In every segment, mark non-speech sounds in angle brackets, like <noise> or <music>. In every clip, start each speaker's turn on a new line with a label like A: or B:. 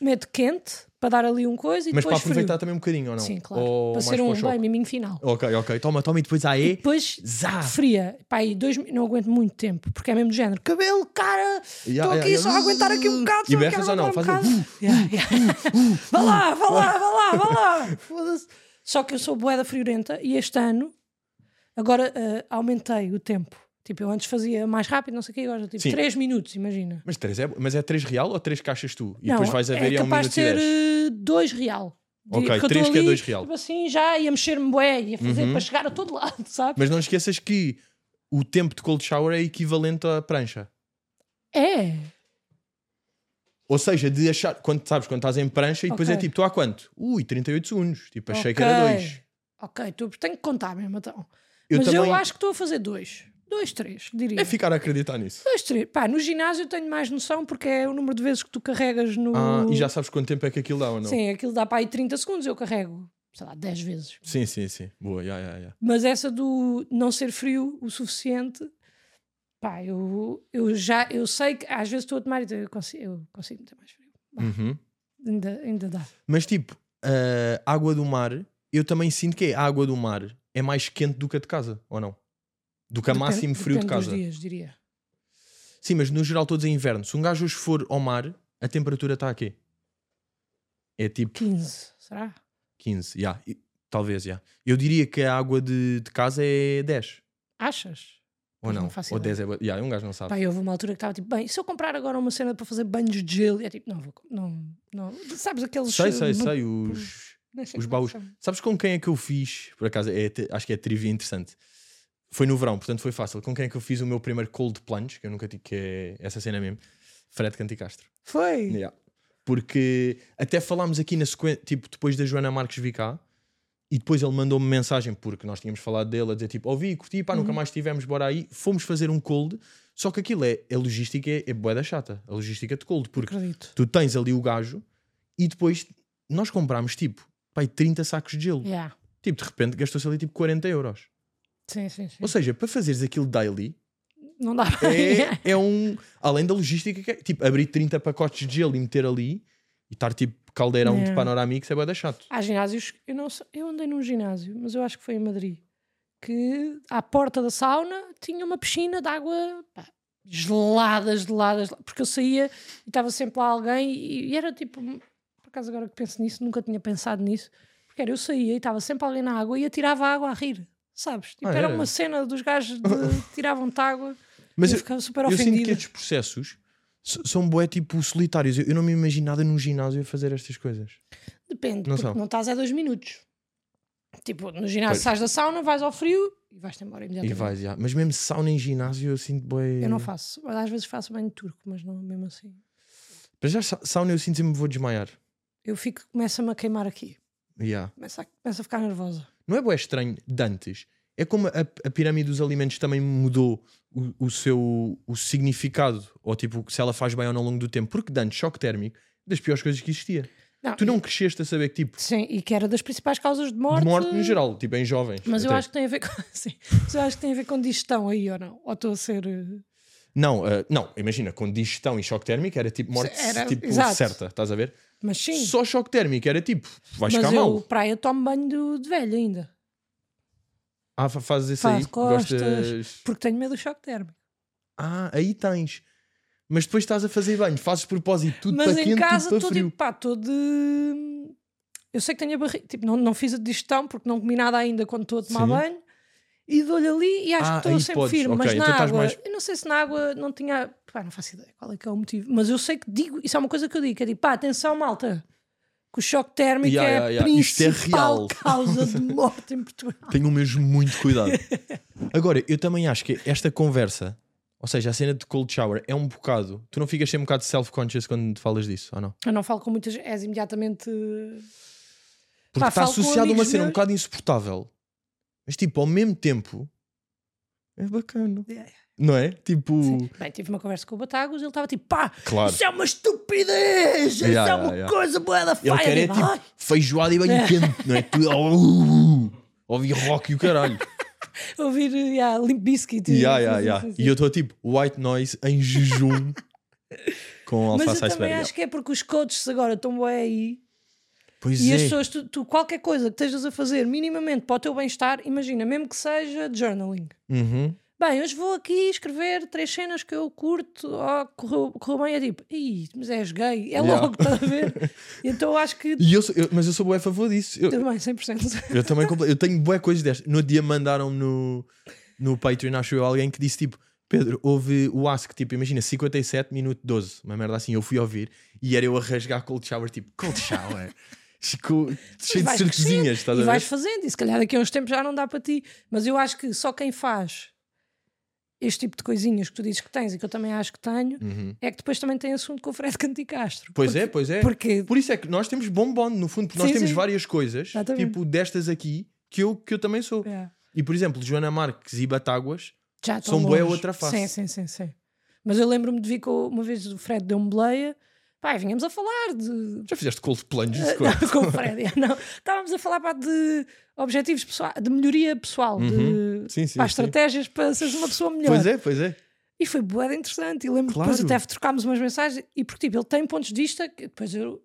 A: meto quente para dar ali um coisa e
B: Mas para
A: depois frio.
B: aproveitar também um bocadinho, ou não?
A: Sim, claro.
B: Ou
A: para
B: mais
A: ser
B: para o
A: um
B: choque?
A: bem miminho final.
B: Ok, ok. Toma, toma e depois aí.
A: E depois
B: Zá!
A: fria. Pá, aí dois, mi- não aguento muito tempo, porque é mesmo do género. Cabelo, cara, estou
B: Ya, ya,
A: aqui
B: ya.
A: só a aguentar aqui um bocado.
B: E
A: só
B: berras
A: quero
B: ou não?
A: aguentar
B: Faz <laughs> um
A: bocado. Ya, ya. Vá lá, vá lá, vá lá, vá
B: <laughs>
A: lá. Foda-se. Só que eu sou boeda friorenta e este ano, agora eh, aumentei o tempo. Tipo, eu antes fazia mais rápido, não sei o que, agora tipo
B: Sim.
A: 3 minutos, imagina.
B: Mas, três é, mas é 3 real ou 3 caixas tu? E
A: Não,
B: depois vais a ver
A: é
B: e é 1
A: capaz
B: minuto
A: de
B: e
A: ser
B: 10.
A: eh, dois real. De-
B: Ok,
A: eu tô
B: três que é
A: ali,
B: dois real. Uhum.
A: Tipo assim, já ia mexer-me bué, ia fazer para chegar a todo lado, <laughs> sabe?
B: Mas não esqueças que o tempo de cold shower é equivalente à prancha.
A: É.
B: Ou seja, de achar. Quando, sabes, quando estás em prancha e depois é
A: Ok.
B: tipo, estou há quanto? Ui, 38 segundos. Tipo, achei que era
A: Ok.
B: 2.
A: Ok, tu tenho que contar mesmo então.
B: Eu
A: Mas
B: também.
A: eu acho que estou a fazer dois. Dois, três, diria.
B: É ficar a acreditar nisso.
A: Dois, três. Pá, no ginásio eu tenho mais noção porque é o número de vezes que tu carregas no.
B: Ah, e já sabes quanto tempo é que aquilo dá ou não?
A: Sim, aquilo dá para aí 30 segundos, eu carrego, sei lá, 10 vezes.
B: sim, sim. sim. Boa, já, já, já.
A: Mas essa do não ser frio o suficiente, pá, eu, eu já eu sei que às vezes estou a tomar e eu consigo, eu consigo meter mais frio.
B: Uhum.
A: Ainda, ainda dá.
B: Mas tipo, a água do mar, eu também sinto que a água do mar é mais quente do que a de casa, ou não? Do que a
A: Depende-
B: máximo frio de
A: depende dos
B: casa.
A: dias, diria.
B: Sim, mas no geral todos é inverno. Se um gajo hoje for ao mar, a temperatura está aqui. É tipo
A: 15, será?
B: 15, já. E- Talvez, já. Eu diria que a água de, de casa é 10,
A: Achas?
B: ou
A: Pois
B: não?
A: não faço
B: ou
A: ideia.
B: 10 é... bué- Já, um gajo não sabe.
A: Pá, e houve uma altura que estava tipo, bem, se eu comprar agora uma cena para fazer banhos de gelo, e é tipo, não vou, com- não, não, sabes aqueles.
B: sei,
A: eh,
B: sei,
A: ma-
B: sei, os...
A: nem sei
B: os
A: como
B: baús.
A: se chama.
B: Sabes com quem é que eu fiz? Por acaso, é até- acho que é trivia interessante. Foi no verão, portanto foi fácil. Com quem é que eu fiz o meu primeiro cold plunge? Que eu nunca tive, que é essa cena mesmo. Fred Canticastro.
A: Foi.
B: Yeah. Porque até falámos aqui na sequência, tipo, depois da Joana Marques vir cá. E depois ele mandou-me mensagem, porque nós tínhamos falado dele, a dizer tipo, ouvi, curti, pá, nunca mais tivemos, bora aí. Fomos fazer um cold, só que aquilo é, a logística é, é bué da chata, a logística de cold, porque
A: Acredito.
B: tu tens ali o gajo e depois nós comprámos tipo, pai, 30 sacos de gelo.
A: Yeah.
B: Tipo, de repente gastou-se ali tipo 40 euros.
A: Sim, sim, sim.
B: Ou seja, para fazeres aquilo
A: <laughs>
B: daily
A: Não dá para.
B: é, é um. Além da logística, que é, tipo, abrir 30 pacotes de gelo e meter ali e estar tipo caldeirão de
A: Yeah.
B: panorâmico, isso é bué da chato.
A: Há ginásios, eu não sei, eu andei num ginásio, mas eu acho que foi em Madrid, que à porta da sauna tinha uma piscina de água pá, gelada, gelada, gelada, porque eu saía e estava sempre lá alguém e, e era tipo, por acaso agora que penso nisso, nunca tinha pensado nisso, porque era eu saía e estava sempre alguém na água e atirava a água a rir, sabes? Tipo,
B: Ah,
A: era
B: é?
A: uma cena dos gajos
B: <laughs>
A: de tiravam-te água
B: Mas
A: e eu
B: eu-
A: ficava super
B: Eu sinto que
A: ofendida.
B: estes processos s- são bué tipo solitários. Eu, eu não me imagino nada num ginásio a fazer estas coisas.
A: Depende,
B: Não
A: porque
B: são.
A: não estás a dois minutos. Tipo, no ginásio
B: Pois.
A: sais da sauna, vais ao frio e vais-te embora
B: E
A: imediatamente.
B: vais, já. Mas mesmo sauna em ginásio, eu sinto bué.
A: Eu não faço. Mas Às vezes faço banho turco, mas não mesmo assim.
B: Para já, sa- sauna eu sinto sempre que vou desmaiar.
A: Eu fico, começa-me a queimar aqui.
B: Yeah.
A: Começa a, começo a ficar nervosa.
B: não é bué estranho de antes. É como a, a pirâmide dos alimentos também mudou o, o seu o significado, ou tipo, se ela faz bem ou não ao longo do tempo. Porque de antes, choque térmico, é das piores coisas que existia.
A: Não,
B: Tu não cresceste a saber que tipo,
A: Sim, e que era das principais causas de
B: de
A: morte.
B: morte no geral, tipo em jovens.
A: Mas eu
B: até.
A: acho que tem a ver com. <laughs> Sim, mas eu acho que tem a ver com digestão aí ou não. Ou estou a ser. eh,
B: Não, ah, não, imagina, com digestão e choque térmico era tipo morte
A: Era-
B: tipo,
A: exato.
B: certa, estás a ver?
A: Mas sim.
B: Só choque térmico era tipo, vais
A: mas
B: ficar
A: eu,
B: mal.
A: praia, tomo banho do- de, velho ainda.
B: Ah, fa- fazes isso
A: Faço
B: aí,
A: costas.
B: gostas.
A: Porque tenho medo do choque térmico.
B: Ah, aí tens. Mas depois estás a fazer banho, fazes propósito, tudo
A: mas
B: para
A: em
B: quente,
A: casa
B: tudo
A: estou
B: para frio.
A: tipo, pá, estou de. Eu sei que tenho a barriga. Tipo, não, não fiz a digestão porque não comi nada ainda quando estou a tomar
B: Sim.
A: banho. E dou-lhe ali e acho
B: Ah,
A: que
B: aí
A: estou sempre
B: podes,
A: firme.
B: ok,
A: mas
B: então
A: na
B: estás
A: água,
B: mais-
A: eu não sei se na água não tinha. Pá, não faço ideia qual é que é o motivo. Mas eu sei que digo, isso é uma coisa que eu digo: que é tipo, pá, atenção, malta, que o choque térmico
B: Yeah,
A: é
B: yeah, yeah,
A: a
B: isto é
A: principal
B: real.
A: <laughs> causa
B: <laughs>
A: de morte em Portugal.
B: Tenham mesmo muito cuidado. Agora, eu também acho que esta conversa, ou seja, a cena de cold shower, é um bocado. Tu não ficas sempre um bocado self-conscious quando te falas disso, ou não?
A: Eu não falo com muitas. És imediatamente.
B: Porque
A: Pá,
B: está
A: falo com
B: associado a uma
A: amigos
B: cena um
A: meus.
B: bocado insuportável. Mas, tipo, ao mesmo tempo, é bacana.
A: Yeah,
B: Não é? Tipo.
A: Bem, tive uma conversa com o Batagos e ele estava tipo, pá,
B: Claro.
A: isso é uma estupidez! isso
B: Yeah,
A: é
B: yeah,
A: uma
B: yeah.
A: coisa boa da
B: Ele
A: faia!
B: quer é
A: Digo, "Ai,
B: tipo feijoada e banho quente,
A: <laughs>
B: não é? Tu, oh, ouvi rock e o caralho.
A: ouvir yeah, Limp Bizkit.
B: Yeah, yeah,
A: Sim,
B: yeah.
A: sim, sim, <laughs>
B: E eu estou tipo white noise em jejum com
A: Mas
B: alface
A: eu também
B: iceberg.
A: acho que é porque os coaches agora estão bem aí
B: Pois
A: e
B: é.
A: as pessoas, tu, tu qualquer coisa que estejas a fazer minimamente para o teu bem-estar, imagina, mesmo que seja journaling.
B: Uhum.
A: Bem, hoje vou aqui escrever três cenas que eu curto, ó, correu, correu bem, é tipo, ih, mas és gay, é
B: Yeah.
A: logo, <laughs> estás a
B: <laughs>
A: ver? então eu acho que
B: E eu sou- eu- mas eu sou bué a favor disso. Eu,
A: também, 100%.
B: eu também compre- eu tenho bué coisas destas. No outro dia mandaram-me no, no Patreon, acho eu, alguém que disse tipo. Pedro, houve o ask, tipo, imagina, 57 minuto 12, uma merda assim, eu fui ouvir e era eu a rasgar cold shower, tipo,
A: <laughs>
B: cold shower, Chico, cheio de
A: vais
B: cerquezinhas, estás
A: E
B: a ver?
A: vais fazendo, e se calhar daqui a uns tempos já não dá para ti. Mas eu acho que só quem faz este tipo de coisinhas que tu dizes que tens e que eu também acho que tenho,
B: Uhum.
A: é que depois também tem assunto com o Fred Canticastro.
B: Pois é, pois é.
A: Porque
B: Por isso é que nós temos bom bonde, no fundo, porque nós
A: Sim,
B: temos
A: sim.
B: várias coisas,
A: Exatamente.
B: tipo destas aqui, que eu, que eu também sou.
A: é,
B: E, por exemplo, Joana Marques e Batáguas,
A: já
B: São
A: estão
B: bué
A: longe.
B: outra face.
A: Sim, sim, sim, sim. Mas eu lembro-me de vir com uma vez o Fred deu-me bleia. Pai, vínhamos a falar de.
B: já fizeste cold plunges?
A: Ah,
B: coisa?
A: não, <laughs> com o Fred, é, não. Estávamos a falar pá, de objetivos pessoais, de melhoria pessoal, de
B: Uhum. Sim, sim,
A: pá,
B: sim.
A: estratégias para seres uma pessoa melhor.
B: Pois é, pois é.
A: E foi boa interessante. E lembro
B: Claro.
A: depois até trocámos umas mensagens. E porque tipo, ele tem pontos de vista que depois eu,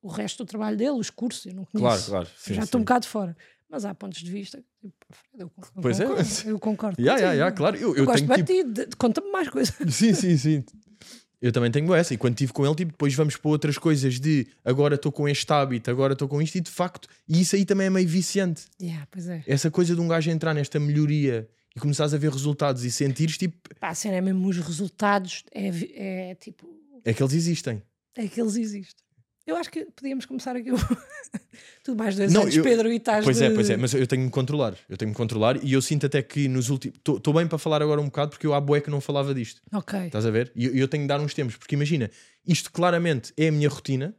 A: o resto do trabalho dele, os cursos, eu não conheço.
B: Claro, claro.
A: Eu
B: Sim,
A: já
B: sim.
A: estou um bocado fora. Mas há pontos de vista. que, tipo, eu concordo,
B: Pois é.
A: Eu concordo.
B: Ya, ya,
A: contigo.
B: ya, claro. Eu,
A: Eu,
B: eu
A: gosto
B: tenho
A: de
B: tipo.
A: ti. de- Conta-me mais coisas. <laughs>
B: Sim, sim, sim. Eu também tenho essa. E quando estive com ele, tipo, depois vamos para outras coisas de agora estou com este hábito, agora estou com isto, e de facto, e isso aí também é meio viciante.
A: Ya, pois é.
B: Essa coisa de um gajo entrar nesta melhoria e começares a ver resultados e sentires, tipo,
A: Pá, a cena é mesmo os resultados. É, vi- é tipo.
B: é que eles existem.
A: É que eles existem. Eu acho que podíamos começar aqui. o- <laughs> tu mais dois
B: Não,
A: anos,
B: eu-
A: Pedro, e estás.
B: Pois
A: de...
B: é, pois é, mas eu tenho que me controlar. Eu tenho que me controlar e eu sinto até que nos últimos. Estou bem para falar agora um bocado porque eu há boé que não falava disto.
A: Ok.
B: Estás a ver? E eu, eu tenho de dar uns tempos, porque imagina, isto claramente é a minha rotina.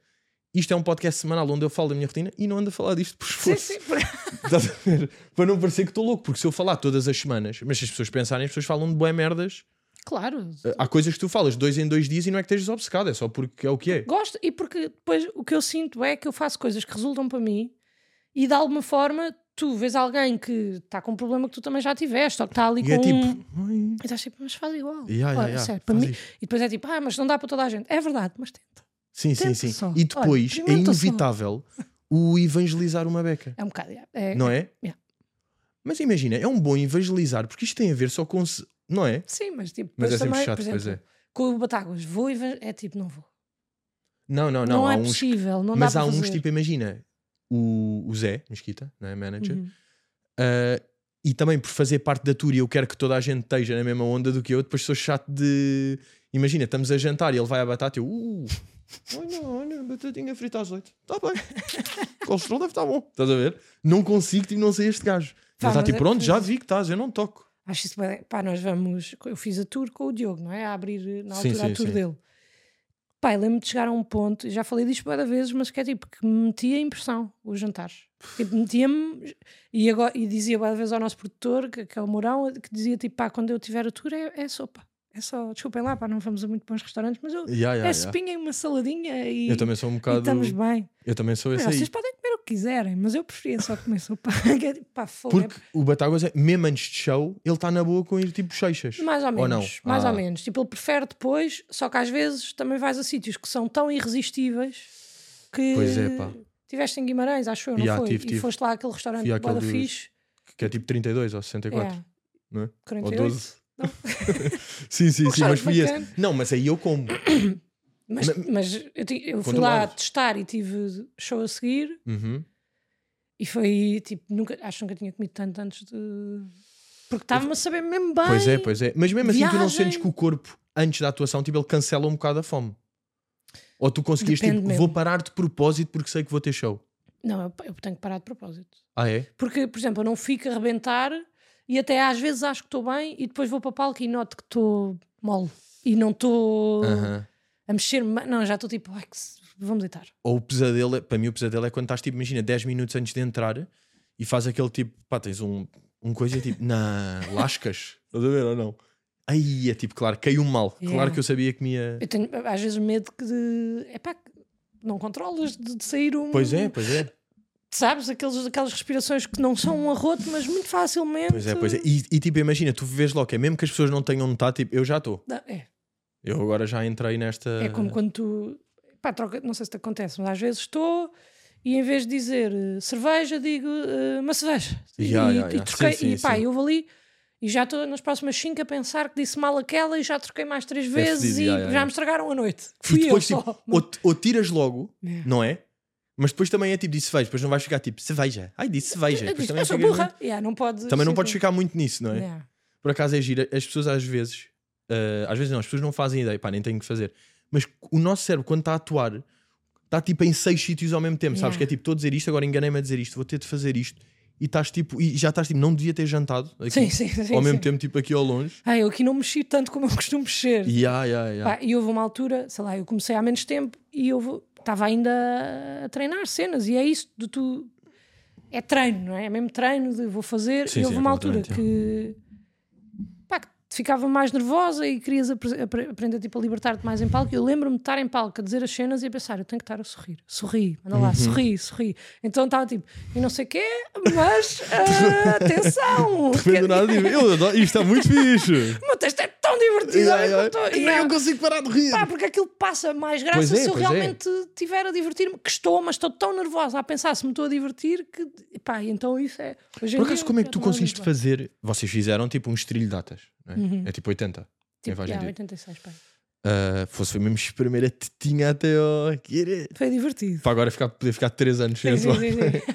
B: Isto é um podcast semanal onde eu falo da minha rotina e não ando a falar disto por
A: Sim,
B: esforço.
A: sim. <laughs> por-
B: <laughs> Estás a ver? Para não parecer que estou louco, porque se eu falar todas as semanas, mas se as pessoas pensarem, as pessoas falam de boé merdas.
A: Claro.
B: Há coisas que tu falas dois em dois dias e não é que estejas obcecado, é só porque é o que é.
A: Gosto, e porque depois o que eu sinto é que eu faço coisas que resultam para mim e de alguma forma tu vês alguém que está com um problema que tu também já tiveste ou que está ali
B: E
A: com
B: é
A: um...
B: tipo.
A: E estás tipo, mas faz igual.
B: "Ai, ai,
A: Olha,
B: ai, ai,
A: sério, para
B: faz
A: mim-
B: isto."
A: E depois é tipo, ah, mas não dá para toda a gente. É verdade, mas tenta.
B: Sim, sim,
A: tenta
B: sim.
A: só.
B: E
A: Olha,
B: depois é
A: experimenta só.
B: inevitável o evangelizar uma beca.
A: É um bocado. é- É,
B: Não é?
A: Yeah.
B: Mas imagina, é um bom evangelizar, porque isto tem a ver só com. se- Não é?
A: Sim, mas tipo,
B: Mas
A: depois
B: é sempre
A: também,
B: chato,
A: por
B: pois
A: exemplo, com o Batáguas, vou e vejo. É tipo, não vou.
B: Não, não,
A: Não,
B: não. há
A: é
B: uns,
A: possível, não
B: mas
A: dá
B: há
A: para
B: uns,
A: fazer.
B: tipo, imagina, o, o Zé Mesquita, não é? manager,
A: Uhum.
B: ah, e também por fazer parte da tour e eu quero que toda a gente esteja na mesma onda do que eu, depois sou chato de. Imagina, estamos a jantar e ele vai à batata e eu. Uh, olha, olha, batatinha frita às oito. Está
A: <laughs>
B: bem. O colesterol deve estar bom. Estás a ver? Não consigo, tipo, não sei este gajo.
A: Pá,
B: ele está
A: mas
B: tipo,
A: é
B: pronto,
A: que-
B: já vi que estás, eu não toco.
A: Acho isso bem. Pá, nós vamos. Eu fiz a tour com o Diogo, não é? A abrir eh, na
B: Sim,
A: altura
B: sim,
A: a tour
B: sim.
A: dele. Pá, eu lembro-me de chegar a um ponto, e já falei disto várias vezes, mas que é tipo que me metia em pressão os jantares. Tipo, metia-me e, agora, e dizia várias vezes ao nosso produtor, que, que é o Mourão, que dizia tipo, pá, quando eu tiver a tour é, é sopa. É só, desculpem lá, pá, não vamos a muito bons restaurantes, mas eu,
B: Ya, ya,
A: é
B: ya.
A: sopinha e uma saladinha e,
B: Eu também sou um
A: e
B: bocado.
A: estamos bem.
B: Eu também sou esse
A: Mas
B: aí.
A: vocês podem comer o que quiserem, mas eu preferia só comer sopa. <laughs> Que é tipo, pá, fogo, é
B: Porque o Batáguas, é- mesmo antes de show, ele está na boa com ir tipo cheixas.
A: Mais ou menos,
B: Ou não?
A: mais
B: Ah.
A: ou menos. Tipo, ele prefere depois, só que às vezes também vais a sítios que são tão irresistíveis que
B: Pois é, pá.
A: tiveste em Guimarães, acho eu, não
B: Ya,
A: foi?
B: tive,
A: e
B: tive.
A: foste lá àquele restaurante
B: Fui
A: de
B: àquele
A: Boda
B: dos
A: Fixe.
B: Que é tipo 32 ou 64.
A: É.
B: não é? Ou
A: 48.
B: Ou 12. sim, sim, sim, mas
A: restaurante
B: fui esse.
A: É. bacana.
B: Não, mas aí eu como.
A: Mas, mas eu, ti- eu fui lá
B: Controlados.
A: testar e tive show a seguir
B: Uhum.
A: e foi tipo, nunca, acho que nunca tinha comido tanto antes de. Porque estava-me a saber mesmo bem.
B: Pois é, pois é. Mas mesmo assim, tu não
A: viagem.
B: sentes que o corpo, antes da atuação, tipo, ele cancela um bocado a fome. Ou tu conseguias,
A: Depende
B: tipo,
A: mesmo.
B: vou parar de propósito porque sei que vou ter show.
A: Não, eu, eu tenho que parar de propósito.
B: Ah, é?
A: Porque, por exemplo, eu não fico a arrebentar e até às vezes acho que estou bem e depois vou para palco e noto que estou mole e não estou
B: Aham.
A: a mexer. ma- Não, já estou tipo, ai, que se- vamos deitar.
B: Ou o pesadelo, é- para mim, o pesadelo é quando estás, tipo, imagina, 10 minutos antes de entrar e faz aquele tipo, pá, tens um, um coisa e é tipo, na lascas. <laughs> Estás a ver ou não? Aí é tipo, claro, caiu mal. Claro
A: Yeah.
B: que eu sabia que me ia.
A: Eu tenho às vezes medo que de. É pá, não controlas de, de sair um.
B: Pois é, pois é.
A: Sabes? Aqueles, aquelas respirações que não são um arroto, mas muito facilmente.
B: é. Pois é, pois é. E, e, tipo, imagina, tu vês logo, é mesmo que as pessoas não tenham notado, tipo, eu já estou.
A: Não, é.
B: Eu agora já entrei nesta.
A: É como quando tu. Pá, troca, não sei se te acontece, mas às vezes estou e em vez de dizer eh, cerveja, digo eh, uma cerveja. E-
B: Yeah,
A: e,
B: yeah,
A: e
B: yeah.
A: troquei.
B: Sim, sim,
A: e pá,
B: sim.
A: eu vou ali e já estou nas próximas 5 a pensar que disse mal aquela e já troquei mais três vezes
B: fedido,
A: e
B: yeah, yeah,
A: já
B: yeah.
A: me estragaram a noite.
B: E
A: Fui
B: depois,
A: eu
B: tipo,
A: só.
B: ou, ou tiras logo,
A: Yeah.
B: não é? Mas depois também é tipo de cerveja, depois não vais ficar tipo cerveja. Ai, disse cerveja.
A: Eu
B: Depois
A: disse,
B: é, também
A: eu sou
B: ficas
A: burra.
B: muito-
A: Yeah, não pode
B: Também não
A: ser
B: podes
A: burra.
B: ficar muito nisso, não é?
A: Yeah.
B: Por acaso é gira. As pessoas às vezes, ah, às vezes não, as pessoas não fazem ideia, pá, nem tenho que fazer. Mas o nosso cérebro, quando está a atuar, está tipo em seis sítios ao mesmo tempo, sabes?
A: Yeah.
B: Que é tipo, estou a dizer isto, agora enganei-me a dizer isto, vou ter de fazer isto. E estás tipo, e já estás tipo, não devia ter jantado aqui,
A: Sim, sim, sim.
B: ao
A: sim.
B: mesmo tempo, tipo aqui ao longe.
A: Ah, eu aqui não mexi tanto como eu costumo mexer.
B: Yeah, yeah, yeah.
A: Pá, e houve uma altura, sei lá, eu comecei há menos tempo e eu estava ainda a treinar cenas, e é isso de tu. É treino, não é? É mesmo treino de vou fazer.
B: Sim,
A: e
B: sim,
A: houve
B: é
A: uma altura que.
B: completamente,
A: pá, que te ficava mais nervosa e querias apre- apre- aprender tipo, a libertar-te mais em palco. E Eu lembro-me de estar em palco a dizer as cenas e a pensar: eu tenho que estar a sorrir, sorri, anda
B: Uhum.
A: lá, sorri, sorri. Então estava tipo, e não sei o quê,
B: <laughs>
A: mas ah, atenção!
B: Não do nada, digo, eu adoro- isto está
A: <laughs>
B: muito fixe.
A: O meu texto é tão divertido!
B: Yeah,
A: olha
B: yeah.
A: como estou-
B: Nem
A: Yeah.
B: Eu consigo parar de rir.
A: Pá, porque aquilo passa mais graça
B: Pois é,
A: se eu
B: pois é.
A: realmente estiver a divertir-me, que estou, mas estou tão nervosa a pensar se me estou a divertir que. Pá, então isso é. Hoje em
B: Por acaso,
A: dia,
B: como é
A: já
B: que tu
A: estou mais
B: conseguiste
A: habituada.
B: fazer? Vocês fizeram tipo um estrilho de datas, não é? É tipo 80. Quem
A: Uhum. Tipo,
B: faz
A: já,
B: sentido.
A: 86, pá.
B: Ah, fosse foi mesmo espremer a tetinha até ao.
A: Foi
B: <laughs>
A: divertido.
B: Para agora ficar, poder ficar 3 anos sem
A: Sim, sim,
B: atuar.
A: sim, sim.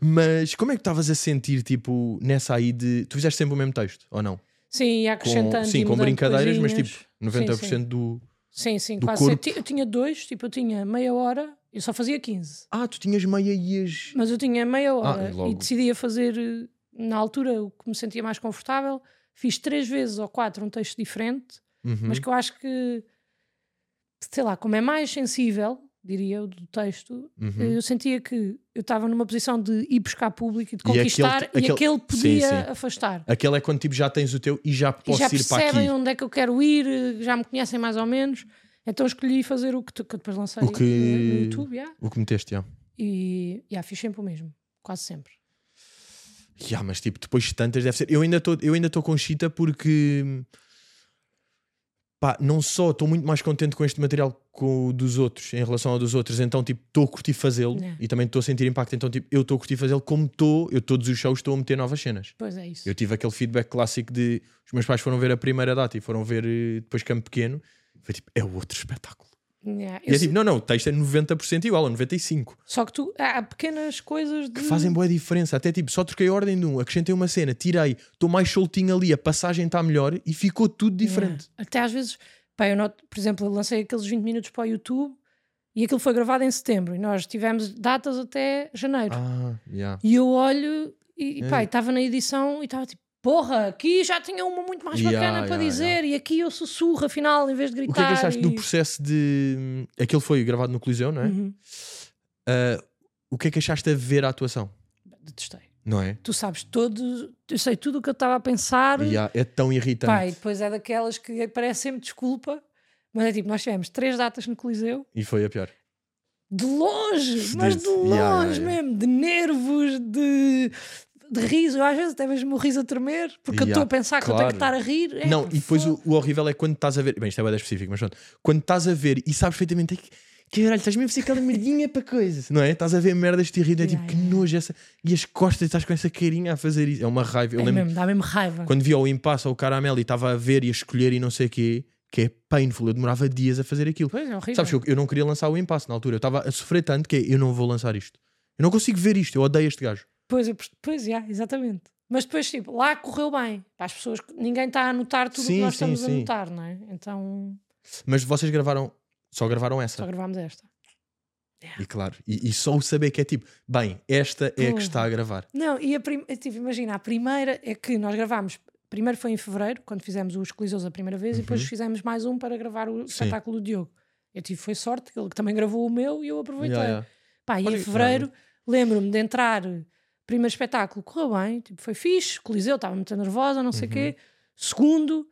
B: Mas como é que estavas a sentir, tipo, nessa aí de. Tu fizeste sempre o mesmo texto, ou não?
A: Sim, e acrescentando. e
B: sim, com
A: mudando
B: brincadeiras, mas
A: coisinhas.
B: tipo, 90%
A: Sim, sim.
B: do.
A: Sim, sim,
B: do
A: quase.
B: corpo.
A: ti- Eu tinha dois, tipo, eu tinha meia hora, eu só fazia 15.
B: Ah, tu tinhas meia ias.
A: Mas eu tinha meia hora
B: Ah, e logo.
A: e decidia fazer, eh, na altura, o que me sentia mais confortável. Fiz três vezes ou quatro um texto diferente.
B: Uhum.
A: mas que eu acho que, sei lá, como é mais sensível, diria eu, do texto, eh,
B: Uhum.
A: eu sentia que eu estava numa posição de ir buscar público e de
B: E aquele-
A: conquistar e aquele,
B: aquele-
A: podia
B: Sim, sim.
A: afastar.
B: Aquela é quando tipo já tens o teu e já
A: E
B: posso
A: já
B: ir para aqui.
A: percebem onde é que eu quero ir, eh, já me conhecem mais ou menos. Então escolhi fazer o que, tu- que eu depois lancei
B: O que-
A: no no YouTube, yeah.
B: O que meteste, já.
A: e yeah, fiz sempre o mesmo, quase sempre.
B: Ya, mas tipo, depois de tantas deve ser. Eu ainda tô- eu ainda estou com chita porque. Pá, não só estou muito mais contente com este material com o dos outros, em relação ao dos outros, então tipo, estou a curtir fazê-lo
A: Yeah.
B: e também estou a sentir impacto. Então, tipo, eu estou a curtir fazê-lo como estou, eu todos os shows estou a meter novas cenas.
A: Pois é isso.
B: Eu tive aquele feedback clássico de os meus pais foram ver a primeira data e foram ver eh, depois Campo Pequeno. Foi tipo, é outro espetáculo.
A: Yeah,
B: e
A: eu
B: é
A: se-
B: tipo, não, não, o texto é 90% igual, ou 95%.
A: Só que tu há pequenas coisas de
B: que fazem boa diferença. Até tipo, só troquei a ordem de um, acrescentei uma cena, tirei, estou mais soltinho ali, a passagem está melhor e ficou tudo diferente.
A: Yeah. É. Até às vezes, pá, eu noto, por exemplo, eu lancei aqueles 20 minutos para o YouTube e aquilo foi gravado em setembro e nós tivemos datas até janeiro.
B: Ah, yeah.
A: E eu olho e, e pá,
B: É.
A: estava na edição e estava tipo, porra, aqui já tinha uma muito mais
B: Yeah,
A: bacana para
B: yeah,
A: dizer e aqui eu sussurro, afinal, em vez de
B: O que é
A: gritar.
B: que achaste
A: e...
B: do processo de. Aquele foi gravado no Coliseu, não é?
A: Uhum.
B: Ah, o que é que achaste a ver a atuação?
A: Detestei.
B: Não é?
A: Tu sabes todo, eu sei tudo o que eu estava a pensar.
B: Yeah, é tão irritante.
A: Pá, e depois é daquelas que parece sempre desculpa, mas é tipo, nós tivemos três datas no Coliseu.
B: E foi a pior.
A: De longe, mas de
B: Fudido.
A: longe
B: Yeah, yeah, yeah.
A: mesmo, de nervos, de, de riso. Eu, Às vezes até mesmo o riso a tremer, porque eu
B: Yeah,
A: estou a pensar que eu tenho que estar
B: claro.
A: a rir. É,
B: não,
A: pá,
B: e depois
A: foda.
B: o, o horrível é quando estás a ver. Bem, isto é bem específico, mas pronto. Quando estás a ver e sabes perfeitamente. "Ai, que- Caralho, estás mesmo a fazer aquela merdinha para coisas, não é? Estás a ver merdas que te irritam, é tipo
A: Yeah,
B: que
A: yeah.
B: nojo essa. E as costas, estás com essa carinha a fazer isso. É uma raiva. Eu
A: É
B: lembro
A: mesmo, dá mesmo raiva.
B: quando via o impasse ou o caramelo e estava a ver e a escolher e não sei o quê, que é painful. Eu demorava dias a fazer aquilo.
A: Pois é, horrível.
B: Sabes, eu, eu não queria lançar o impasse na altura. Eu estava a sofrer tanto que é, eu não vou lançar isto. Eu não consigo ver isto. Eu odeio este gajo.
A: Pois, eu perce- pois, yeah, exatamente. Mas depois, tipo, lá correu bem. Para as pessoas, que- ninguém está a anotar tudo o que
B: Sim,
A: nós
B: sim,
A: estamos a
B: sim.
A: anotar, não é? Então,
B: Mas vocês gravaram, só gravaram
A: só
B: essa.
A: gravámos esta.
B: E claro, e, e só o saber que é tipo, bem, esta é a que
A: Porra.
B: está a gravar.
A: Não, e a prim... eu tive, imagina, a primeira é que nós gravámos. Primeiro foi em fevereiro, quando fizemos os Coliseus a primeira vez, e
B: Uhum.
A: depois fizemos mais um para gravar o espetáculo do Diogo. Eu tive, foi sorte, ele que também gravou o meu e eu aproveitei.
B: Yeah, yeah.
A: Pá, e
B: Olha,
A: em fevereiro, lembro-me de entrar, primeiro espetáculo correu bem, tipo, foi fixe, Coliseu, estava muito nervosa, não sei o
B: Uhum.
A: quê. Segundo,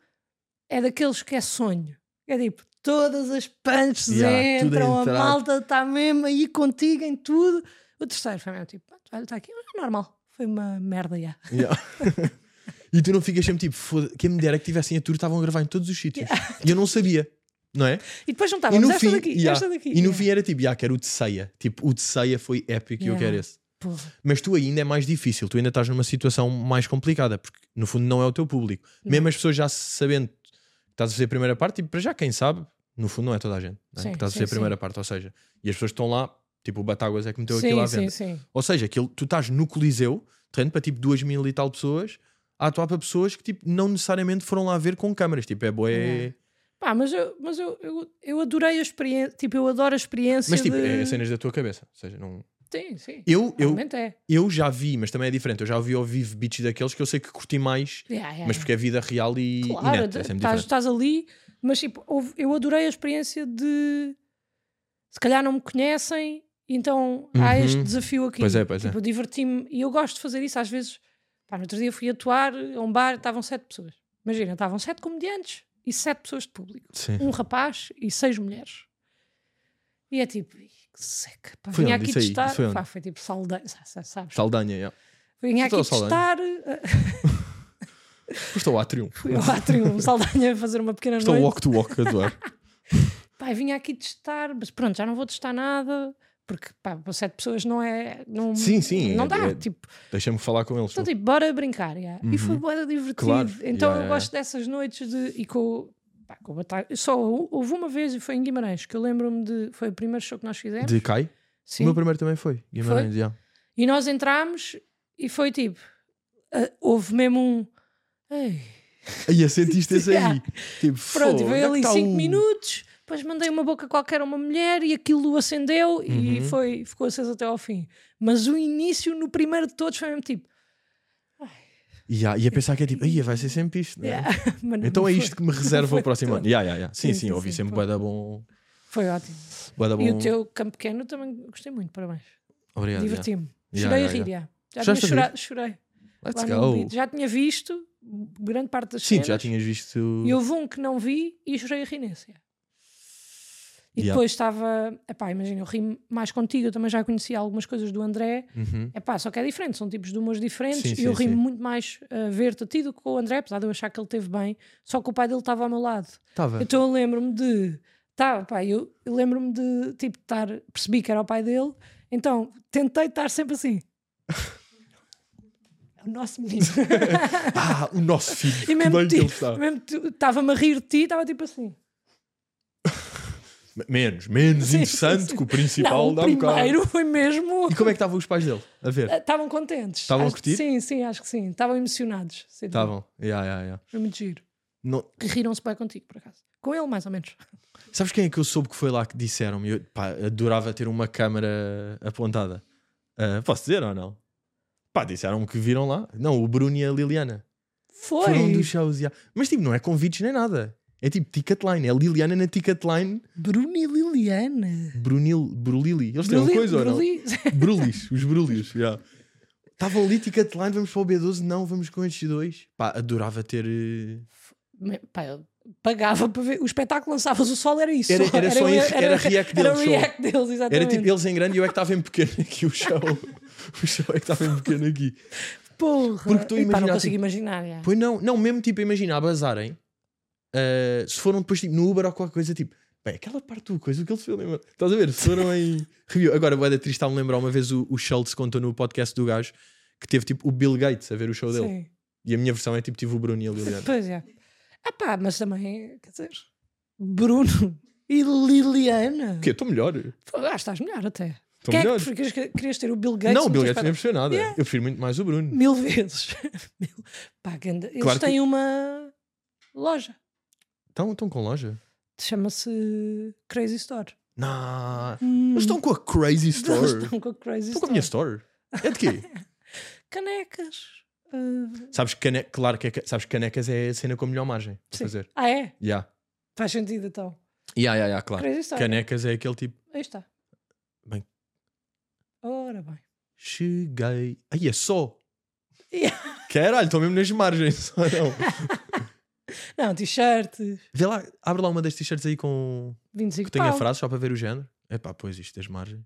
A: é daqueles que é sonho. É tipo, todas as punches
B: Yeah, tudo é
A: entram, a
B: entrado.
A: malta está mesmo aí contigo em tudo. O terceiro foi mesmo tipo, pronto, olha, está aqui, é normal, foi uma merda, já.
B: Yeah. <laughs> e tu não ficas sempre tipo, foda quem me dera que tivessem a tour, estavam a gravar em todos os sítios. E eu não sabia. não é?
A: <laughs> E depois
B: E
A: juntávamos
B: no,
A: Ah, esta
B: fim,
A: daqui,
B: yeah,
A: esta daqui.
B: e no
A: yeah.
B: fim era tipo, yeah, quero o de ceia. Tipo, o de ceia foi épico e eu
A: Yeah.
B: quero esse.
A: Porra.
B: Mas tu ainda é mais difícil, tu ainda estás numa situação mais complicada, porque no fundo não é o teu público. Mesmo as pessoas já sabendo que estás a fazer a primeira parte, e para já quem sabe, no fundo não é toda a gente não é?
A: Sim,
B: que estás
A: sim,
B: a fazer a
A: sim.
B: primeira parte, ou seja, e as pessoas estão lá, tipo o Batáguas é que meteu aquilo à
A: Sim,
B: venda.
A: sim, sim.
B: Ou seja, aquilo, tu estás no Coliseu, terreno para tipo duas mil e tal pessoas, a atuar para pessoas que tipo, não necessariamente foram lá ver com câmaras, tipo, é boé.
A: Yeah. Pá, mas eu, mas eu, eu, eu adorei a experiência. Tipo, eu adoro a experiência.
B: Mas tipo,
A: de... Ah,
B: é cenas da tua cabeça. Ou seja, não.
A: Sim, sim.
B: Eu, eu,
A: Realmente é.
B: eu já vi, mas também é diferente. Eu já vi ao vivo beats daqueles que eu sei que curti mais
A: Yeah, yeah,
B: Mas
A: yeah.
B: porque é vida real e, e
A: Claro,
B: neta, é sempre
A: estás,
B: diferente.
A: estás ali, mas tipo, houve- eu adorei a experiência de se calhar não me conhecem, então há
B: Uhum.
A: este desafio aqui.
B: Pois é, pois é.
A: tipo, eu diverti-me e eu gosto de fazer isso às vezes. Pá, no outro dia fui atuar a um bar, estavam sete pessoas. Imagina, estavam sete comediantes e sete pessoas de público.
B: Sim. <laughs>
A: Um rapaz e seis mulheres. E é tipo, "Ih, que seca. Pá,
B: Foi
A: vinha
B: onde
A: aqui
B: isso aí?
A: testar.
B: Foi onde?
A: Pá, foi tipo Saldanha, sabes?
B: Saldanha, yeah.
A: Vinha aqui
B: Estou a
A: testar. eh, <laughs>
B: Custa o Atrium.
A: Fui ao
B: <laughs>
A: Atrium Saldanha fazer uma pequena
B: Custa o
A: noite.
B: walk to walk a doar.
A: <laughs> pá, eu vinha aqui testar, mas pronto, já não vou testar nada, porque pá, para sete pessoas não é. Não,
B: Sim, sim,
A: Não
B: é-
A: dá.
B: é-
A: Tipo,
B: Deixa-me falar com eles.
A: então, tipo, bora brincar. yeah. E foi bora divertido.
B: Uhum. Claro,
A: Então
B: yeah,
A: eu
B: yeah,
A: gosto dessas noites de. E com, o- pá, com o Batalha. Só hou- houve uma vez e foi em Guimarães, que eu lembro-me de. Foi o primeiro show que nós fizemos.
B: de Kai. O
A: Sim.
B: meu primeiro também foi. Guimarães, yeah.
A: E nós entramos e foi tipo. ah, houve mesmo um. Ei,
B: Aí eu sentiste esse aí.
A: Yeah.
B: Tipo,
A: Pronto,
B: "Fogo, onde é
A: veio
B: que
A: ali
B: tá
A: 5
B: o-"
A: minutos, depois mandei uma boca qualquer a uma mulher e aquilo acendeu e
B: Uhum.
A: foi, ficou aceso até ao fim. Mas o início, no primeiro de todos, foi mesmo tipo. <laughs>
B: Yeah, e a pensar que é tipo, aí vai ser sempre isto. né?
A: "Yeah", <laughs> mas não
B: Então é
A: foi.
B: isto que me reserva
A: foi
B: o próximo
A: todo.
B: ano. Yeah, yeah, yeah. Sim,
A: Sim,
B: sim,
A: sim,
B: eu ouvi
A: sim,
B: sempre
A: pô.
B: bué da bom.
A: Foi ótimo.
B: bué da
A: E
B: Tá bom.
A: o teu campo pequeno também gostei muito, parabéns.
B: Obrigado. yeah.
A: Diverti-me.
B: Yeah,
A: Chorei
B: yeah,
A: a rir, yeah. já.
B: Choraste
A: tinha
B: a
A: chorado,
B: rir?
A: chorei.
B: Let's
A: Lá no
B: go.
A: beat. Já tinha visto grande parte das
B: Sim,
A: cenas.
B: tu já tinhas visto.
A: E houve um que não vi e chorei a rir nesse. yeah. E
B: Yeah.
A: depois estava. Epá, imagina, eu ri mais contigo, eu também já conhecia algumas coisas do André.
B: Uhum.
A: É pá, só que é diferente, são tipos de humores diferentes
B: Sim,
A: e eu
B: sim,
A: rimo
B: sim.
A: muito mais a ver-te a ti do que com o André, apesar de eu achar que ele teve bem, só que o pai dele estava ao meu lado.
B: Tava.
A: Então eu lembro-me de. Tá, pá, eu, eu lembro-me de tipo estar. Percebi que era o pai dele, então tentei estar sempre assim. <laughs> É o nosso menino.
B: Ah, o nosso filho.
A: e
B: <laughs> que
A: mesmo
B: bem que ele
A: tipo,
B: está.
A: mesmo tu- estava-me a rir de ti, estava tipo assim.
B: Menos, menos
A: Sim,
B: interessante
A: sim, sim.
B: que o
A: Não,
B: principal
A: o
B: dá um bocado.
A: primeiro Eh, foi mesmo.
B: E como é que estavam os pais dele? A ver?
A: <laughs> Estavam contentes.
B: Estavam a
A: Acho que
B: curtir?
A: Sim, sim, acho que sim. Estavam emocionados. sem dúvida.
B: Estavam. Yeah, yeah, yeah.
A: Foi muito giro.
B: Não-
A: que riram-se bem contigo, por acaso. Com ele, mais ou menos.
B: Sabes quem é que eu soube que foi lá que disseram-me? Eu pá, adorava ter uma câmara apontada. Ah, posso dizer ou não? Pá, disseram-me que viram lá. Não, o Bruno e a Liliana.
A: Foi!
B: Foram dos shows. yeah. Mas tipo, não é convites nem nada. É tipo ticket line. É Liliana na ticket line.
A: Bruno e Liliana.
B: Brunil, Brulili. Eles têm uma
A: Bruli-
B: coisa ou não?
A: Bruli-
B: Brulis. Os Brulis. yeah. Estavam ali ticket line. Vamos para o B12. Não, vamos com estes dois. Pá, adorava ter. eh,
A: Me- <laughs> Pá, eu pagava para ver. O espetáculo lançavas o sol, era isso.
B: Era- era só em- era react
A: Era um
B: deles, só.
A: react deles, exatamente.
B: Era tipo eles em grande e eu é que estava em pequeno aqui o show. <laughs> o show é que estava em pequeno aqui.
A: Porra!
B: porque tu
A: E pá, não
B: imaginas,
A: consigo
B: tipo,
A: imaginar. já.
B: Pois não, não, mesmo tipo, imagina, a bazarem. ah, se foram depois tipo, no Uber ou qualquer coisa, tipo, bem, aquela parte do coisa, o que eles filmam. Estás a ver? Se foram <laughs> em review. Agora, o Eda Triste está-me a lembrar uma vez o, o Schultz contou no podcast do gajo que teve tipo o Bill Gates a ver o show dele.
A: Sim.
B: E a minha versão é tipo, tive o Bruno e a Liliana.
A: Pois é. Ah pá, mas também, quer dizer, Bruno e Liliana.
B: O quê? Estou melhor. Estou
A: Pô, Ah, estás melhor até. Quem é que
B: melhor.
A: preferias- que- querias ter o Bill Gates?
B: Não, o
A: no
B: Bill
A: teu
B: Gates não
A: espetáculo?
B: percebeu nada. Eu prefiro muito mais o Bruno.
A: Mil vezes. <laughs> Mil. Pá, que anda- Eles
B: Claro que-
A: têm uma loja.
B: Estão, estão Tá, com loja?
A: Chama-se Crazy Store. Hum.
B: Não. Eles estão com a Hum. Crazy
A: <laughs> Eles
B: Store.
A: estão com a Crazy
B: Estou com
A: Store.
B: a minha store. É de quê?
A: <laughs> Canecas. Ah,
B: sabes, que cane... claro que é... ca- sabes que canecas é a cena com a melhor margem a
A: sim.
B: fazer.
A: Ah, é?
B: Yeah.
A: Faz sentido então.
B: Yeah, yeah, yeah, claro.
A: Crazy Store.
B: Ah, Canecas é aquele tipo.
A: Aí está.
B: Bem.
A: Ora bem.
B: Cheguei. Aí é só.
A: Yeah.
B: Caralho, estou mesmo nas margens. <laughs> ou não?
A: <laughs> Não, t-shirts.
B: Vê lá, abre lá uma das t-shirts aí com.
A: 25
B: que tenha
A: pau.
B: frases só para ver o género. Epá, pois isto das margens.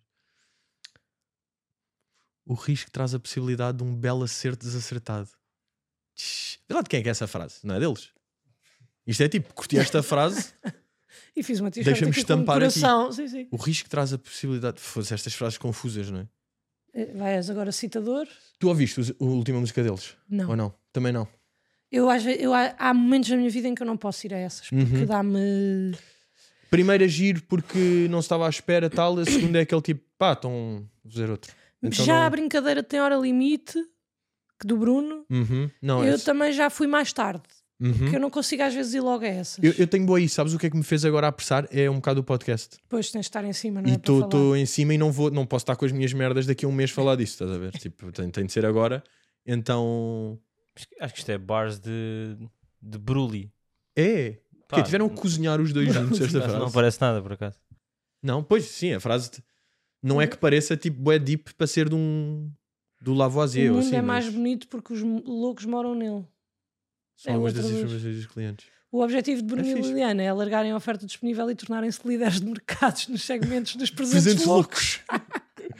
B: O risco traz a possibilidade de um belo acerto desacertado.
A: <laughs>
B: Tch, Vê lá de quem é que é essa frase, não é deles? Isto é tipo, curti esta frase
A: E fiz uma t-shirt
B: Deixa-me
A: aqui com um
B: estampar aqui.
A: coração. Sim, sim.
B: O risco traz a possibilidade. Foda-se, estas frases confusas, não é?
A: Eh, Vais agora citador?
B: Tu ouviste os- a última música deles?
A: Não.
B: Ou não? Também não.
A: Eu, às ve- eu, há há momentos da minha vida em que eu não posso ir a essas, porque
B: Uhum.
A: dá-me.
B: Primeiro agir porque não se estava à espera, tal. A segunda é aquele tipo, pá, estão a fazer outro. Então
A: já
B: não-
A: a brincadeira tem hora limite, que do Bruno,
B: Uhum. Não,
A: eu
B: esse-
A: também já fui mais tarde,
B: Uhum.
A: porque eu não consigo às vezes ir logo a essas.
B: Eu, eu tenho boa aí, sabes o que é que me fez agora apressar? É um bocado o podcast.
A: Depois tens de estar em cima, não
B: e
A: é? para falar.
B: estou em cima e não vou, não posso estar com as minhas merdas daqui a um mês falar disso, estás a ver? Tipo, tem, tem de ser agora. Então.
C: Acho que- Acho que isto é bars de, de bruli.
B: É!
C: Pá,
B: Porque tiveram que cozinhar os dois juntos esta
C: acho que
B: frase.
C: Não
B: Não,
C: parece nada, por acaso.
B: pois sim, a frase de- não é que pareça tipo é deep para ser de um do Lavoisier.
A: O
B: ou
A: mundo
B: assim,
A: é mais
B: mas
A: bonito porque os mo- loucos moram nele.
B: São
A: é
B: algumas
A: outra
B: das
A: luz.
B: informações dos clientes.
A: O objetivo de Bruno
B: É
A: e
B: fixe.
A: Liliana é alargarem a oferta disponível e tornarem-se líderes de mercados nos segmentos
B: <laughs>
A: dos presentes,
B: Presentes
A: loucos.
B: loucos! <laughs>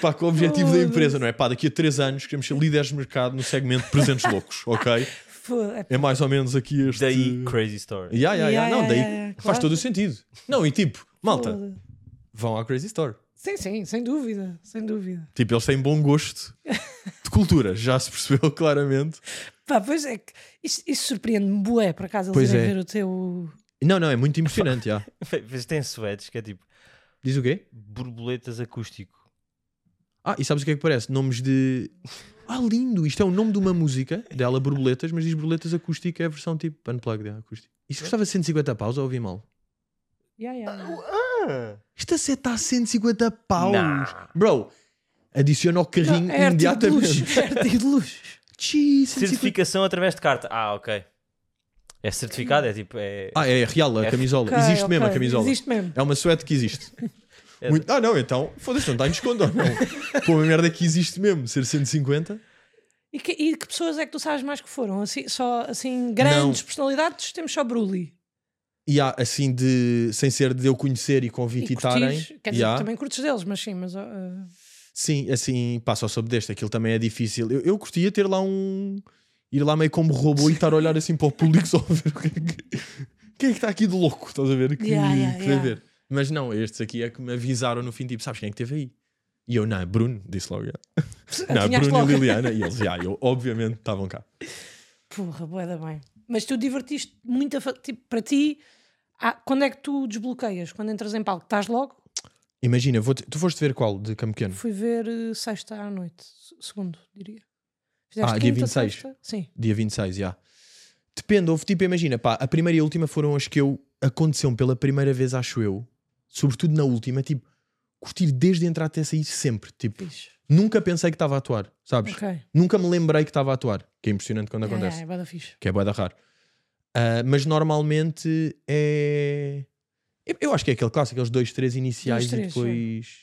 B: Pá, com o objetivo da
A: Foda-se.
B: empresa, não é? Pá, daqui a 3 anos queremos ser líderes de mercado no segmento de presentes loucos, ok?
A: Foda- é-
B: É mais ou menos aqui este.
C: Daí, crazy story.
B: Yeah, yeah, yeah.
A: Yeah,
B: Não,
A: yeah,
B: daí
A: yeah, yeah,
B: faz
A: claro.
B: todo o sentido. Não, e tipo, malta,
A: foda.
B: vão à Crazy Store.
A: Sim, sim, sem dúvida, sem dúvida.
B: Tipo, eles têm bom gosto de cultura, já se percebeu <laughs> claramente.
A: Pá, pois é que isso, isso surpreende-me, bué, por acaso, eles
B: Pois
A: irem
B: é.
A: ver o teu.
B: Não, não, é muito impressionante, já.
C: Vocês têm suetes que é tipo
B: Diz o quê?
C: borboletas acústico.
B: Ah, e sabes o que é que parece? Nomes de. Ah, lindo! Isto é o nome de uma música dela, Borboletas, mas diz Borboletas Acústica, é a versão tipo Unplugged, é acústica. Isto custava 150 paus, ou ouvi mal?
A: Yeah, yeah, yeah.
B: Isto a set está a 150 paus!
C: Nah.
B: Bro, adiciona ao carrinho
A: Não, é artigo de
B: imediatamente.
A: luxo. é artigo de luxo.
B: Gee, 150...
C: Certificação através de carta. Ah, ok. É certificado, é tipo. É,
B: Ah, é real a
C: É-
B: camisola.
A: Ok,
B: existe mesmo a
A: ok,
B: camisola.
A: Existe mesmo.
B: É uma suéte que existe.
A: <laughs>
C: é-
B: Muito- Ah, não, então, foda-se, não está em desconto, ou não.
C: <laughs>
B: Pô, uma merda que existe mesmo, ser 150.
A: E que, e que pessoas é que tu sabes mais que foram? Assim, só assim, grandes personalidades, temos só Bruli.
B: E há, assim, de, sem ser de eu conhecer e
A: E
B: convititarem.
A: curtis, quer dizer,
B: e há,
A: também curtes deles, mas sim, mas. ah,
B: Sim, assim, pá, só soube deste, aquilo também é difícil. Eu, eu curtia ter lá um. ir lá meio como robô e estar a olhar assim para o público só a ver o que é que. Quem é que está aqui de louco? Estás a ver? Que,
A: Yeah, yeah,
B: que vai
A: yeah.
B: ver. Mas não, estes aqui é que me avisaram no fim, tipo, sabes quem é que teve aí? E eu, não, Bruno, disse logo. yeah. Não,
A: adivinhaste
B: Bruno
A: logo.
B: e Liliana. E eles, ah, eu, obviamente, estavam cá.
A: Porra, bué da bem. Mas tu divertiste muito a fa- tipo, para ti. há- quando é que tu desbloqueias? Quando entras em palco, estás logo?
B: Imagina, vou te- tu foste ver qual de Campo Pequeno?
A: Fui ver eh, sexta à noite, se- segundo, diria. Fizeste
B: Ah, dia 26.
A: sexta? Sim.
B: Dia 26, já. Depende, houve tipo, imagina, pá, a primeira e a última foram as que eu. aconteceu pela primeira vez, acho eu. Sobretudo na última, tipo, curtir desde entrar até sair sempre. Tipo,
A: Fixe.
B: nunca pensei que estava a atuar, sabes?
A: Ok.
B: Nunca me lembrei que estava a atuar, que é impressionante quando
A: Yeah,
B: acontece,
A: yeah, é bué da fixe.
B: que é boeda raro. Ah, mas normalmente é. eu- Eu acho que é aquele clássico, aqueles dois, três iniciais
A: Dois, três,
B: e depois.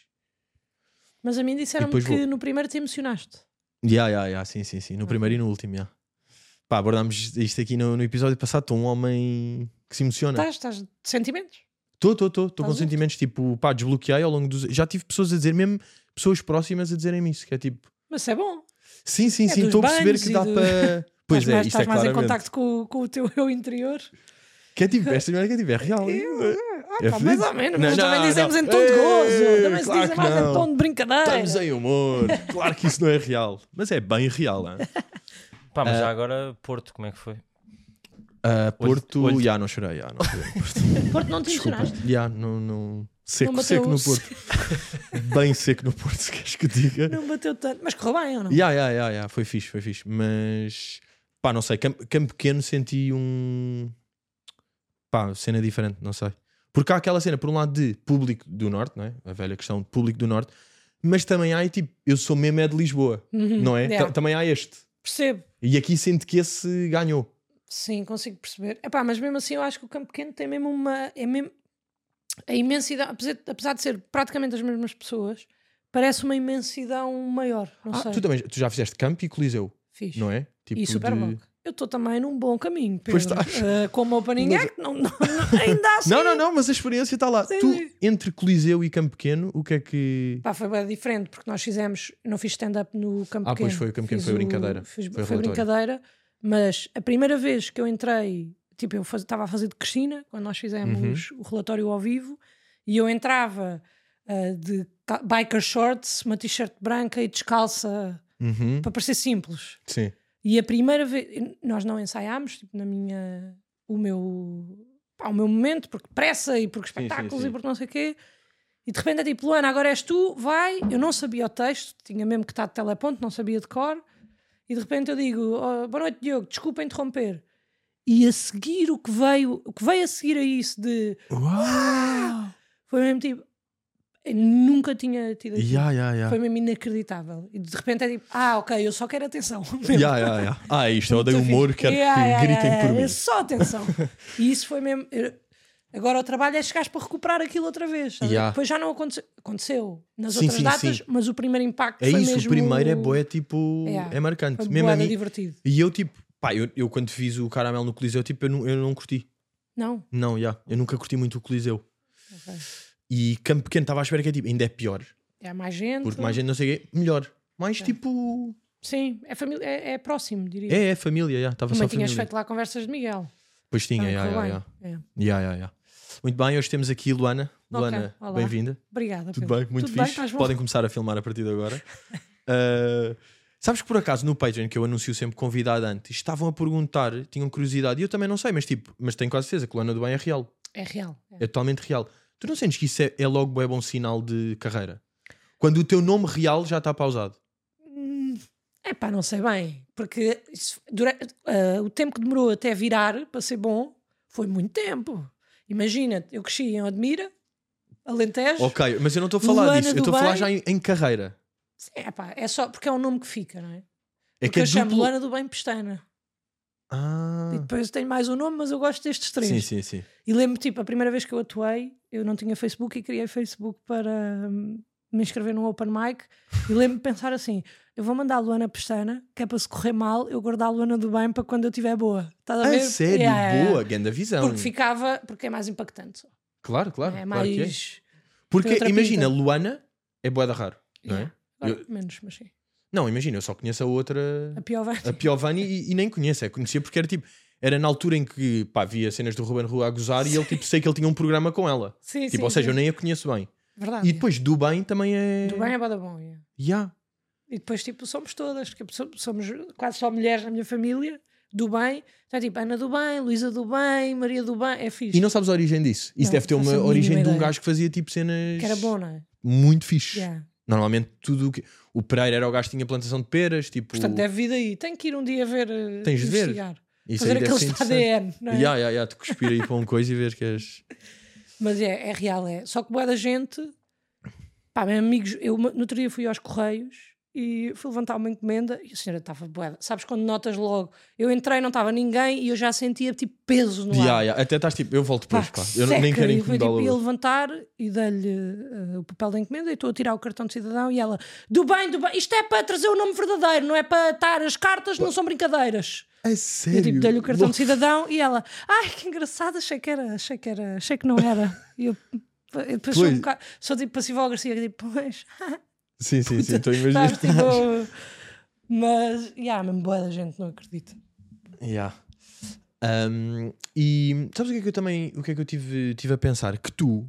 A: Mas a mim disseram-me que
B: depois vou.
A: no primeiro te emocionaste.
B: Ya, ya, ya, sim, sim, sim. No primeiro e no último, ya. Pá, abordámos isto aqui no, no episódio passado. Estou um homem que se emociona.
A: Estás, estás de sentimentos?
B: Estou, estou, estou. Estou
A: Estás
B: com
A: muito.
B: sentimentos tipo, pá, desbloqueei ao longo dos. Já tive pessoas a dizer, mesmo pessoas próximas a dizerem-me isso, que é tipo,
A: Mas isso é bom.
B: sim, sim,
A: É
B: sim,
A: dos
B: estou a perceber
A: banhos
B: que
A: e
B: dá
A: do-
B: para. Pois
A: <laughs> estás mais,
B: é, isto
A: estás
B: é
A: mais em
B: claramente.
A: contacto com, com o teu eu interior.
B: Que é tipo, esta merda que é tipo, é real.
A: Ah,
B: É
A: pá, mais
B: fedido.
A: ou menos,
B: Não,
A: mas também
B: não,
A: dizemos
B: não.
A: em tom de gozo,
B: Ei,
A: também se
B: claro
A: diz
B: que
A: mais em
B: não.
A: tom de brincadeira.
B: Estamos em humor.
A: <laughs>
B: Claro que isso não é real. Mas é bem real, hein?
C: Pá, mas já agora Porto, como é que foi?
B: Ah, Porto.
C: olho-
B: Já, não chorei, já, não chorei. <laughs>
A: Porto, não te
B: Desculpa.
A: emocionaste?
B: Já, não, não.
A: Não
B: Seco,
A: bateu
B: seco no
A: o-
B: Porto. bem seco no Porto, se queres que diga.
A: Não bateu tanto, mas correu bem ou não?
B: Ya, ya, ya, ya, foi fixe, foi fixe. Mas pá, não sei, campo, campo pequeno senti um pá, cena diferente, não sei. Porque há aquela cena, por um lado, de público do norte, não é? A velha questão de público do norte, mas também há e, tipo, eu sou mesmo é de Lisboa,
A: Uhum,
B: não é?
A: yeah.
B: Ta- Também há este.
A: Percebo.
B: E aqui sinto que esse ganhou.
A: Sim, consigo perceber. Epá, mas mesmo assim eu acho que o campo pequeno tem mesmo uma. É mesmo, a imensidão, apesar, apesar de ser praticamente as mesmas pessoas, parece uma imensidão maior. Não
B: Ah,
A: sei.
B: tu também, tu já fizeste campo e coliseu,
A: Fixe.
B: não é? Tipo
A: e super
B: de-
A: bom. Eu estou também num bom caminho.
B: Pois
A: Pedro.
B: estás.
A: Ah, como opening
B: Mas-
A: act, não, não, não- ainda assim.
B: <laughs> Não, não, não, mas a experiência está lá.
A: Sim, sim.
B: Tu, entre coliseu e campo pequeno, o que é que...
A: Pá, foi bem diferente, porque nós fizemos, não fiz stand-up no Campo
B: Ah, pois
A: Pequeno.
B: foi, o Campo Pequeno
A: Fiz
B: foi
A: o-
B: brincadeira,
A: fiz-
B: foi
A: foi
B: relatório.
A: brincadeira, mas a primeira vez que eu entrei, tipo, eu faz- estava a fazer de Cristina quando nós fizemos
B: Uhum.
A: o relatório ao vivo e eu entrava ah, de ta- biker shorts, uma t-shirt branca e descalça
B: Uhum.
A: para parecer simples.
B: Sim.
A: E a primeira vez, nós não ensaiámos, tipo, na minha, o meu, pá, o meu momento, porque pressa e porque
B: sim,
A: espetáculos
B: sim.
A: e porque não sei o quê. E de repente é tipo, Luana, agora és tu, vai. Eu não sabia o texto, tinha mesmo que estar de teleponto, não sabia de cor. E de repente eu digo, "Oh, boa noite Diogo, desculpa interromper. E a seguir o que veio, o que veio a seguir a isso de,
B: Uau!
A: foi mesmo tipo, eu nunca tinha tido aquilo.
B: Ya, ya, ya.
A: Foi mesmo inacreditável. E de repente é tipo, ah, ok, eu só quero atenção.
B: Ya, ya, ya. Ah, isto, eu odeio
A: Muito
B: humor,
A: fixe.
B: quero
A: Yeah, yeah,
B: que gritem
A: yeah,
B: por
A: yeah.
B: mim.
A: É Só atenção. e isso foi mesmo. eu- Agora o trabalho é chegares para recuperar aquilo outra vez. sabe?
B: Yeah.
A: Depois já não aconteceu. Aconteceu nas
B: Sim,
A: outras
B: sim,
A: datas,
B: sim.
A: mas o primeiro impacto
B: É
A: foi
B: isso, o
A: mesmo- um
B: primeiro é boé, tipo,
A: Yeah.
B: é marcante.
A: Foi
B: Mesmo a
A: bué
B: mim.
A: divertido.
B: E eu, tipo, pá, eu, eu quando fiz o caramelo no Coliseu, tipo, eu não, eu não curti.
A: Não.
B: Não, já. Eu nunca curti muito o Coliseu.
A: ok.
B: E Campo Pequeno estava à espera que é tipo, ainda é pior.
A: É mais gente.
B: Porque mais gente não sei o quê, melhor. Mas tipo,
A: Sim, é, família, é, é próximo, diria.
B: é, é família, já. Estava só
A: Também tinhas
B: família.
A: feito lá conversas de Miguel.
B: Pois tinha,
A: Também
B: já,
A: correu
B: já,
A: bem.
B: já.
A: É.
B: Já, já, já. Muito bem, hoje temos aqui Luana.
A: Ok,
B: Luana,
A: olá.
B: bem-vinda.
A: Obrigada.
B: Tudo
A: Pedro.
B: bem? Muito
A: Tudo bem?
B: fixe.
A: Estás bom?
B: Podem começar a filmar a partir de agora. <laughs> Uh, sabes que por acaso no Patreon, que eu anuncio sempre convidado antes, estavam a perguntar, tinham curiosidade, e eu também não sei, mas tipo, mas tenho quase certeza que Luana do Bem é real.
A: É real. é.
B: É totalmente real. Tu não sentes que isso é, é logo é bom sinal de carreira? Quando o teu nome real já está pausado.
A: É pá, não sei bem, porque isso- dura- ah, o tempo que demorou até virar para ser bom foi muito tempo. Imagina, eu cresci em Odmira, Alentejo.
B: Ok, mas eu não estou a falar
A: Luana
B: disso, eu
A: do
B: estou a falar
A: Bem-
B: já em, em carreira.
A: É pá, é só porque é um nome que fica, não é?
B: É
A: porque
B: que é
A: eu chamo
B: duplo.
A: Luana do Bem Pestana.
B: Ah,
A: E depois tenho mais um nome, mas eu gosto destes três.
B: sim, sim, sim.
A: E lembro, tipo, a primeira vez que eu atuei, eu não tinha Facebook e criei Facebook para hum, me inscrever num open mic. E lembro-me de pensar assim: eu vou mandar a Luana Pestana, que é para se correr mal, eu guardar a Luana do bem para quando eu estiver boa. Estás a
B: A
A: ver?
B: Ah, é sério,
A: Yeah, yeah,
B: boa,
A: yeah.
B: grande visão.
A: Porque ficava, porque é mais impactante.
B: Claro, claro.
A: é
B: claro que é.
A: mais.
B: Porque
A: Tem outra
B: imagina,
A: pinta.
B: Luana é boeda raro, não é?
A: Yeah. Agora,
B: Eu-
A: Menos, mas sim.
B: Não, imagina, eu só conheço a outra,
A: A pior vai.
B: a Piovani, e, e nem conheço. É, conhecia porque era tipo, era na altura em que pá, via cenas do Ruben Rua a gozar e ele tipo, sei que ele tinha um programa com ela.
A: <laughs> Sim,
B: tipo, ou seja, eu nem a conheço bem.
A: Verdade.
B: E depois do bem também é.
A: Do bem é bada bom. yeah.
B: Yeah.
A: E depois, tipo, somos todas, porque so- somos quase só mulheres na minha família, do bem. Então é tipo Ana do bem, Luísa do bem, Maria do bem, é fixe.
B: E não sabes a origem disso. Isso
A: Não,
B: deve ter
A: faço a
B: uma
A: mínima
B: origem de um
A: ideia.
B: gajo que fazia tipo cenas
A: Que era bom, não é?
B: muito fixe.
A: Yeah.
B: Normalmente tudo o que. O Pereira era o gajo que tinha plantação de peras, tipo.
A: Portanto, deve vir daí. Tenho que ir um dia ver. eh,
B: Tens de ver.
A: investigar.
B: Isso
A: Fazer
B: aí deve
A: aquele
B: ser
A: estado
B: interessante.
A: ADN, não é?
B: Yeah, yeah, yeah, tu cuspir aí para uma coisa e ver
A: <laughs>
B: que és.
A: Mas é, é real, é. Só que boa da gente. Pá, meus amigos, eu no outro dia fui aos Correios e fui levantar uma encomenda e a senhora estava boa. Sabes quando notas logo? Eu entrei, não estava ninguém e eu já sentia tipo peso no ar.
B: Ya, ya, Até estás tipo, eu volto
A: Pá,
B: depois, pá. Eu
A: seca.
B: nem quero
A: E foi,
B: incomodá-la.
A: tipo, ia
B: hoje.
A: levantar e dei-lhe eh, o papel da encomenda e estou a tirar o cartão de cidadão e ela, do bem, do bem, isto é para trazer o nome verdadeiro, não é para estar, as cartas não são brincadeiras.
B: É
A: E
B: sério?
A: eu tipo, dei-lhe o cartão de cidadão e ela, ai que engraçado, achei que era, achei que era, achei que não era. E eu, eu depois sou, um
B: Pois.
A: bocado, sou tipo passivo-agressiva, tipo, pois,
B: Sim, sim,
A: <laughs>
B: sim. Estou a imaginar.
A: sabes, tipo, mas, e yeah, mesmo boa da gente, não acredito.
B: Ya. Um, e sabes o que é que eu também o que é que eu tive, tive a pensar? Que tu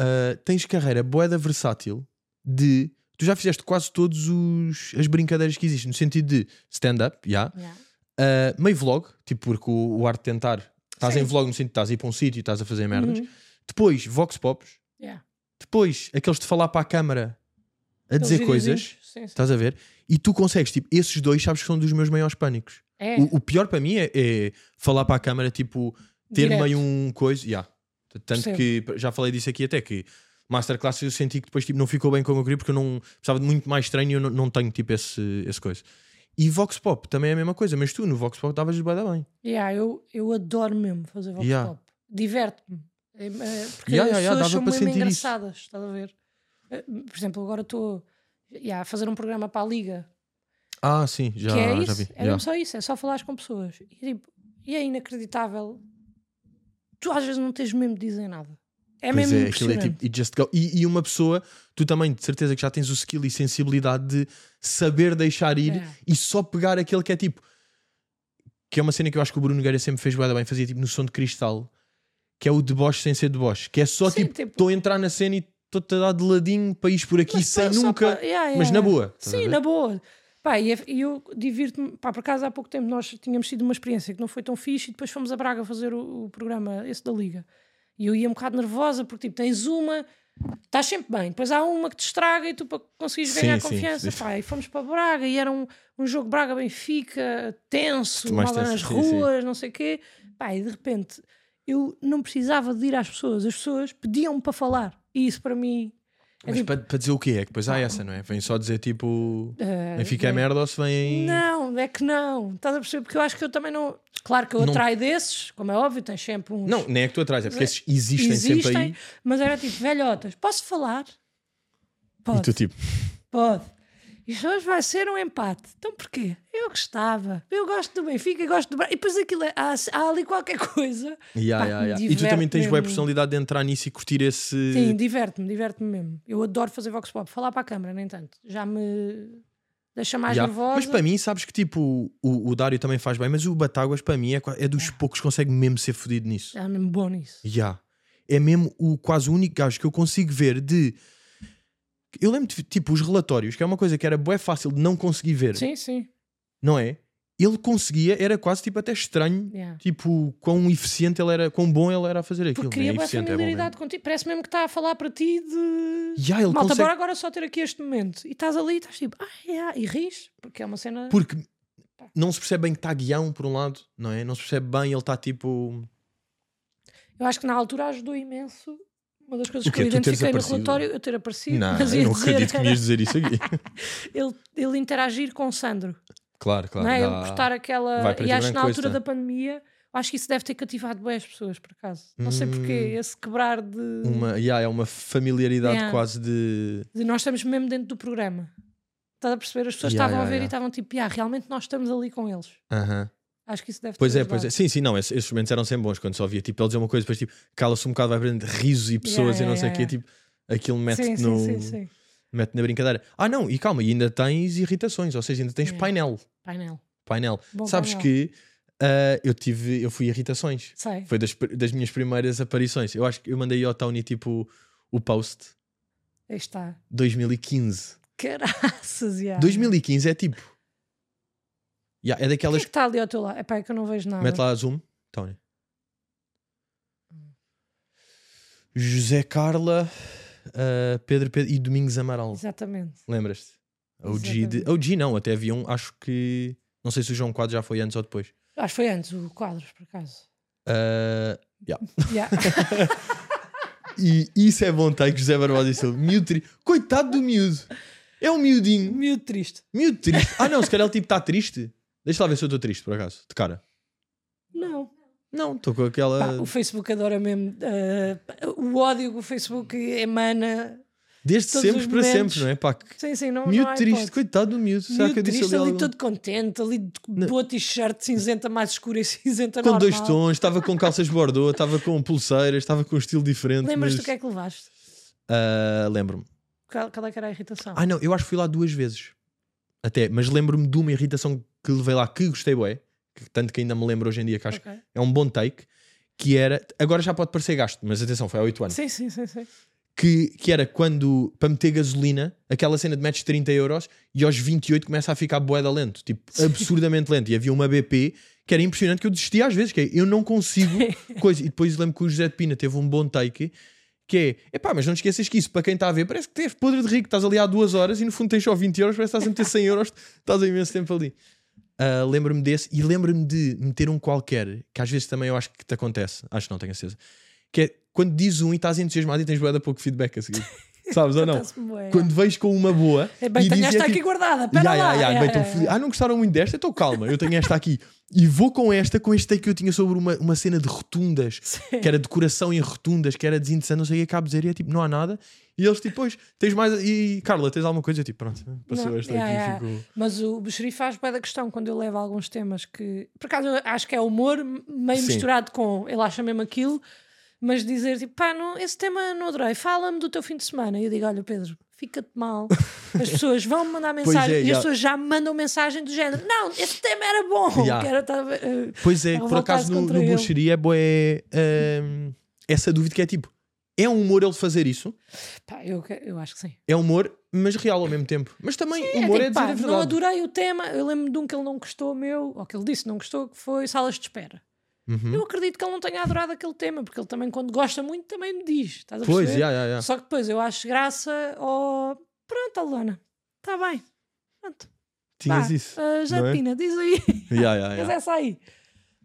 B: ah, tens carreira boeda versátil de tu já fizeste quase todos os as brincadeiras que existem, no sentido de stand-up, já
A: Yeah.
B: Ah, meio vlog, tipo porque o, o arte de tentar estás
A: Sim. Uhum.
B: em vlog no sentido de estás a ir para um sítio e estás a fazer merdas, depois vox pops,
A: Yeah.
B: depois aqueles de falar para a câmara a
A: Aqueles
B: dizer coisas. Tá.
A: videozinhos, sim, sim.
B: Estás a ver? E tu consegues, tipo, esses dois sabes que são dos meus maiores pânicos.
A: É,
B: O, o pior para mim é, é falar para a câmara, tipo, ter
A: direto.
B: meio um coisa. Yeah. Tanto
A: Percebo.
B: que já falei disso aqui até que Masterclass eu senti que depois tipo, não ficou bem como eu queria porque eu não precisava de muito mais treino e eu não, não tenho tipo esse, esse coisa. E Vox Pop também é a mesma coisa, mas tu no Vox Pop estavas bué da bem.
A: Yeah, eu, eu adoro mesmo fazer vox
B: Yeah.
A: pop. Diverte-me. É, é, Porque as
B: Yeah, yeah, yeah, dava
A: pessoas são mesmo
B: para sentir isso.
A: engraçadas, estás a ver? Eh, Por exemplo, agora estou yeah, a fazer um programa para a Liga,
B: Ah, sim, já,
A: que é
B: já
A: isso.
B: vi.
A: é
B: Yeah.
A: mesmo só isso, é só falar com pessoas. E, tipo, e é inacreditável. Tu às vezes não tens mesmo de dizer nada. É
B: Pois
A: mesmo
B: é, aquilo é
A: impressionante.
B: tipo, it just go. E, e uma pessoa, tu também de certeza que já tens o skill e sensibilidade de saber deixar ir
A: É.
B: e só pegar aquele que é tipo que é uma cena que eu acho que o Bruno Nogueira sempre fez bué da bem, fazia tipo no som de cristal, que é o deboche sem ser deboche, que é só
A: Sim,
B: tipo,
A: tipo-
B: estou a entrar na cena e estou-te a dar de ladinho para ir por aqui
A: Mas
B: sem
A: pa- só
B: nunca,
A: pa- yeah, yeah,
B: mas na
A: yeah.
B: boa. estás a
A: Sim,
B: ver?
A: na boa. Pá, e é- e eu divirto-me. Pá, por acaso há pouco tempo nós tínhamos tido uma experiência que não foi tão fixe e depois fomos a Braga fazer o, o programa, esse da Liga. E eu ia um bocado nervosa porque, tipo, tens uma, estás sempre bem, depois há uma que te estraga e tu para conseguires
B: Sim,
A: ganhar
B: sim,
A: confiança.
B: sim.
A: Pá, e fomos para Braga e era um, um jogo Braga-Benfica tenso,
B: Tu mais
A: mal
B: tenso,
A: nas
B: sim,
A: ruas, não sei o quê. Pá, e de repente eu não precisava de ir às pessoas, as pessoas pediam-me para falar. E isso para mim é
B: Mas
A: tipo,
B: para, para dizer o quê? É que depois há essa, não é? Vem só dizer tipo,
A: eh,
B: nem fica a
A: né?
B: merda ou se vem.
A: Não, é que não. Estás a perceber? Porque eu acho que eu também não. Claro que eu
B: Não-
A: atraio desses, como é óbvio, tens sempre uns.
B: Não, nem é que tu atrás, é porque esses existem, sempre aí.
A: mas era tipo, velhotas, posso falar?
B: E tu
A: Pode,
B: tipo,
A: pode. Isto hoje vai ser um empate. Então porquê? Eu gostava. Eu gosto do Benfica, eu gosto do Braga. E depois aquilo é, há, há ali qualquer coisa.
B: "Ya,
A: Pá,
B: ya,
A: me
B: ya." e tu
A: diverte
B: também tens boa
A: mesmo.
B: personalidade de entrar nisso e curtir esse.
A: Sim, diverte-me, diverte-me mesmo. Eu adoro fazer vox pop. Falar para a câmara, nem tanto. Já me deixa mais
B: Ya.
A: nervosa.
B: Mas para mim, sabes que tipo, o, o Dário também faz bem, mas o Batáguas para mim é, qua- é dos poucos que consegue mesmo ser fodido nisso.
A: É mesmo bom nisso.
B: Ya. É mesmo o quase o único gajo que eu consigo ver de. Eu lembro de tipo os relatórios, que é uma coisa que era bué fácil de não conseguir ver,
A: Sim, sim.
B: não é? Ele conseguia, era quase tipo até estranho,
A: Yeah.
B: tipo, quão eficiente ele era, quão bom ele era a fazer aquilo.
A: Porque
B: né?
A: cria uma
B: Eficiente, é bom
A: familiaridade contigo. Parece mesmo que está a falar para ti de.
B: mesmo. Ya, ele
A: Malta,
B: consegue-
A: bora agora só ter aqui este momento. E estás ali e estás tipo, ah, yeah, e ris, porque é uma cena.
B: Porque não se percebe bem que está guião, por um lado, não é? Não se percebe bem, ele está tipo.
A: Eu acho que na altura ajudou imenso. Uma das coisas
B: O
A: que eu
B: quê? Tu teres
A: identifiquei no
B: aparecido?
A: relatório, eu ter aparecido.
B: Não,
A: mas
B: eu
A: ia
B: não
A: dizer,
B: acredito que me ias dizer isso
A: <laughs>
B: aqui.
A: ele, ele interagir com o Sandro.
B: claro, claro.
A: não é?
B: dá-
A: Ele cortar aquela.
B: vai para
A: E
B: ti
A: acho que
B: grande
A: na altura
B: coisa.
A: da pandemia, acho que isso deve ter cativado bem as pessoas, por acaso. Não sei porquê,
B: Hum.
A: esse quebrar de.
B: Uma, ya, é uma familiaridade
A: Yeah.
B: quase de.
A: de nós estamos mesmo dentro do programa. Estás a perceber? As pessoas
B: Yeah,
A: estavam
B: yeah,
A: a ver
B: yeah.
A: e estavam tipo, "Ya, realmente nós estamos ali com eles.
B: Aham.
A: Acho que isso deve
B: Pois
A: ter
B: é, pois é.
A: ajudado.
B: Sim, sim, não. Esses, esses momentos eram sempre bons quando só via tipo, ele dizer uma coisa, depois tipo, cala-se um bocado, vai aprendendo risos e pessoas
A: Yeah,
B: e não sei o
A: yeah,
B: quê. Tipo, aquilo mete-te
A: Sim,
B: no.
A: sim, sim, sim.
B: Mete na brincadeira. Ah, não, e calma, e ainda tens irritações, ou seja, ainda tens
A: Yeah.
B: painel.
A: Painel.
B: Painel.
A: Bom
B: Sabes
A: painel.
B: que ah, eu tive, eu fui irritações.
A: Sei.
B: Foi das, das minhas primeiras aparições. Eu acho que eu mandei ao Tony tipo o post
A: Aí está.
B: 2015.
A: Caraças, já.
B: 2015 é tipo. Yeah, é
A: O que é
B: daquelas.
A: que está ali ao teu lado? É pá, é que eu não vejo nada.
B: Mete lá zoom, Tony. José Carla, ah, Pedro Pedro e Domingos Amaral.
A: Exatamente.
B: Lembras-te? OG, de,
A: Exatamente.
B: OG não, até havia um, acho que. Não sei se o João Quadro já foi antes ou depois.
A: Acho que foi antes o quadros, por
B: <laughs>
A: acaso.
B: Ah, <laughs>
A: Já.
B: E isso é bom take, José Barbosa e Silva. Miúdo tri- Coitado do miúdo. É um miudinho.
A: Miúdo triste.
B: Miúdo triste. Ah, não, se calhar ele tipo está triste. Deixa lá ver se eu estou triste, por acaso. De cara.
A: Não.
B: Não, estou com
A: Pá,
B: aquela.
A: o Facebook adora mesmo. ah, o ódio que o Facebook emana.
B: Desde
A: todos
B: sempre
A: os
B: para
A: momentos.
B: sempre, não é? Pá, que-
A: Sim, sim, não. não
B: miúdo
A: há
B: triste.
A: hipótese.
B: Coitado do miúdo. Será
A: Miúdo
B: que eu disse
A: triste,
B: ali,
A: ali
B: algum-
A: todo contente, ali de
B: Não.
A: boa t-shirt cinzenta mais escura e cinzenta
B: Com
A: normal.
B: dois tons, estava com calças bordeaux, estava com pulseiras, estava com um estilo diferente.
A: Lembras-te
B: mas-
A: do que é que levaste?
B: Ah, Lembro-me.
A: Qual, qual é que era a irritação?
B: Ah, não, eu acho que fui lá duas vezes. Até, mas lembro-me de uma irritação que levei lá que gostei, bué. que- Tanto que ainda me lembro hoje em dia que acho
A: Ok.
B: é um bom take, que era, agora já pode parecer gasto, mas atenção, foi há 8 anos,
A: Sim, sim, sim, sim.
B: que, que era quando, para meter gasolina, aquela cena de metes 30 euros e aos 28 começa a ficar boeda lento, tipo, absurdamente lento, e havia uma BP que era impressionante que eu desistia às vezes, que é, eu não consigo coisa, e depois lembro que o José de Pina teve um bom take, que é, epá, mas não te esqueças que isso, para quem está a ver, parece que tens podre de rico, estás ali há duas horas e no fundo tens só 20 euros, parece que estás a meter 100 euros, estás há imenso tempo ali. Ah, lembro-me desse e lembro-me de meter um qualquer, que às vezes também eu acho que te acontece, acho que não, tenho a certeza, que é quando dizes um e estás entusiasmado e tens bué de pouco feedback
A: <laughs>
B: a seguir, sabes ou não?
A: Acontece-me bué,
B: Quando vens com uma boa
A: É bem,
B: e
A: tenho
B: dizes,
A: esta
B: é
A: aqui
B: tipo,
A: guardada, pera
B: "Ya, ya,
A: lá.
B: ya,
A: É,
B: bem,
A: é,
B: tão
A: é.
B: fodido. Ah, não gostaram muito desta? Então calma, eu tenho esta aqui. E vou com esta, com este take que eu tinha sobre uma, uma cena de rotundas,
A: Sim.
B: que era decoração em rotundas, que era desinteressante, não sei o que acabo de dizer, e é tipo, não há nada. E eles tipo, pois, tens mais. E Carla, tens alguma coisa? Eu tipo, pronto, passou
A: Não,
B: esta
A: ya,
B: aqui,
A: ya.
B: ficou.
A: Mas o Buxeri faz bem da questão quando eu levo alguns temas que, por acaso, eu acho que é humor meio
B: Sim.
A: misturado com ele acha mesmo aquilo, mas dizer tipo, pá, não, esse tema não adorei, fala-me do teu fim de semana. E eu digo, olha, Pedro, fica-te mal. As pessoas vão me
B: <laughs>
A: mandar
B: é,
A: mensagem e
B: já.
A: as pessoas já me mandam mensagem do género: Não, esse tema era bom.
B: Já.
A: que era, tá, eh,
B: Pois é,
A: Ela
B: por
A: volta
B: acaso
A: quase
B: no,
A: contra
B: no
A: ele.
B: Buxeria é boé essa dúvida que é tipo: é um humor ele fazer isso?
A: pá, eu, que- eu acho que sim.
B: É humor, mas real ao mesmo tempo. Mas também
A: É,
B: humor
A: tipo,
B: é, dizer
A: pá,
B: a
A: não
B: verdade.
A: adorei o tema. Eu lembro de um que ele não gostou meu, ou que ele disse que não gostou, que foi salas de espera.
B: Uhum.
A: Eu acredito que ele não tenha adorado aquele tema, porque ele também, quando gosta muito, também me diz. Estás a
B: Pois,
A: perceber?
B: já, já, já.
A: Só que depois eu acho graça ao. Pronto, Alana, está bem. Pronto.
B: Tinhas
A: vá. Ah,
B: isso. não é?
A: Jantina, diz aí. <laughs>
B: Já, já,
A: Mas
B: já.
A: é essa aí.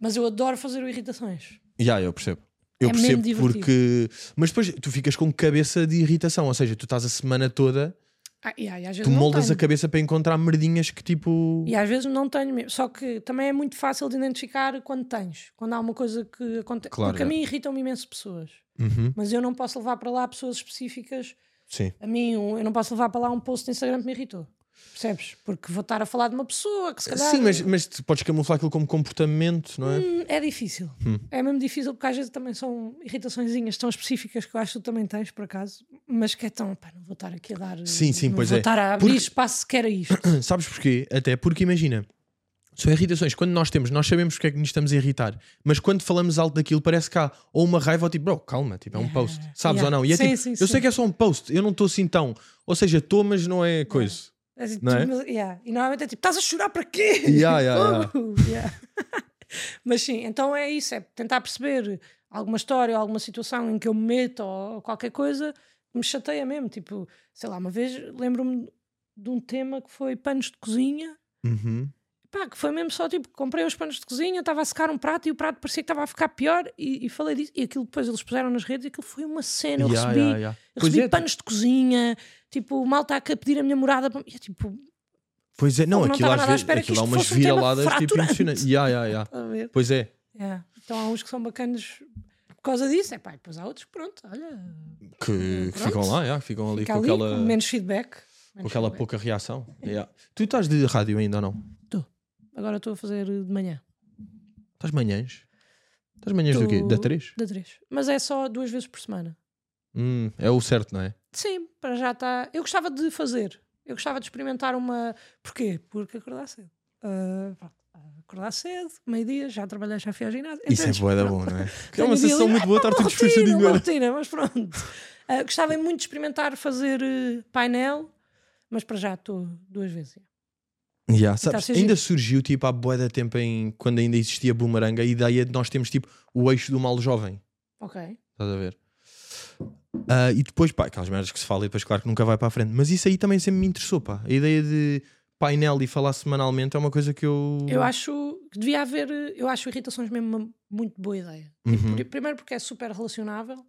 A: Mas eu adoro fazer o irritações.
B: Já, eu percebo. Eu
A: É mesmo
B: percebo
A: divertido.
B: porque. Mas depois tu ficas com cabeça de irritação, ou seja, tu estás a semana toda,
A: Ah, e, aí, às
B: tu
A: vezes não
B: moldas a
A: tenho.
B: cabeça para encontrar merdinhas que tipo.
A: E às vezes não tenho mesmo. Só que também é muito fácil de identificar quando tens. Quando há uma coisa que acontece.
B: Claro,
A: porque a
B: é.
A: mim irritam-me imenso pessoas.
B: Uhum,
A: Mas eu não posso levar para lá pessoas específicas
B: Sim.
A: A mim, um- eu não posso levar para lá um post no Instagram que me irritou. Percebes? Porque vou estar a falar de uma pessoa que se calhar. é.
B: Sim, mas, mas tu podes camuflar aquilo como comportamento, não é?
A: Hum, É difícil. É mesmo difícil porque às vezes também são irritaçõezinhas tão específicas que eu acho que tu também tens, por acaso, mas que é tão. Pá, não vou estar aqui a dar.
B: Sim, sim,
A: não
B: pois
A: vou
B: é.
A: estar a abrir
B: Porque-
A: espaço sequer a isto.
B: <clears throat> Sabes porquê? Até porque imagina, são irritações. Quando nós temos, nós sabemos porque é que nos estamos a irritar, mas quando falamos alto daquilo, parece que há ou uma raiva ou tipo, bro, calma, tipo, é um
A: Yeah,
B: post, sabes
A: yeah.
B: ou não? E é
A: Sim,
B: tipo,
A: sim,
B: eu
A: sim.
B: sei que é só um post, eu não estou assim tão. Ou seja, estou, mas não é coisa.
A: É assim,
B: Não é?
A: tu- mas- yeah. E normalmente é tipo, estás a chorar para quê?
B: Yeah, yeah,
A: <laughs> Fogo! Yeah. mas sim, então é isso, é tentar perceber alguma história ou alguma situação em que eu me meto ou qualquer coisa que me chateia mesmo. Tipo, sei lá, uma vez lembro-me de um tema que foi panos de cozinha.
B: Uhum.
A: Pá, que foi mesmo só tipo, comprei uns panos de cozinha, estava a secar um prato e o prato parecia que estava a ficar pior e, e falei disso. E aquilo depois eles puseram nas redes e aquilo foi uma cena. Eu
B: Yeah,
A: recebi
B: yeah, yeah.
A: eu
B: Pois
A: recebi
B: é,
A: panos de cozinha, tipo, mal está a pedir a minha morada. para- E é tipo,
B: Pois é, não,
A: Não
B: aquilo
A: estava
B: às
A: nada à
B: vezes
A: espera que
B: aquilo há
A: isto
B: umas
A: fosse um tema
B: viraladas tipo
A: fraturante.
B: impressionantes. Yeah, yeah, yeah.
A: a ver?
B: Pois é,
A: É. Então há uns que são bacanas por causa disso, é pá, e depois há outros, que, pronto, olha,
B: que, que
A: Pronto.
B: ficam lá, yeah, ficam ali
A: fica
B: com
A: ali
B: aquela,
A: com menos feedback.
B: com
A: menos
B: aquela
A: feedback.
B: pouca reação. Yeah. Tu estás de rádio ainda ou não?
A: Agora estou a fazer de manhã,
B: Estás manhãs? Estás manhãs do
A: Tô-
B: quê? Da 3?
A: da três. Mas é só duas vezes por semana.
B: Hum, é o certo, não é?
A: Sim, para já está. Eu gostava de fazer. Eu gostava de experimentar uma. Porquê? Porque acordar cedo. Ah, pronto. Ah, acordar cedo, meio-dia, já trabalhei, já fui ao ginásio. Então,
B: bué da bom, não é? Que é
A: Tenho
B: uma
A: de ir
B: sensação
A: ali,
B: muito boa estar tudo
A: <laughs> uma rotina,
B: despachadinho.
A: uma
B: olha.
A: rotina, mas pronto. Ah, gostava muito de experimentar fazer eh, painel, mas para já estou duas vezes.
B: Yeah, sabes,
A: seja-
B: ainda surgiu tipo há bué da tempo em, quando ainda existia Boomerang a ideia de nós termos tipo o eixo do mal jovem.
A: Ok.
B: Estás a ver? Ah, e depois, pá, aquelas merdas que se fala e depois, claro que nunca vai para a frente. Mas isso aí também sempre me interessou, pá. A ideia de painel e falar semanalmente é uma coisa que eu.
A: Eu acho que devia haver. eh, Eu acho irritações mesmo uma muito boa ideia.
B: Uhum.
A: Pri- Primeiro porque é super relacionável.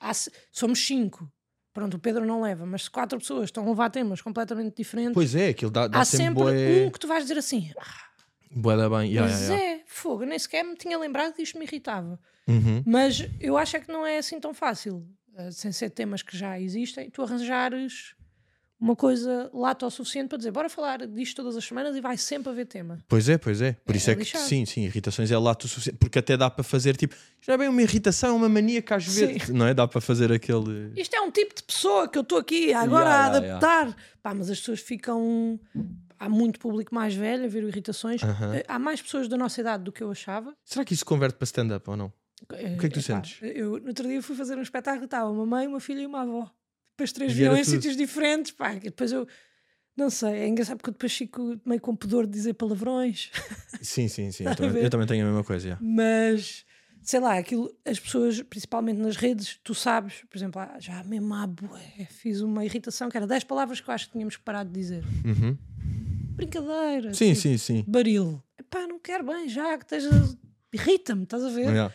A: Há se- somos cinco. Pronto, o Pedro não leva, mas se quatro pessoas estão a levar temas completamente diferentes.
B: Pois é, aquilo dá, dá
A: Há sempre
B: bué-
A: um que tu vais dizer assim, ah,
B: bué da bem. Yeah,
A: mas
B: yeah, yeah.
A: é, fogo, nem sequer me tinha lembrado que isto me irritava.
B: Uhum.
A: Mas eu acho é que não é assim tão fácil, eh, sem ser temas que já existem, tu arranjares uma coisa lata o suficiente para dizer bora falar disto todas as semanas e vai sempre haver tema.
B: Pois é, pois é. Por
A: É,
B: isso é,
A: é
B: que
A: lixado.
B: sim, sim, irritações é lato o suficiente. Porque até dá para fazer tipo, já é bem uma irritação, é uma mania que às
A: Sim.
B: vezes não é? Dá para fazer aquele.
A: Isto é um tipo de pessoa que eu estou aqui agora
B: Yeah,
A: a
B: yeah, yeah.
A: adaptar. Pá, mas as pessoas ficam. Há muito público mais velho a ver o irritações.
B: Aham.
A: Eh, Há mais pessoas da nossa idade do que eu achava.
B: Será que isso converte para stand-up ou
A: <laughs>
B: não?
A: O que é
B: que tu sentes?
A: Eu, no outro dia fui fazer um espetáculo, estava uma mãe, uma filha e uma avó. Depois três
B: E
A: viam
B: era
A: em
B: tudo.
A: sítios diferentes, pá, que depois eu. Não sei, é engraçado porque eu depois fico meio com pudor de dizer palavrões,
B: Sim, sim, sim.
A: Está
B: Eu
A: a
B: também,
A: ver?
B: eu também tenho a mesma coisa. yeah.
A: mas sei lá, aquilo, as pessoas, principalmente nas redes, tu sabes, por exemplo, ah, já mesmo há bué, fiz uma irritação que era 10 palavras que eu acho que tínhamos que parar de dizer.
B: Uhum.
A: Brincadeira.
B: Sim,
A: tipo,
B: sim, sim.
A: Baril. Pá, não quero bem, já que estejas. Irrita-me, estás a ver?
B: Yeah.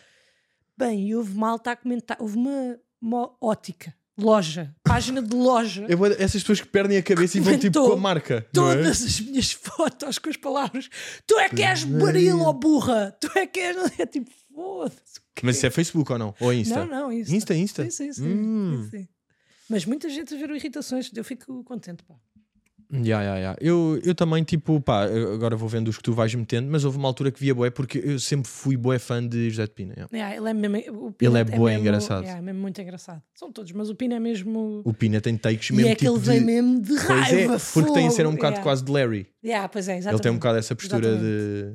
A: Bem, e houve malta a comentar. Houve uma, uma ótica, loja, página de loja.
B: É bué- essas pessoas que perdem a cabeça e vão tipo
A: Comentou
B: com a marca. não é?
A: Todas as minhas fotos com as palavras. Tu é que és baril ou burra. Tu é que és. <laughs> É tipo, foda-se.
B: Mas isso é Facebook ou não? Ou é Insta?
A: Não, não, isso.
B: Insta, Insta.
A: Sim, sim, sim,
B: Hum.
A: sim, sim. Mas muita gente a ver o irritações. Eu fico contente, pá.
B: Ya, ya, ya. Eu, eu também, tipo, pá, eu- agora vou vendo os que tu vais metendo, mas houve uma altura que via boé porque eu sempre fui boé fã de José de Pina. ya.
A: Yeah, ele é mesmo. o
B: Ele é
A: Peanut
B: bué
A: mesmo-
B: engraçado.
A: yeah, é mesmo muito engraçado. São todos, mas o Pina é mesmo.
B: O Pina tem takes
A: e
B: mesmo
A: é que
B: tipo
A: ele
B: de...
A: vem mesmo de
B: Pois é,
A: raiva.
B: porque tem a ser um
A: fogo,
B: bocado
A: yeah.
B: quase de Larry.
A: Yeah, pois é,
B: Ele tem um
A: exatamente.
B: bocado essa postura de,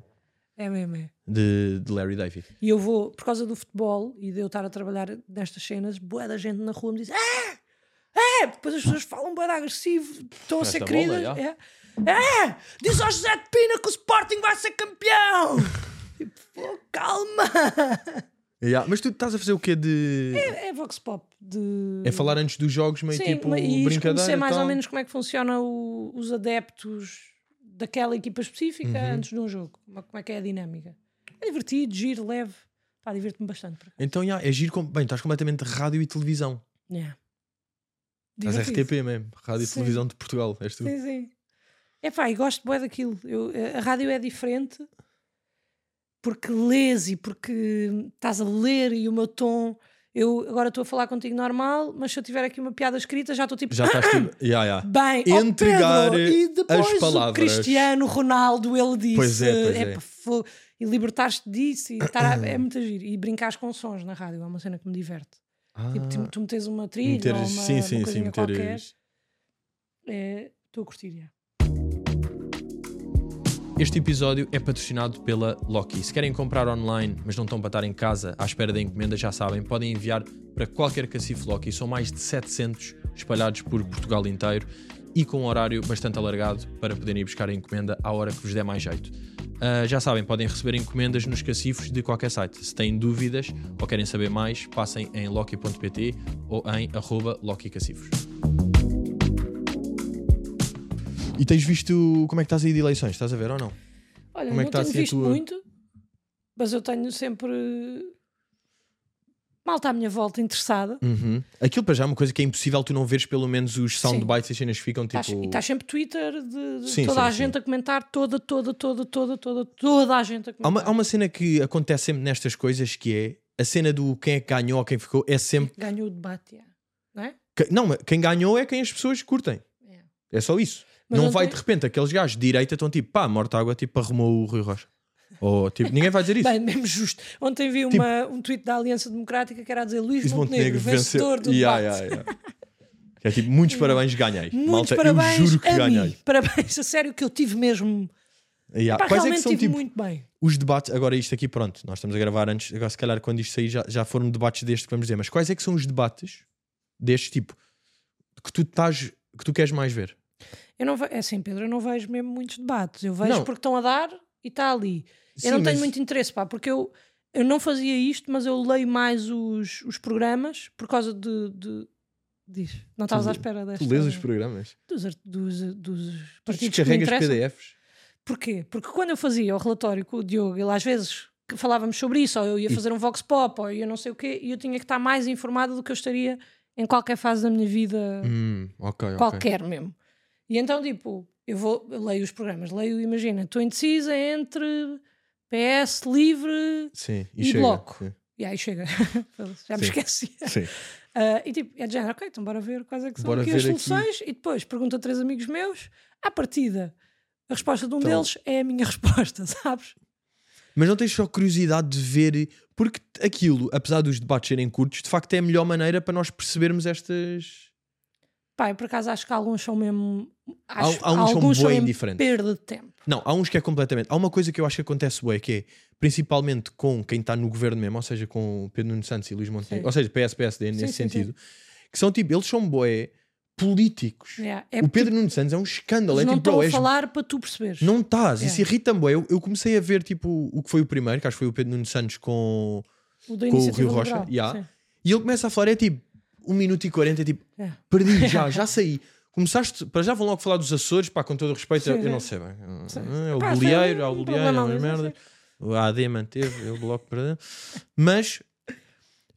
A: É mesmo, é.
B: de, de Larry David.
A: E eu vou, por causa do futebol e de eu estar a trabalhar nestas cenas, boa da gente na rua me diz: Ah! É! Depois as pessoas falam boa agressivo, estão a
C: Esta
A: ser
C: bola,
A: queridas.
C: já.
A: é. É! Diz ao José de Pina que o Sporting vai ser campeão! <laughs> tipo, pô, calma!
B: Ya, Mas tu estás a fazer o quê de.
A: É vox pop de.
B: É falar antes dos jogos, meio
A: Sim,
B: tipo
A: mas- e
B: brincadeira.
A: conhecer mais
B: tal.
A: ou menos como é que funciona o- os adeptos daquela equipa específica
B: Uhum.
A: antes de um jogo. Como, como é que é a dinâmica? É divertido, giro, leve. Pá, divirto-me bastante. por acaso.
B: Então, ya, é giro. como- Bem, estás completamente de rádio e televisão.
A: Yeah.
B: Estás
A: Divertido.
B: RTP mesmo. Rádio e
A: Sim.
B: Televisão de Portugal. És tu.
A: Sim, sim. É pá, e gosto bem daquilo. Eu, eh, a rádio é diferente porque lês e porque estás a ler e o meu tom. Eu agora estou a falar contigo normal, mas se eu tiver aqui uma piada escrita já estou tipo.
B: Já
A: <laughs>
B: estás tipo. Ya, ya.
A: Bem, ó
B: Entregar
A: Pedro, e depois
B: as palavras.
A: o Cristiano Ronaldo, ele disse.
B: Pois é, pois é.
A: "Epá, fo- E libertar-te disso e estar a-
B: <coughs>
A: é muito giro. E brincares com sons na rádio, é uma cena que me diverte. Tipo,
B: Ah.
A: tu, tu metes uma trilha ou uma,
B: Meteres- sim, sim,
A: uma
B: sim,
A: coisinha qualquer.
B: meteres.
A: É, Estou a curtir, já. tipo.
B: Este episódio é patrocinado pela Loki. Se querem comprar online, mas não estão para estar em casa à espera da encomenda, já sabem, podem enviar para qualquer cacifo Loki. São mais de 700 espalhados por Portugal inteiro e com um horário bastante alargado para poderem ir buscar a encomenda à hora que vos der mais jeito. Ah, já sabem, podem receber encomendas nos cacifos de qualquer site. Se têm dúvidas ou querem saber mais, passem em loki.pt ou em arroba lokicacifos. E tens visto como é que estás aí de eleições? Estás a ver ou não?
A: Olha,
B: Como é
A: não
B: que tá
A: tenho
B: assim a
A: visto
B: tua-
A: muito, mas eu tenho sempre malta à minha volta interessada.
B: Uhum. Aquilo para já é uma coisa que é impossível tu não veres pelo menos os soundbites e as cenas que ficam
A: Tás-
B: tipo.
A: Tá e estás sempre Twitter de, de
B: Sim,
A: toda
B: sim,
A: a
B: sim.
A: gente a comentar, toda, toda, toda, toda, toda, toda a gente a
B: Há, uma,
A: comentar.
B: há uma cena que acontece sempre nestas coisas que é a cena do quem é que ganhou ou quem ficou é sempre.
A: Ganhou o debate, já. não é?
B: que- Não, mas quem ganhou é quem as pessoas curtem.
A: É.
B: É só isso.
A: Mas
B: não
A: ontem-
B: vai de repente aqueles gajos de direita estão tipo, pá, Mortágua tipo arrumou o Rui Rocha. Ou tipo, ninguém
A: <laughs>
B: vai dizer isso. Tipo-
A: Bem, mesmo justo. Ontem vi uma, um tweet da Aliança Democrática que era a dizer Luís
B: Luís
A: Montenegro, vencedor do
B: Ya,
A: debate.
B: ya, ya. É tipo, muitos parabéns, ganhei.
A: Muitos
B: Malta,
A: parabéns
B: eu juro que
A: a
B: ganhei.
A: mim. Parabéns, a sério, que eu tive mesmo.
B: Ya.
A: Pá,
B: Quais é
A: realmente
B: que são
A: tive
B: tipo
A: muito bem.
B: os debates, agora isto aqui, pronto, nós estamos a gravar antes, agora se calhar quando isto sair já, já foram debates deste que vamos dizer, mas quais é que são os debates deste tipo que tu estás, que tu queres mais ver?
A: Eu não vejo, é assim, Pedro, eu não vejo mesmo muitos debates. Eu vejo
B: Não.
A: porque estão a dar e está ali.
B: Sim,
A: eu não tenho
B: mas-
A: muito interesse, pá, porque eu, eu não fazia isto, mas eu leio mais os, os programas por causa de. de- diz, não estavas à
B: lê-
A: espera desta.
B: Tu lês os programas?
A: dos, ar- dos, dos
B: Tu
A: partidos que me
B: descarregas
A: interessam.
B: PDFs?
A: Porquê? Porque quando eu fazia o relatório com o Diogo, ele às vezes que falávamos sobre isso, ou eu ia fazer um vox pop, ou eu não sei o quê, e eu tinha que estar mais informada do que eu estaria em qualquer fase da minha vida
B: Hum, ok, ok.
A: qualquer mesmo. E então, tipo, eu vou, eu leio os programas, leio, imagina, estou indecisa entre PS, Livre,
B: Sim,
A: E
B: e, chega.
A: bloco.
B: Sim.
A: e aí chega, <laughs> já me
B: Sim.
A: esqueci.
B: <laughs> Sim.
A: Ah, e tipo, é de género, ok, então bora ver quais é que são
B: Bora
A: aqui as
B: ver aqui.
A: soluções, e depois pergunto a três amigos meus, à partida, a resposta de um
B: Então-
A: deles é a minha <laughs> resposta, sabes?
B: Mas não tens só curiosidade de ver, porque aquilo, apesar dos debates serem curtos, de facto é a melhor maneira para nós percebermos estas.
A: Pá, eu por acaso acho que alguns são mesmo. Acho,
B: há uns são
A: alguns
B: bué
A: mesmo
B: indiferentes.
A: Perda de tempo.
B: Não, há uns que é completamente. Há uma coisa que eu acho que acontece bem, que é principalmente com quem está no governo mesmo, ou seja, com o Pedro Nuno Santos e Luís Montenegro,
A: Sim.
B: ou seja, PS, PSD nesse
A: sim, sim.
B: sentido, que são tipo, eles são boé políticos.
A: Yeah, É,
B: o
A: porque
B: Pedro Nuno Santos é um escândalo,
A: eles
B: é
A: não
B: tipo, bro,
A: estão a
B: és-
A: falar É. para tu perceberes.
B: não estás, isso
A: Yeah.
B: irrita-me. bué. Eu, eu comecei a ver tipo o que foi o primeiro, que acho que foi o Pedro Nuno Santos com.
A: o da
B: com o
A: iniciativa
B: Rio Rocha,
A: liberal,
B: yeah.
A: sim.
B: E ele começa a falar, é tipo, 1 minuto e 40, é tipo,
A: Yeah.
B: perdi
A: <laughs>
B: já, já saí. Começaste, para já vão logo falar dos Açores, pá, com todo o respeito,
A: Sim,
B: eu, eu
A: sim.
B: não sei bem.
A: Sim.
B: É o
A: Pá, foi
B: goleiro,
A: um
B: há o goleiro,
A: problema
B: há umas
A: ali, não sei.
B: merdas. O AD manteve, o bloco perdeu. Mas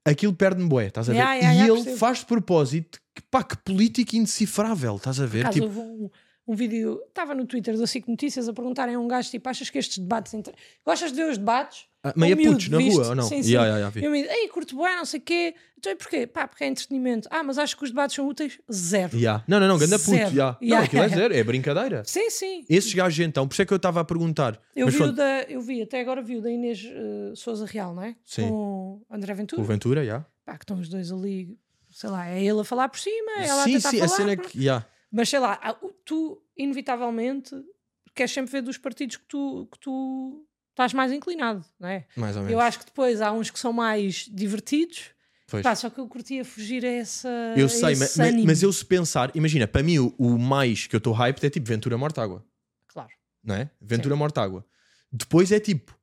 B: aquilo perde-me bué, estás a ver?
A: Yeah, yeah,
B: e
A: yeah,
B: ele
A: percebo.
B: faz de propósito, que, pá, que político indecifrável, estás a ver?
A: Caso
B: Tipo,
A: houve um, um um vídeo, estava no Twitter da SIC Notícias a perguntarem a um gajo tipo: achas que estes debates. Entre... Gostas de ver os debates?
B: Ah,
A: Um
B: meia
A: miúdo,
B: putos na
A: viste?
B: rua ou não?
A: Sim, sim.
B: Yeah, yeah, yeah, vi.
A: E eu me digo, ei, curto bué, não sei o quê. Então e porquê? Pá, porque é entretenimento. Ah, mas acho que os debates são úteis? Zero.
B: Yeah. Não, não, não, ganda puto.
A: Zero.
B: Yeah.
A: Yeah.
B: Não, aquilo é zero,
A: <laughs>
B: é brincadeira.
A: Sim, sim.
B: Esses gajos então, por isso é que eu estava a perguntar.
A: Eu
B: Mas
A: vi, o
B: pronto,
A: da, eu vi, até agora vi o da Inês eh, Souza Real, não é?
B: Sim.
A: Com André Ventura.
B: o Ventura, já.
A: Pá, que estão os dois ali, sei lá, é ele a falar por cima, é ela a
B: Sim,
A: tentar
B: sim,
A: falar.
B: a cena
A: pronto.
B: que. Yeah.
A: Mas sei lá, há- o- tu, inevitavelmente, queres sempre ver dos partidos que tu, que tu estás mais inclinado, não é?
B: Mais ou menos.
A: Eu acho que depois há uns que são mais divertidos,
B: Pois.
A: pá, só que eu curtia fugir a essa.
B: Eu
A: a
B: sei,
A: Ah,
B: ma-
A: esse
B: ma-
A: ânimo.
B: mas eu se pensar, imagina, para mim o, o mais que eu estou hyped é tipo Ventura Mortágua,
A: Claro,
B: não é? Ventura Mortágua. Depois é tipo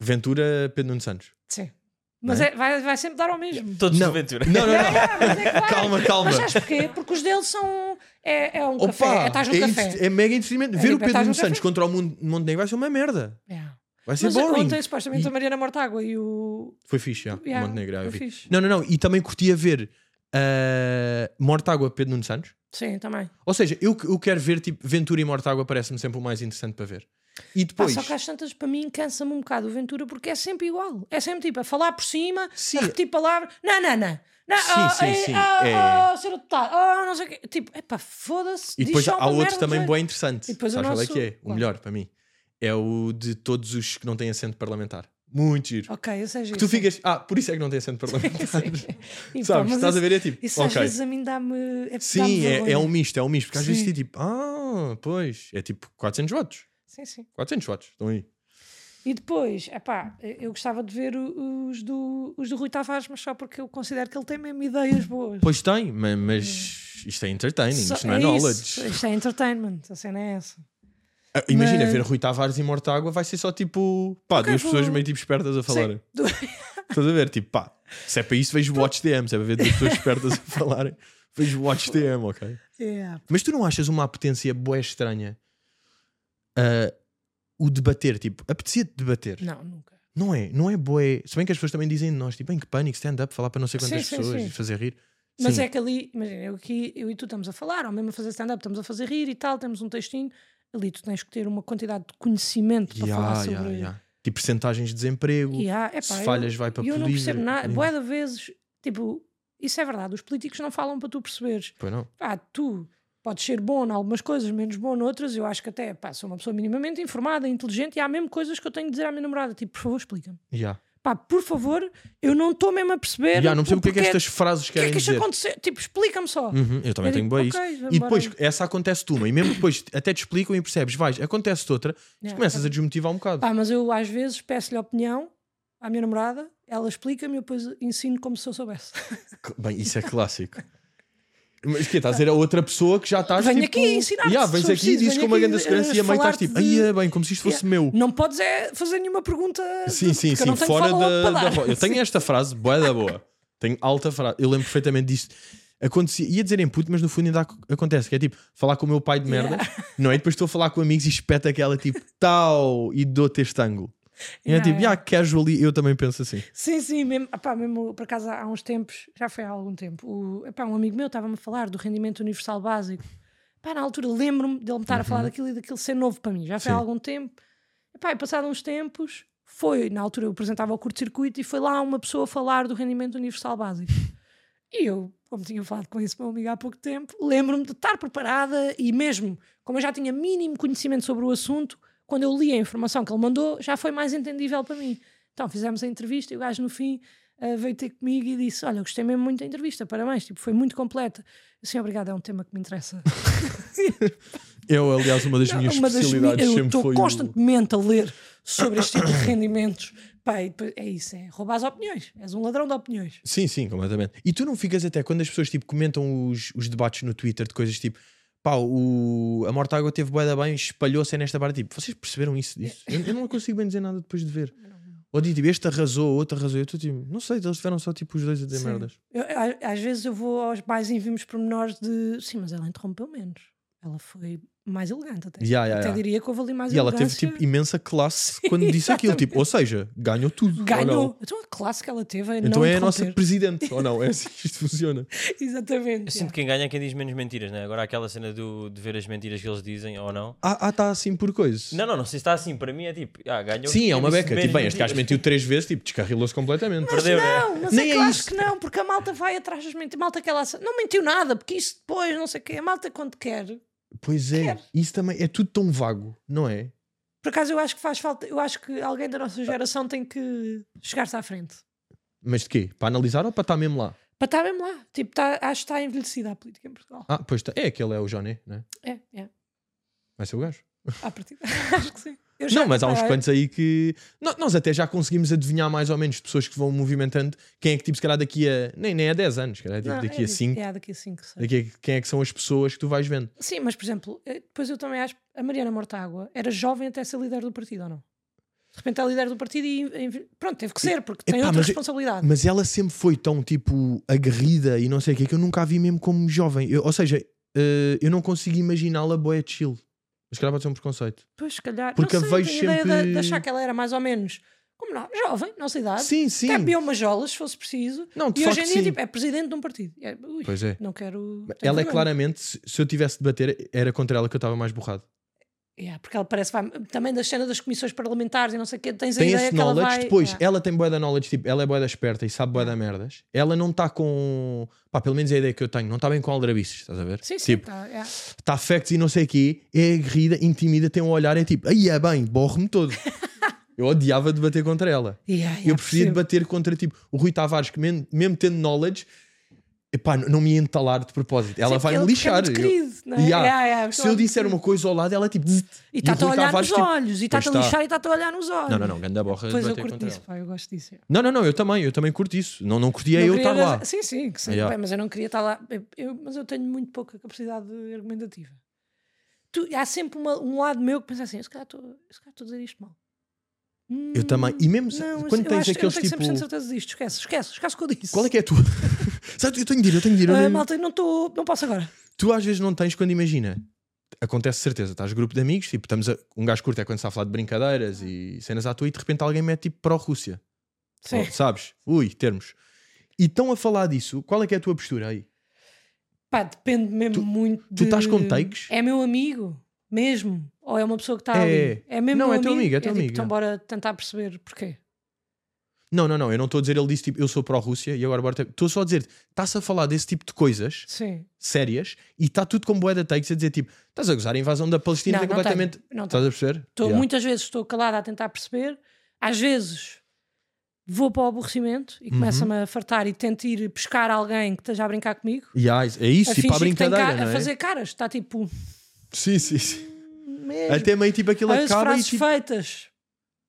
B: Ventura Pedro Nuno Santos.
A: sim. Mas
B: Não
A: é- vai, vai sempre dar ao
B: <laughs>
A: mesmo.
C: Todos
B: Não.
C: de Ventura.
B: Não, não, <laughs>
A: Ah,
B: não.
A: mas é que vai.
B: calma, calma.
A: Mas sabes porquê? Porque os deles são. É, é um
B: Opa,
A: café. É, estás no
B: é
A: café.
B: inter- é mega
A: É
B: entretenimento. Ver
A: tipo,
B: o Pedro
A: estás num
B: Nuno Santos
A: café.
B: contra o mundo, Montenegro vai ser uma merda.
A: Yeah.
B: Vai ser
A: Mas
B: é- boring.
A: ontem, supostamente,
B: E-
A: a Mariana Mortágua e o.
B: Foi fixe, já.
A: Yeah,
B: Montenegro, eu
A: foi
B: vi.
A: fixe.
B: Não, não, não. E também curtia ver ah, Mortágua Pedro Nuno Santos.
A: Sim, também.
B: Ou seja, eu, eu quero ver tipo Ventura e Mortágua parece-me sempre o mais interessante para ver. E
A: Pá,
B: depois.
A: só que às tantas, para mim, cansa-me um bocado o Ventura, porque é sempre igual. É sempre tipo a falar por cima,
B: Sim.
A: a repetir palavras. Não, não, não. não
B: Sim,
A: oh,
B: sim,
A: ei,
B: sim,
A: Oh,
B: é.
A: oh, senhor deputado. Oh, não sei o quê. Tipo, epá, foda-se.
B: E
A: diz
B: depois
A: só uma
B: há outro
A: merda, é?
B: também
A: já.
B: bem interessante.
A: E depois o
B: Sabes qual é
A: nosso-
B: que é? O
A: Qual?
B: melhor para mim. É o de todos os que não têm assento parlamentar. Muito giro.
A: Ok, ou seja,
B: Que tu ficas. Ah, por isso é que não tem assento
A: <laughs>
B: parlamentar. <laughs> Sabes?
A: Sabes,
B: Estás a ver? É tipo.
A: Isso às
B: ok.
A: vezes a mim dá-me. é-
B: Sim,
A: dá-me
B: é, é
A: vergonha.
B: um misto, é um misto. Porque às vezes
A: Sim.
B: é tipo. Ah, pois. É tipo 400 votos.
A: Sim, sim.
B: 400 votos. Estão aí.
A: E depois, epá, eu gostava de ver o- os do, os do Rui Tavares, mas só porque eu considero que ele tem mesmo ideias boas.
B: Pois tem, ma- mas isto é entertaining.
A: Só-
B: Isto não é,
A: isso,
B: knowledge.
A: Isto é entertainment, a cena é essa.
B: Ah, Imagina,
A: Mas-
B: ver Rui Tavares e Mortágua vai ser só tipo. Pá, duas
A: vou-
B: pessoas meio tipo espertas a falarem.
A: Sim, do- <laughs>
B: Estás a ver? Tipo, pá, se é para isso, vejo Watch DM. Se é para ver duas pessoas espertas a falarem, vejo Watch DM, ok?
A: Yeah.
B: Mas tu não achas uma apetência boa estranha ah, o debater? Tipo, apetecia-te debater?
A: Não, nunca.
B: Não é? Não é boé. Se bem que as pessoas também dizem de nós, tipo, em que pânico, stand-up, falar para não sei quantas
A: Sim, sim,
B: pessoas
A: sim.
B: e fazer rir.
A: Mas
B: Sim.
A: é que ali, imagina, eu, aqui, eu e tu estamos a falar, ou mesmo a fazer stand-up, estamos a fazer rir e tal, temos um textinho. Ali tu tens que ter uma quantidade de conhecimento para
B: Ya,
A: falar
B: ya,
A: sobre.
B: ya. Tipo, percentagens de desemprego.
A: Yeah, epá,
B: Se
A: eu-
B: falhas, vai para é.
A: E eu não
B: polícia,
A: percebo nada.
B: polícia.
A: Boa de vezes, tipo, isso é verdade, os políticos não falam para tu perceberes.
B: Pois não.
A: pá, tu podes ser bom em algumas coisas, menos bom noutras. Eu acho que até, pá, sou uma pessoa minimamente informada, inteligente e há mesmo coisas que eu tenho de dizer à minha namorada. Tipo, por favor, explica-me.
B: Ya.
A: Pá, por favor, eu não estou mesmo a perceber.
B: Ya, não percebo o que é que
A: porquê-
B: estas frases
A: o que é
B: querem
A: que isto
B: dizer.
A: aconteceu. Tipo, explica-me só.
B: Uhum, eu também
A: Eu
B: tenho
A: digo,
B: bem
A: tipo, "Ok,
B: isso.
A: vamos
B: E depois,
A: embora."
B: essa acontece-te uma, e mesmo depois até te explicam e percebes, vais, acontece te outra,
A: Yeah,
B: começas
A: tá
B: a desmotivar um bocado.
A: Pá, mas eu às vezes peço-lhe opinião à minha namorada, ela explica-me e eu depois ensino como se eu soubesse.
B: Bem, isso é clássico. Mas o quê? Estás a dizer a outra pessoa que já estás
A: Ah. Venho
B: tipo...
A: aqui ensinar-te,
B: Yeah,
A: se
B: vens
A: for
B: aqui e
A: preciso,
B: dizes
A: venho
B: com uma
A: aqui,
B: grande segurança e a
A: eh,
B: mãe estás
A: falar-te de-
B: tipo, aí é bem, como se isto fosse meu.
A: Não podes é fazer nenhuma pergunta.
B: Sim, sim,
A: porque eu
B: sim,
A: não tenho
B: fora
A: follow-up
B: da,
A: para
B: da
A: dar.
B: ro- Eu tenho esta frase, boa da boa. Tenho alta frase. Eu lembro perfeitamente disto. Acontecia, ia dizer em puto, mas no fundo ainda ac- acontece, que é tipo, falar com o meu pai de merda, não é? E depois estou a falar com amigos e espeta aquela tipo, tal, e dou-te este ângulo. E é
A: Yeah,
B: tipo,
A: yeah.
B: yeah, casually, eu também penso assim.
A: Sim, sim, mesmo, epá, mesmo por acaso há uns tempos, já foi há algum tempo, o, epá, um amigo meu estava-me a falar do rendimento universal básico. Epá, na altura lembro-me dele me estar a falar daquilo e daquilo ser novo para mim, já foi há
B: Uhum. Sim.
A: algum tempo. Epá, e passado uns tempos, foi, na altura eu apresentava o curto-circuito e foi lá uma pessoa a falar do rendimento universal básico. E eu, como tinha falado com esse meu amigo há pouco tempo, lembro-me de estar preparada e mesmo, como eu já tinha mínimo conhecimento sobre o assunto, quando eu li a informação que ele mandou, já foi mais entendível para mim. Então fizemos a entrevista e o gajo no fim ah, veio ter comigo e disse, olha, eu gostei mesmo muito da entrevista, parabéns, tipo, foi muito completa. Assim, obrigada, é um tema que me interessa.
B: Eu, aliás, uma das minhas
A: Uma das
B: especialidades
A: mi- eu
B: sempre
A: estou
B: foi. o-
A: constantemente a ler sobre este tipo de rendimentos. Pá, e depois- é isso, é roubar as opiniões. És um ladrão de opiniões.
B: Sim, sim, completamente. E tu não ficas até quando as pessoas tipo, comentam os, os debates no Twitter de coisas tipo. Pá, o, a Morta Água teve boeda bem, espalhou-se é nesta barra. Tipo, vocês perceberam isso? disso? Eu, eu não consigo bem dizer nada depois de ver. Ou digo, tipo, este arrasou, outro arrasou. Eu estou tipo, não sei, eles tiveram só tipo os dois a dizer
A: Sim.
B: merdas.
A: Eu- a- às vezes eu vou aos mais ínfimos pormenores de sim, mas ela interrompeu menos. Ela foi mais elegante até.
B: Ya, ya,
A: até
B: ya.
A: diria que houve ali mais
B: E ela teve
A: elegância.
B: tipo,
A: <laughs>
B: imensa classe quando disse aquilo. tipo, ou seja, ganhou tudo. ou
A: Ganhou.
B: não?
A: Então a classe que ela teve é
B: Então
A: não
B: é a nossa
A: interromper.
B: presidente. ou
A: <laughs>
B: não? É assim que isto funciona.
A: Exatamente.
C: Eu sinto que quem ganha é quem diz menos mentiras, né? Agora há aquela cena do, de ver as mentiras que eles dizem ou não.
B: Ah, está assim por coisas.
C: Não, não, não sei se está assim. Para mim é tipo, ah, ganhou.
B: Sim, é uma
C: disse
B: beca.
C: menos
B: Tipo, bem, este gajo
C: mentiras.
B: mentiu três vezes, tipo, descarrilou-se completamente.
A: Mas
C: Perdeu, né?
A: não, mas
B: Nem
A: é
B: é
A: que eu acho
B: isso.
A: que não, porque a malta vai atrás das mentiras. A malta que ela não mentiu nada, porque isso depois, não sei o quê. A malta quando quer.
B: Pois é,
A: Quer.
B: isso também é tudo tão vago, não é?
A: Por acaso eu acho que faz falta. Eu acho que alguém da nossa geração tem que chegar-se à frente.
B: Mas de quê? Para analisar ou para estar mesmo lá?
A: Para estar mesmo lá. Tipo, tá, acho que está envelhecida a política em Portugal.
B: Ah, pois tá. é, aquele é o Johnny, né?
A: É, é.
B: Vai ser o gajo.
A: À partida. <laughs> acho que sim. Eu já
B: Não, mas há uns
A: reparei.
B: quantos aí que. No- Nós até já conseguimos adivinhar mais ou menos pessoas que vão movimentando quem é que, tipo, se calhar daqui a. Nem, nem a 10 anos, se calhar tipo,
A: Não,
B: daqui
A: é
B: a
A: disso.
B: 5.
A: É, daqui a 5,
B: Daqui a- quem é que são as pessoas que tu vais vendo?
A: Sim, mas por exemplo, eh, depois eu também acho. A Mariana Mortágua era jovem até ser líder do partido, ou não? De repente é líder do partido e. e- Pronto, teve que ser, porque tem
B: Epá,
A: outra
B: mas-
A: responsabilidade.
B: Mas ela sempre foi tão, tipo, aguerrida e não sei o que, que eu nunca a vi mesmo como jovem. Eu- ou seja, eh, eu não consigo imaginá-la boé chill. Mas se calhar pode ser um preconceito.
A: Pois, se calhar.
B: Porque
A: não sei,
B: a vejo
A: tenho ideia de- De,
B: sempre-
A: achar que ela era mais ou menos como nós, jovem, nossa idade.
B: Sim, sim.
A: Ah, Até bebiam majolas, se fosse preciso.
B: Não, de
A: E
B: facto,
A: hoje em dia
B: sim.
A: tipo, é presidente de um partido. É, ui,
B: Pois é.
A: Não quero. tenho
B: Ela é
A: vergonha.
B: claramente, se se eu tivesse de bater, era contra ela que eu estava mais borrado.
A: Yeah, porque ela parece vai, também da cena das comissões parlamentares e não sei o quê. Tens a
B: tem
A: ideia é
B: esse
A: que ela
B: knowledge,
A: vai.
B: depois
A: Yeah.
B: ela tem boa da knowledge, tipo, ela é boa da esperta e sabe boa da merdas. Ela não está com, pá, pelo menos é a ideia que eu tenho, não está bem com aldrabices, estás a ver?
A: Sim, sim.
B: Tipo,
A: tá, yeah.
B: está facts e não sei o quê, é aguerrida, intimida, tem um olhar, é tipo, aí é bem, borre-me
A: <laughs>
B: todo. eu odiava debater contra ela.
A: Yeah,
B: eu
A: yeah,
B: preferia
A: percebo.
B: debater contra, tipo, o Rui Tavares, que men- mesmo tendo knowledge, epá, não não me ia entalar de propósito. Ela
A: Sim,
B: vai me
A: ele- porque é
B: lixar.
A: muito
B: Eu-
A: querido, não é?
B: Yeah.
A: Yeah, yeah,
B: Se eu disser uma coisa ao lado, ela é tipo, zzz,
A: E
B: o
A: está-te a
B: Rui
A: olhar
B: Tavares,
A: nos
B: tipo,
A: olhos, e
B: pois
A: está-te a
B: tá.
A: lixar e está-te a olhar nos olhos.
B: Não, não, não, ganda borra.
A: Pois eu
B: debater
A: curto
B: contra
A: disso,
B: ela.
A: pá, eu gosto disso. é.
B: Não, não, não, eu também, eu também curto isso. Não, não curtia
A: Não
B: eu
A: queria
B: estar lá.
A: dar- Sim, sim, que sim.
B: Yeah.
A: Bem, mas eu não queria estar lá. Eu- eu- mas eu tenho muito pouca capacidade argumentativa. Tu- há sempre uma- um lado meu que pensa assim: eu se calhar estou eu se calhar estou a dizer isto mal. Hum,
B: Eu também. E mesmo se-
A: Não, mas
B: quando
A: eu
B: tens
A: acho-
B: aqueles
A: eu não tenho 100%
B: tipo.
A: certeza disto. Esquece, esquece, esquece o que eu disse.
B: Qual é que é a tua? <laughs> Sabe, eu tenho de ir, eu tenho de ir. eu
A: Ah,
B: nem-
A: malta, eu não, tô, não posso agora.
B: Tu às vezes não tens quando imagina. Acontece de certeza, estás grupo de amigos, tipo, estamos a... um gajo curto é quando está a falar de brincadeiras e cenas à toa e de repente alguém mete tipo pró-Rússia.
A: Sim.
B: Ou, Sabes? Ui, termos. E estão a falar disso, qual é que é a tua postura aí?
A: Pá, depende mesmo
B: Tu-
A: muito.
B: tu estás
A: de-
B: com takes?
A: É meu amigo, mesmo. Ou é uma pessoa que está
B: É,
A: ali. É mesmo
B: Não,
A: meu
B: é teu amigo, é teu
A: tipo,
B: amigo,
A: Então,
B: é.
A: bora tentar perceber porquê.
B: Não, não, não, eu não estou a dizer, ele disse tipo, eu sou pró-Rússia e agora bora. ter- Estou só a dizer, estás a falar desse tipo de coisas
A: Sim.
B: sérias e está tudo com boeda takes a dizer tipo, estás a gozar a invasão da Palestina
A: Não,
B: é
A: não
B: completamente.
A: tenho, não tenho.
B: Estás a perceber?
A: Tô-
B: Yeah.
A: Muitas vezes estou calada a tentar perceber, às vezes vou para o aborrecimento
B: Uhum.
A: e começa-me a fartar e tento ir pescar alguém que esteja a brincar comigo.
B: Yeah, é isso,
A: a
B: tipo a
A: fingir que tem
B: brincadeira,
A: ca-
B: não
A: a
B: é?
A: fazer caras, está tipo.
B: Sim, sim, sim.
A: Mesmo.
B: Até meio tipo aquilo
A: Às vezes
B: acaba e
A: frases
B: tipo...
A: feitas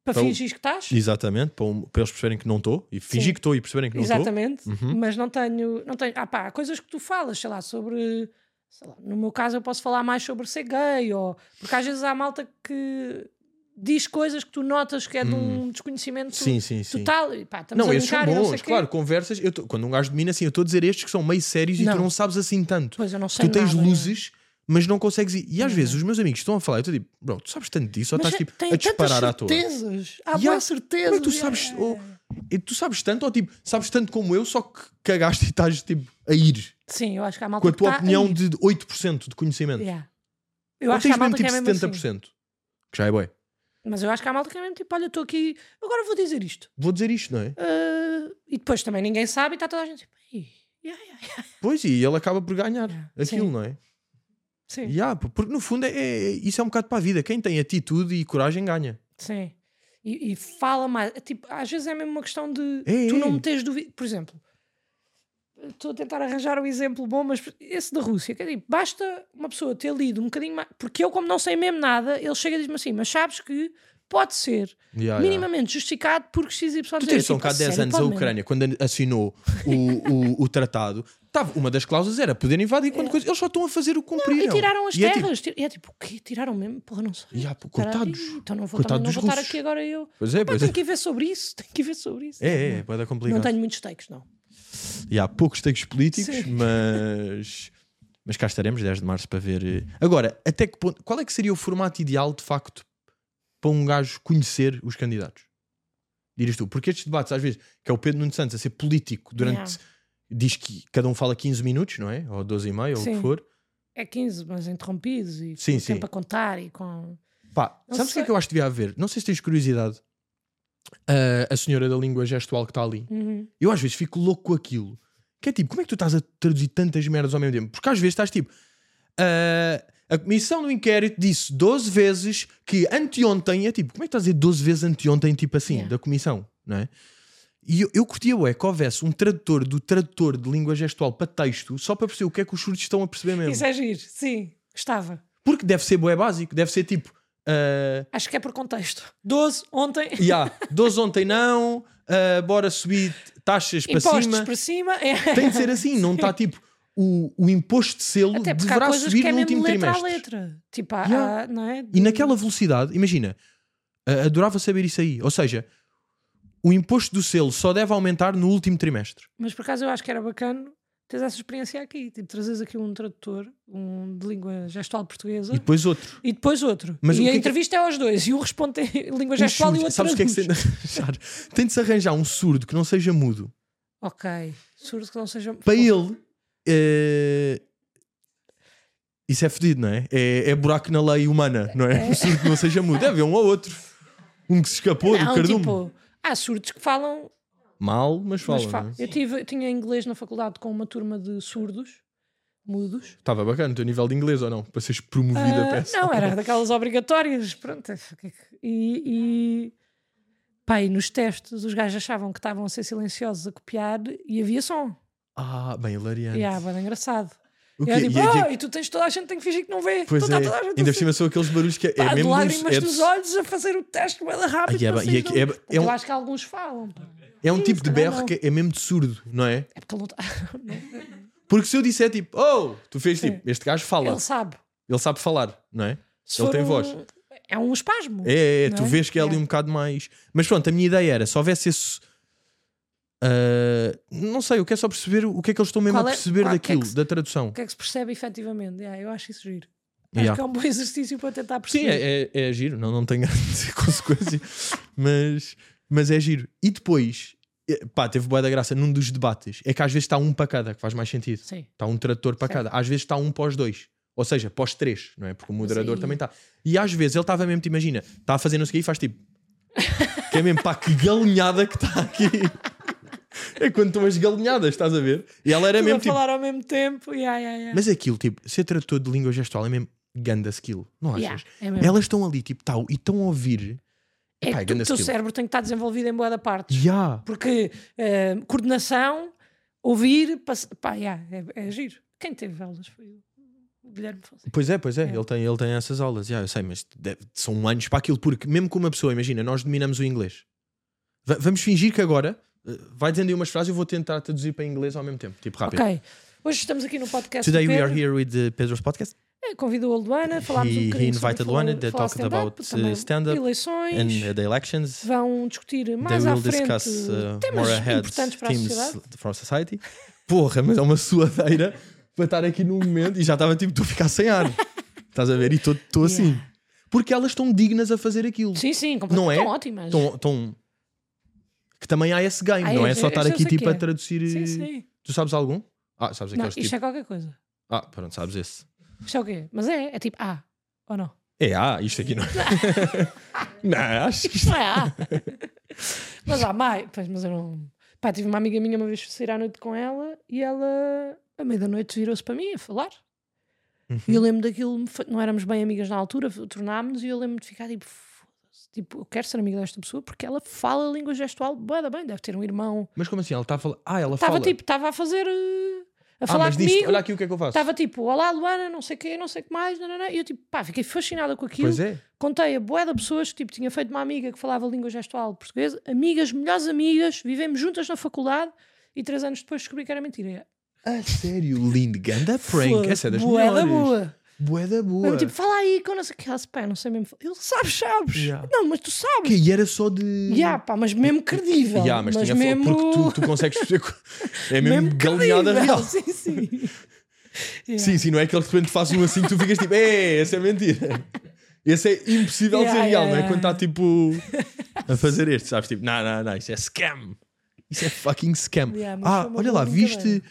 A: para
B: Então,
A: fingir que estás.
B: Exatamente, para, um- para eles perceberem que não estou e fingir
A: Sim.
B: que estou e perceberem que não estou.
A: Exatamente,
B: Uhum.
A: mas não tenho, não tenho. Ah, pá, há coisas que tu falas, sei lá, sobre. sei lá, no meu caso, eu posso falar mais sobre ser gay, ou. Porque às vezes há malta que diz coisas que tu notas que é de um desconhecimento
B: Hum. Sim, sim, sim.
A: total. E pá, tá- estamos
B: Não,
A: a
B: esses são
A: brincar e não sei
B: bons,
A: quê.
B: claro, conversas. eu tô- quando um gajo domina assim, eu estou a dizer estes que são meio sérios e
A: Não.
B: tu não sabes assim tanto.
A: Pois eu não sei.
B: Tu tens
A: nada, não é?
B: luzes, mas não consegues ir. E às vezes os meus amigos estão a falar, eu estou tipo, bro, tu sabes tanto disso, ou
A: Mas é,
B: estás tipo
A: tem
B: a disparar à
A: tantas
B: toa.
A: certezas. Há
B: Yeah.
A: boas certezas.
B: Mas é tu
A: yeah,
B: sabes,
A: yeah,
B: ou,
A: yeah.
B: e tu sabes tanto, ou tipo, sabes tanto como eu, só que cagaste e estás tipo a ir
A: Sim, eu acho que há malta
B: com a
A: que
B: tua
A: tá
B: opinião
A: aí.
B: de 8% de conhecimento.
A: Yeah. Eu
B: ou
A: acho que
B: tens
A: há
B: mesmo
A: malta que
B: tipo
A: é mesmo assim.
B: 70%, que já é bué.
A: Mas eu acho que há malta que é mesmo tipo, olha, estou aqui, agora vou dizer isto.
B: Vou dizer isto, não é?
A: Ah, e depois também ninguém sabe e está toda a gente tipo, "Ei, yeah, yeah, yeah."
B: Pois, e ele acaba por ganhar
A: Yeah.
B: aquilo,
A: Sim.
B: não é?
A: Sim,
B: Yeah, pô, porque no fundo é, é- isso é um bocado para a vida. Quem tem atitude e coragem ganha.
A: sim. E, e fala mais. Tipo, às vezes é mesmo uma questão de
B: É,
A: tu
B: é.
A: não meteres dúvida. Por exemplo, estou a tentar arranjar um exemplo bom, mas esse da Rússia, que é tipo, basta uma pessoa ter lido um bocadinho mais. Porque eu, como não sei mesmo nada, ele chega e diz-me assim, mas sabes que pode ser
B: Yeah, yeah.
A: minimamente tipo, justificado porque XY.
B: Ah, é. Tu tens só um bocado de 10 anos a Ucrânia, quando assinou o, o, o tratado, tava, uma das cláusulas era poder invadir quando coisa. Eles só estão a fazer o que cumpriram.
A: E tiraram as
B: E é tipo,
A: terras. ti- E é tipo, o quê? Tiraram mesmo? Porra, não sei.
B: Yeah, pô,
A: Espera aí,
B: coitados.
A: Então não vou,
B: Coitado
A: também não
B: dos
A: vou estar
B: russos.
A: aqui agora eu.
B: Pois é,
A: Pá,
B: pois é.
A: tenho que ir ver sobre isso, tenho que ir ver sobre isso.
B: É, é, é, vai dar
A: Não
B: complicado.
A: tenho muitos takes, não.
B: E há poucos textos políticos,
A: Sim.
B: mas. Mas cá estaremos 10 de março para ver. eh. Agora, até que ponto. Qual é que seria o formato ideal, de facto, para um gajo conhecer os candidatos? Dirias tu? Porque estes debates, às vezes, que é o Pedro Nuno Santos a ser político durante.
A: Yeah.
B: Diz que cada um fala 15 minutos, não é? Ou 12 e meio, ou o que
A: Sim.
B: for.
A: É 15, mas interrompidos e
B: Sim,
A: com
B: sim.
A: tempo a contar e com.
B: Pá,
A: Não
B: sabes o que é
A: sei.
B: que eu acho que devia haver? Não sei se tens curiosidade. Ah, a senhora da língua gestual que está ali.
A: Uhum.
B: Eu às vezes fico louco com aquilo. Que é tipo, como é que tu estás a traduzir tantas merdas ao mesmo tempo? Porque às vezes estás tipo. "Ah, a comissão do inquérito disse 12 vezes que anteontem é tipo, como é que estás a dizer 12 vezes anteontem, tipo assim,
A: Yeah.
B: da comissão, não é? E eu, eu curtia é que houvesse um tradutor do tradutor de língua gestual para texto só para perceber o que é que os surdos estão a perceber mesmo.
A: Isso é giro, sim, gostava.
B: Porque deve ser boé básico, deve ser tipo. ah,
A: Acho que é por contexto. 12, ontem,
B: Ya, 12 ontem não, ah, bora subir
A: <laughs>
B: taxas para
A: impostos
B: cima.
A: para cima. é
B: Tem de ser assim,
A: <laughs>
B: não está tipo o, o imposto de selo
A: Até porque há
B: deverá
A: coisas
B: subir
A: que é
B: no
A: mesmo
B: último
A: letra a
B: trimestre.
A: letra. Tipo, há,
B: Yeah.
A: há- não é?
B: E naquela velocidade, imagina, ah, adorava saber isso aí. Ou seja, o imposto do selo só deve aumentar no último trimestre.
A: Mas por acaso eu acho que era bacana teres essa experiência aqui. Tipo, trazes aqui um tradutor um de língua gestual portuguesa
B: E
A: e,
B: depois outro.
A: depois outro.
B: Mas o
A: e
B: que é
A: a
B: que-
A: entrevista é aos dois. E um responde em <laughs> língua
B: Os
A: gestual e o
B: surdos,
A: outro
B: sabes o que é que se tem
A: traduz.
B: de arranjar? Tem de se <laughs> arranjar um surdo que não seja mudo
A: Ok. Surdo que não seja...
B: para ele. eh, Isso é fedido, não é? é? é buraco na lei humana, não é? Um surdo que não seja mudo. Deve haver um ou outro. Um que se escapou do
A: Não,
B: cardume.
A: tipo... Há surdos que falam...
B: Mal, mas fala.
A: mas fa-
B: não é?
A: Eu tive, tinha inglês na faculdade com uma turma de surdos, mudos.
B: Estava bacana o teu nível de inglês ou não? Para seres promovido a
A: Ah,
B: peça.
A: Não, era daquelas obrigatórias. Pronto. o que é que- E, e... Pá, e nos testes os gajos achavam que estavam a ser silenciosos a copiar e havia som.
B: Ah, bem, hilariante.
A: E ah, bem engraçado.
B: O
A: E
B: quê?
A: eu digo,
B: E aqui-
A: "Ah, e tu tens toda a gente tem que fingir que não vê.
B: pois
A: tu
B: é,
A: tá toda a gente a
B: ainda por
A: fazer-
B: cima são aqueles barulhos que é,
A: pá, de
B: mesmo.
A: lágrimas
B: é,
A: dos olhos a fazer o teste bué da rápido.
B: Ai, é
A: para
B: bem, e
A: sair
B: aqui- é
A: do-
B: bem- é um-
A: Eu acho que alguns falam. pá.
B: é um
A: Ih,
B: tipo
A: se
B: de
A: calhar
B: berro
A: não.
B: que é mesmo de surdo, não é?
A: É porque ele não tá-
B: Porque se eu disser tipo, oh, tu fez tipo, este gajo fala,
A: ele
B: ele,
A: sabe.
B: sabe falar, não é?
A: Se
B: Ele
A: for
B: tem
A: um-
B: voz.
A: É um espasmo.
B: É, é, é,
A: Não
B: tu
A: é?
B: vês que é ali
A: É.
B: um bocado mais. Mas pronto, a minha ideia era se houvesse esse. ah, não sei, eu quero só perceber o que é que eles estão mesmo
A: Qual
B: a
A: é-
B: perceber
A: qual- o que é que
B: daquilo,
A: se-
B: da tradução.
A: O que é que se percebe efetivamente? Yeah, eu acho isso giro.
B: Yeah.
A: Acho que é um bom exercício para tentar
B: Sim,
A: perceber.
B: é, é, é giro, não, não <laughs> tem grande consequência, mas, mas é giro. E depois, eh, pá, teve boa da graça num dos debates, é que às vezes está um para cada, que faz mais sentido.
A: Sim.
B: Está um tradutor para
A: Sim.
B: cada, às vezes está um para os dois, ou seja, para os três, não é? Porque o moderador
A: aí-
B: também está. E às vezes ele estava mesmo, te imagina, está a fazer não sei o quê e faz tipo, que é mesmo, pá, que galinhada que está aqui. É quando estão as galinhadas, estás a ver? E ela era
A: Tudo
B: mesmo
A: a
B: tipo,
A: falar ao mesmo tempo. Yeah, yeah, yeah.
B: mas aquilo, tipo, ser tradutor de língua gestual é mesmo ganda skill, não achas?
A: Yeah, é mesmo.
B: Elas estão ali, tipo, tal, e estão a ouvir.
A: É
B: Epá,
A: que tu-
B: ganda
A: o teu
B: skill.
A: cérebro tem que estar desenvolvido em boa da parte.
B: Ya!
A: Porque eh, coordenação, ouvir, pass... pá, yeah, é, é giro. Quem teve aulas foi o Guilherme Fonseca.
B: Pois é, pois é,
A: É.
B: Ele, tem, ele tem essas aulas, ya, eu sei, mas deve- são anos para aquilo, porque mesmo que uma pessoa, imagina, nós dominamos o inglês. Va- vamos fingir que agora eh, vai dizendo aí umas frases e eu vou tentar traduzir para inglês ao mesmo tempo, tipo rápido.
A: Ok, hoje estamos aqui no podcast.
B: Today
A: do
B: we
A: Pedro.
B: are here with the Pedro's podcast
A: Eh, Convidou a Luana, falámos um
B: He- he
A: bocadinho sobre
B: invited
A: falar-
B: Luana, they
A: falar
B: talked
A: stand-up,
B: about,
A: também
B: uh, stand-up and
A: eleições.
B: uh, the elections.
A: Vão discutir
B: They
A: mais à
B: will
A: frente
B: discuss uh,
A: temas
B: more ahead
A: importantes para a sociedade.
B: themes for society. Porra, mas é uma suadeira para estar aqui num momento e já estava tipo, estou a ficar sem ar. Estás a ver? E estou estou assim.
A: Yeah.
B: Porque elas estão dignas a fazer aquilo.
A: Sim, sim,
B: Não
A: completamente.
B: é?
A: Estão ótimas.
B: Estão, estão- Que também há esse game,
A: Ah,
B: não
A: é,
B: é só
A: eu
B: estar
A: já
B: aqui
A: sei
B: tipo
A: que
B: a
A: é.
B: traduzir.
A: Sim, sim.
B: Tu sabes algum? Ah, sabes
A: Não,
B: aqueles
A: isto
B: tipo.
A: é qualquer coisa.
B: Ah, pronto, sabes esse.
A: Isto é o quê? Mas é, é tipo A, ou
B: <laughs>
A: não?
B: É, ah, isto aqui não.
A: <laughs>
B: não, acho que isto.
A: Não é A. <laughs> mas há mais. Pois, mas eu não. Pá, tive uma amiga minha uma vez fui sair à noite com ela e ela, à meia-noite, virou-se para mim a falar.
B: Uhum.
A: E eu lembro daquilo, me fa- não éramos bem amigas na altura, tornámos-nos e eu lembro de ficar tipo, foda-se, tipo, eu quero ser amiga desta pessoa porque ela fala a língua gestual, bué da bem, deve ter um irmão.
B: Mas como assim? Ela está a falar. Ah, ela
A: Estava
B: fala.
A: tipo, estava a fazer. eh, a
B: ah,
A: falar
B: mas disto,
A: comigo.
B: olha aqui o que é que eu faço.
A: Estava tipo, olá Luana, não sei o quê, não sei o que mais, nananã. e eu tipo, pá, fiquei fascinada com aquilo.
B: Pois é.
A: Contei a bué de pessoas, tipo, tinha feito uma amiga que falava língua gestual portuguesa, amigas, melhores amigas, vivemos juntas na faculdade e três anos depois descobri que era mentira.
B: A sério, lindo, ganda prank. Essa é das
A: Bué da
B: melhores.
A: boa.
B: Bué da boa.
A: Mesmo tipo, fala aí, que eu não sei o que, Ela disse, pá, eu não sei mesmo. Ele sabe, sabes.
B: Yeah.
A: Não, mas tu sabes.
B: Que aí era só de.
A: Yeah, pá, mas mesmo credível.
B: Yeah, mas,
A: mas
B: tinha
A: mesmo... <laughs>
B: Porque tu, tu consegues perceber. co- É mesmo,
A: mesmo <laughs>
B: galinhada
A: credível,
B: <laughs> real.
A: Sim, sim. Yeah.
B: Sim, sim, não é aquele que de repente fazes um assim que tu ficas tipo, é, essa é mentira. Esse é impossível de
A: Yeah,
B: ser real,
A: yeah,
B: não é?
A: yeah.
B: Quando está tipo <laughs> a fazer este, sabes? Tipo, não, não, não, isso é scam. Isso é fucking scam.
A: Yeah, mas
B: ah,
A: foi uma
B: olha
A: boa
B: lá, viste.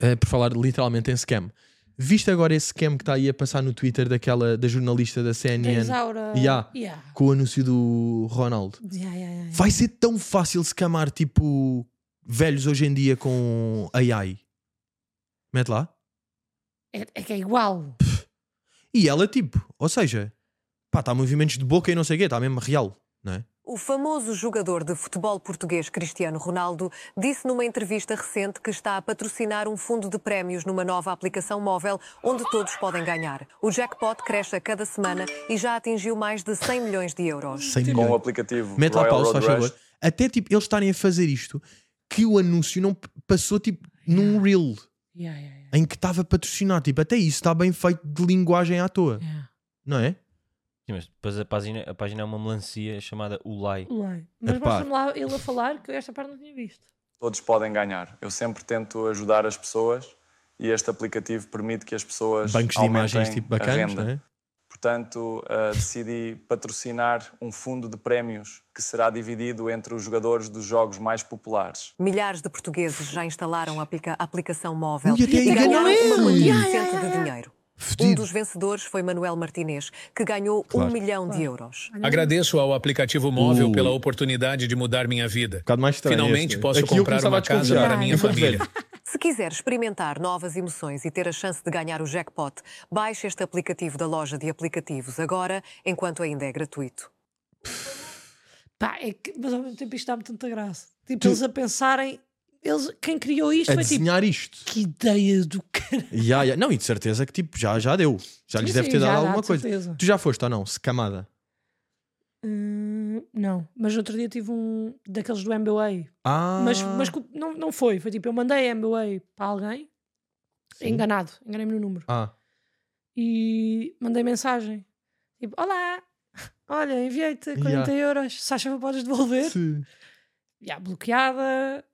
B: eh, por falar literalmente em scam, viste agora esse scam que está aí a passar no Twitter daquela da jornalista da
A: Da
B: CNN
A: Isaura.
B: Yeah.
A: Yeah.
B: com o anúncio do Ronaldo?
A: Yeah, yeah, yeah.
B: Vai ser tão fácil scamar tipo velhos hoje em dia com AI. Mete lá.
A: É, é que é igual.
B: E ela, tipo, ou seja, pá, está movimentos de boca e não sei o quê, está mesmo real, não é?
D: O famoso jogador de futebol português Cristiano Ronaldo disse numa entrevista recente que está a patrocinar um fundo de prémios numa nova aplicação móvel onde todos podem ganhar. O jackpot cresce a cada semana e já atingiu mais de 100 milhões de euros.
B: Sem
E: Tipo, com o
B: milhões.
E: aplicativo
B: Mete lá
E: Royal
B: pausa,
E: Road
B: faz
E: Rush.
B: favor. Até, tipo, eles estarem a fazer isto, que o anúncio não p- passou, tipo, num reel
A: Yeah, yeah, yeah.
B: em que estava patrocinado. Tipo, até isso está bem feito de linguagem à toa,
A: yeah.
B: não é?
C: Sim, mas depois a página, a página é uma melancia chamada Ulai.
A: Uai. Mas
B: Epá.
A: mostra-me lá ele a falar que eu esta parte não tinha visto.
E: Todos podem ganhar. Eu sempre tento ajudar as pessoas e este aplicativo permite que as pessoas
B: Bancos de
E: aumentem
B: imagens, tipo,
E: a
B: bacanas,
E: renda.
B: não é?
E: Portanto, eh, decidi patrocinar um fundo de prémios que será dividido entre os jogadores dos jogos mais populares.
D: Milhares de portugueses já instalaram a, aplica- a aplicação móvel
B: Ui, até
D: e ganharam
A: enganaram
D: uma quantia
A: eles.
D: decente de dinheiro. Um
B: Fudido.
D: dos vencedores foi Manuel Martinez, que ganhou
B: Claro.
D: um milhão de euros.
F: Uhum. Agradeço ao aplicativo móvel
B: Uh.
F: pela oportunidade de mudar minha vida.
B: bocado mais estranho
F: Finalmente
B: este, né?
F: posso
B: Aqui eu assim,
F: comprar
B: começava a
F: uma casa
B: desconfiar. <laughs>
F: para minha
B: Eu vou dizer.
F: família.
D: Se quiser experimentar novas emoções e ter a chance de ganhar o jackpot, baixe este aplicativo da loja de aplicativos agora, enquanto ainda é gratuito.
A: Pá, é que, mas ao mesmo tempo isto dá-me tanta graça. Tipo, eles a pensarem. Eles, quem criou isto
B: A
A: foi tipo.
B: desenhar isto.
A: Que ideia do caralho.
B: Ya, ya. Não, e de certeza que, tipo, já, já deu. Já lhes
A: Sim,
B: deve
A: sim,
B: ter dado
A: já dá,
B: alguma
A: de
B: coisa.
A: certeza.
B: Tu já foste ou não? Scamada.
A: Hum, não, mas outro dia tive um daqueles do MBA.
B: Ah,
A: Mas, mas cu- não, não foi. Foi tipo, eu mandei MBA para alguém, enganado, enganei-me no número.
B: ah.
A: E mandei mensagem. Tipo, olá, olha, enviei-te 40 euros, se achas que podes devolver?
B: Sim.
A: Já, bloqueada.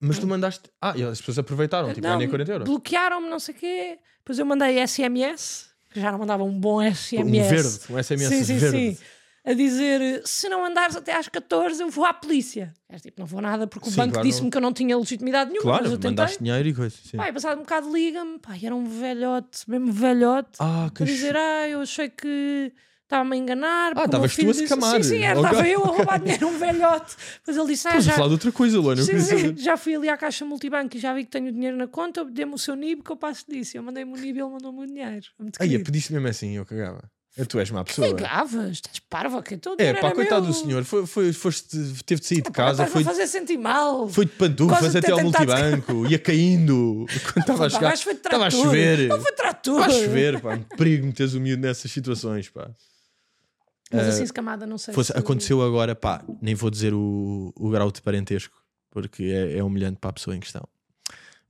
B: Mas tu mandaste. Ah, e as pessoas aproveitaram, tipo,
A: Hum. Não,
B: ganhei 40 euros.
A: Bloquearam-me, não sei o quê. Depois eu mandei SMS, que já não mandava um bom
B: Um
A: SMS.
B: verde, um SMS
A: sim, sim,
B: verde.
A: sim. A dizer, se não andares até às 14, eu vou à polícia. É, tipo, não vou nada, porque o
B: Sim,
A: banco
B: claro,
A: disse-me
B: não-
A: que eu não tinha legitimidade nenhuma, mas eu
B: Claro,
A: tentei.
B: mandaste dinheiro e coisa. Sim.
A: Pai, passado um bocado liga-me, pai, era um velhote, mesmo velhote,
B: ah,
A: a
B: que
A: dizer, ah, eu achei que estava-me a enganar. porque o meu
B: estavas Ah, tu
A: filho
B: a se
A: disse-"
B: camar.
A: Sim, sim, era,
B: Ok.
A: estava eu a roubar dinheiro a um velhote. Mas ele disse, ah,
B: Estás a
A: já...
B: falar de outra coisa, Luana. eu
A: sim,
B: queria
A: sim,
B: saber.
A: já fui ali à caixa multibanco e já vi que tenho dinheiro na conta, dê-me o seu NIB que eu passo disso. Eu mandei-me o NIB e ele mandou-me o dinheiro. É Muito
B: Aí,
A: querido.
B: pediste mesmo assim, eu cagava. É, Tu és má pessoa.
A: Ligavas, estás parva, que todo
B: É,
A: dinheiro
B: pá,
A: era
B: coitado
A: meu.
B: do senhor. Foi, foi, foste, teve de sair de
A: Pá,
B: casa,
A: estás-me
B: foi,
A: a fazer sentir mal.
B: foi de
A: Quase
B: pantufas
A: de ter
B: até ao
A: tentado- <laughs>
B: multibanco, ia caindo quando estava a
A: Pá,
B: chegar.
A: gajo foi de
B: Estava a
A: trator.
B: chover.
A: Ele foi de trator.
B: Estava a chover, pá. Um perigo meteres o miúdo nessas situações, pá.
A: Mas
B: Eh,
A: assim, se camada, não sei.
B: Fosse-
A: se-
B: aconteceu agora, pá, nem vou dizer o, o grau de parentesco, porque é, é humilhante para a pessoa em questão.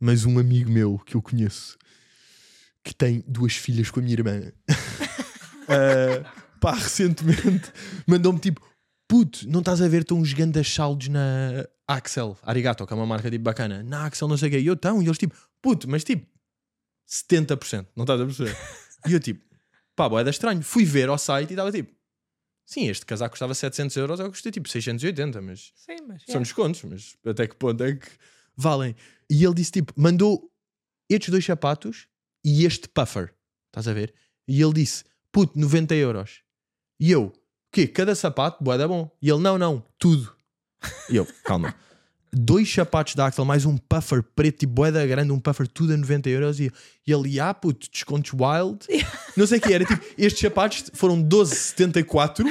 B: Mas um amigo meu que eu conheço, que tem duas filhas com a minha irmã, <laughs> ah, pá, recentemente mandou-me tipo: puto, não estás a ver, estão uns grandes saldos na Axel, Arigato, que é uma marca tipo bacana, na Axel, não sei o quê, e eu tão, e eles tipo, puto, mas tipo, 70%, não estás a perceber? E eu tipo, pá, boeda estranho. Fui ver ao site e estava tipo, sim, este casaco custava 700 euros, eu custei tipo 680, mas
A: Sim, mas.
B: são
A: é.
B: descontos, mas até que ponto é que valem? E ele disse tipo, mandou estes dois sapatos e este puffer, estás a ver? E ele disse, puto, 90 euros. E eu, quê? Cada sapato, boa, dá bom. E ele, não, não, tudo. E eu, calma. Dois sapatos da Axel, mais um puffer preto e boeda grande, um puffer tudo a 90 euros. E, e ele, ah, puto, descontos
A: <laughs>
B: wild. Não sei o que era. Tipo, estes sapatos foram 12,74,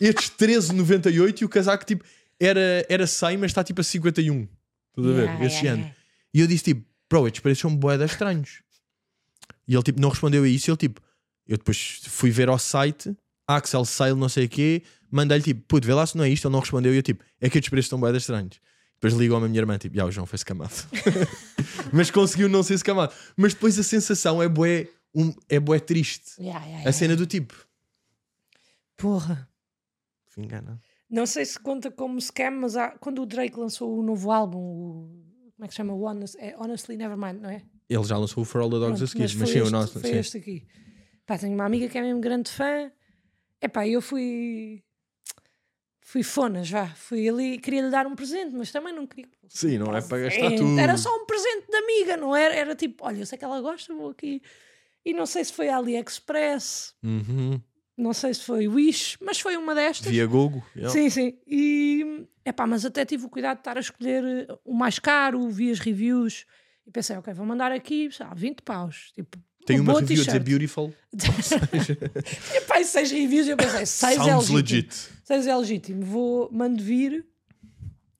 B: estes 13,98 e o casaco, tipo, era, era 100, mas está tipo a 51. Estás a ver?
A: Yeah,
B: este
A: yeah,
B: ano. E eu disse, tipo, bro, estes preços são boeda estranhos. E ele, tipo, não respondeu a isso. Ele, tipo, eu depois fui ver ao site, Axel Sale, não sei o quê, mandei-lhe, tipo, puto, vê lá se não é isto. Ele não respondeu. E eu, tipo, é que estes preços estão boeda estranhos. Depois ligou-me a minha irmã, tipo, já, o João foi escamado. <laughs> mas conseguiu não ser escamado. Mas depois a sensação é boé, um, é boé triste.
A: Yeah, yeah,
B: A
A: yeah.
B: cena do tipo,
A: Porra.
B: engana.
A: Não sei se conta como scam, mas há- quando o Drake lançou o novo álbum, o- como é que se chama? O Honest- é Honestly Nevermind, não é?
B: Ele já lançou o For All the Dogs
A: Pronto,
B: a seguir,
A: mas
B: mas,
A: foi,
B: sim,
A: este,
B: o nosso.
A: foi
B: sim.
A: este aqui. Pá, tenho uma amiga que é mesmo grande fã. Epá, eu fui. Fui fonas, vá. Fui ali, queria lhe dar um presente, mas também não queria.
B: Sim, não é para gastar
A: É,
B: tudo.
A: Era só um presente de amiga, não era? Era tipo, olha, eu sei que ela gosta, vou aqui. E não sei se foi AliExpress,
B: Uhum.
A: não sei se foi Wish, mas foi uma destas.
B: Via Gogo. yeah.
A: Sim, sim. E epá, mas até tive o cuidado de estar a escolher eh, o mais caro, vi as reviews e pensei, ok, vou mandar aqui, sei lá, 20 paus. Tipo,
B: Tem uma
A: boa
B: review a dizer
A: t-shirt.
B: Beautiful.
A: <laughs> Tinha pá, aí seis reviews e eu pensei, seis é
B: Sounds
A: legítimo.
B: legit.
A: Seis é legítimo. Vou, mando vir.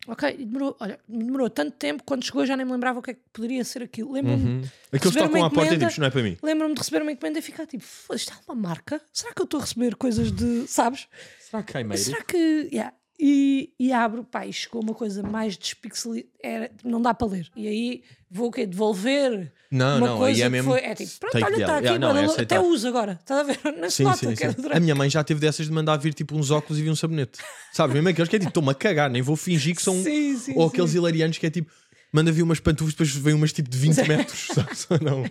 A: Ok, e demorou, olha, demorou tanto tempo, quando chegou já nem me lembrava o que é que poderia ser aquilo. Lembro-me
B: Uhum. Aqueles
A: Receberam
B: tocam
A: uma
B: à porta
A: encomenda.
B: e tipo, isto não é para mim.
A: lembro-me de receber uma encomenda e ficar tipo, "Foda, isto é uma marca? Será que eu estou a receber coisas de, sabes?
B: Será que é
A: Mas será que. yeah. E, e abro, pá, e chegou uma coisa mais despixelada, era, não dá para ler. E aí vou o quê? Devolver
B: Não,
A: uma
B: não,
A: coisa
B: aí é
A: que
B: mesmo.
A: foi. É tipo, pronto,
B: take
A: olha,
B: dela.
A: está aqui,
B: Yeah, não, é
A: manda- um até
B: aceitável.
A: uso agora, estás a ver? Não se
B: Sim,
A: nota
B: sim,
A: que é
B: sim.
A: era durante-
B: A minha mãe já teve dessas de mandar vir tipo uns óculos e vi um sabonete. Sabes? Mesmo aqueles que é tipo, estou-me a cagar, nem vou fingir que são.
A: Sim, sim,
B: Ou
A: sim.
B: aqueles hilarianos que é tipo, manda vir umas pantufas, depois vem umas tipo de 20 metros. <laughs> Sabes? Ou Não.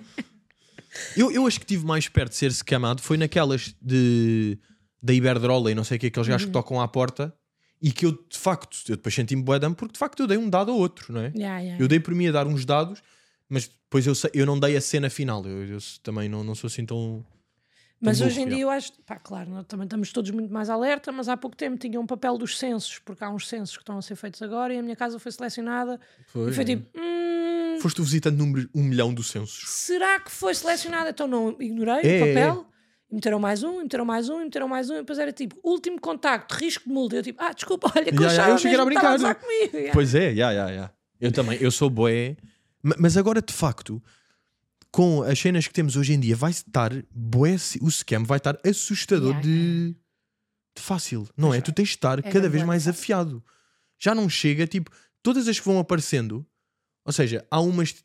B: Eu, eu acho que tive mais perto de ser scamado foi naquelas de da Iberdrola e não sei o que, aqueles
A: Uhum.
B: gajos que tocam à porta e que eu de facto, eu depois senti-me boedão porque de facto eu dei um dado ao outro, não é?
A: Yeah, yeah.
B: Eu dei por mim a dar uns dados, mas depois eu, sei- eu não dei a cena final. Eu, eu também não, não sou assim tão.
A: Mas
B: Tão
A: hoje em
B: burro,
A: dia eu acho, pá, claro, nós também estamos todos muito mais alerta, mas há pouco tempo tinha um papel dos censos, porque há uns censos que estão a ser feitos agora e a minha casa foi selecionada e
B: é.
A: foi tipo, hum,
B: Foste o visitante número um milhão do censo.
A: será que foi selecionada? Então não ignorei
B: É,
A: o papel. E meteram mais um, e meteram mais um, e meteram mais um, e depois era tipo, último contacto, risco de multa. Eu tipo, ah, desculpa, olha, que
B: Ya, ya,
A: eu achava
B: eu cheguei a
A: mesmo que estava gozar
B: brincar.
A: comigo. Ya.
B: Pois é, já, já, já. Eu também, eu sou boé. Mas agora, de facto, com as cenas que temos hoje em dia, vai estar boé. O scam vai estar assustador
A: Yeah,
B: de, de fácil, não é? Tu tens de estar cada vez
A: verdade.
B: mais afiado. Já não chega, tipo, todas as que vão aparecendo, ou seja, há umas,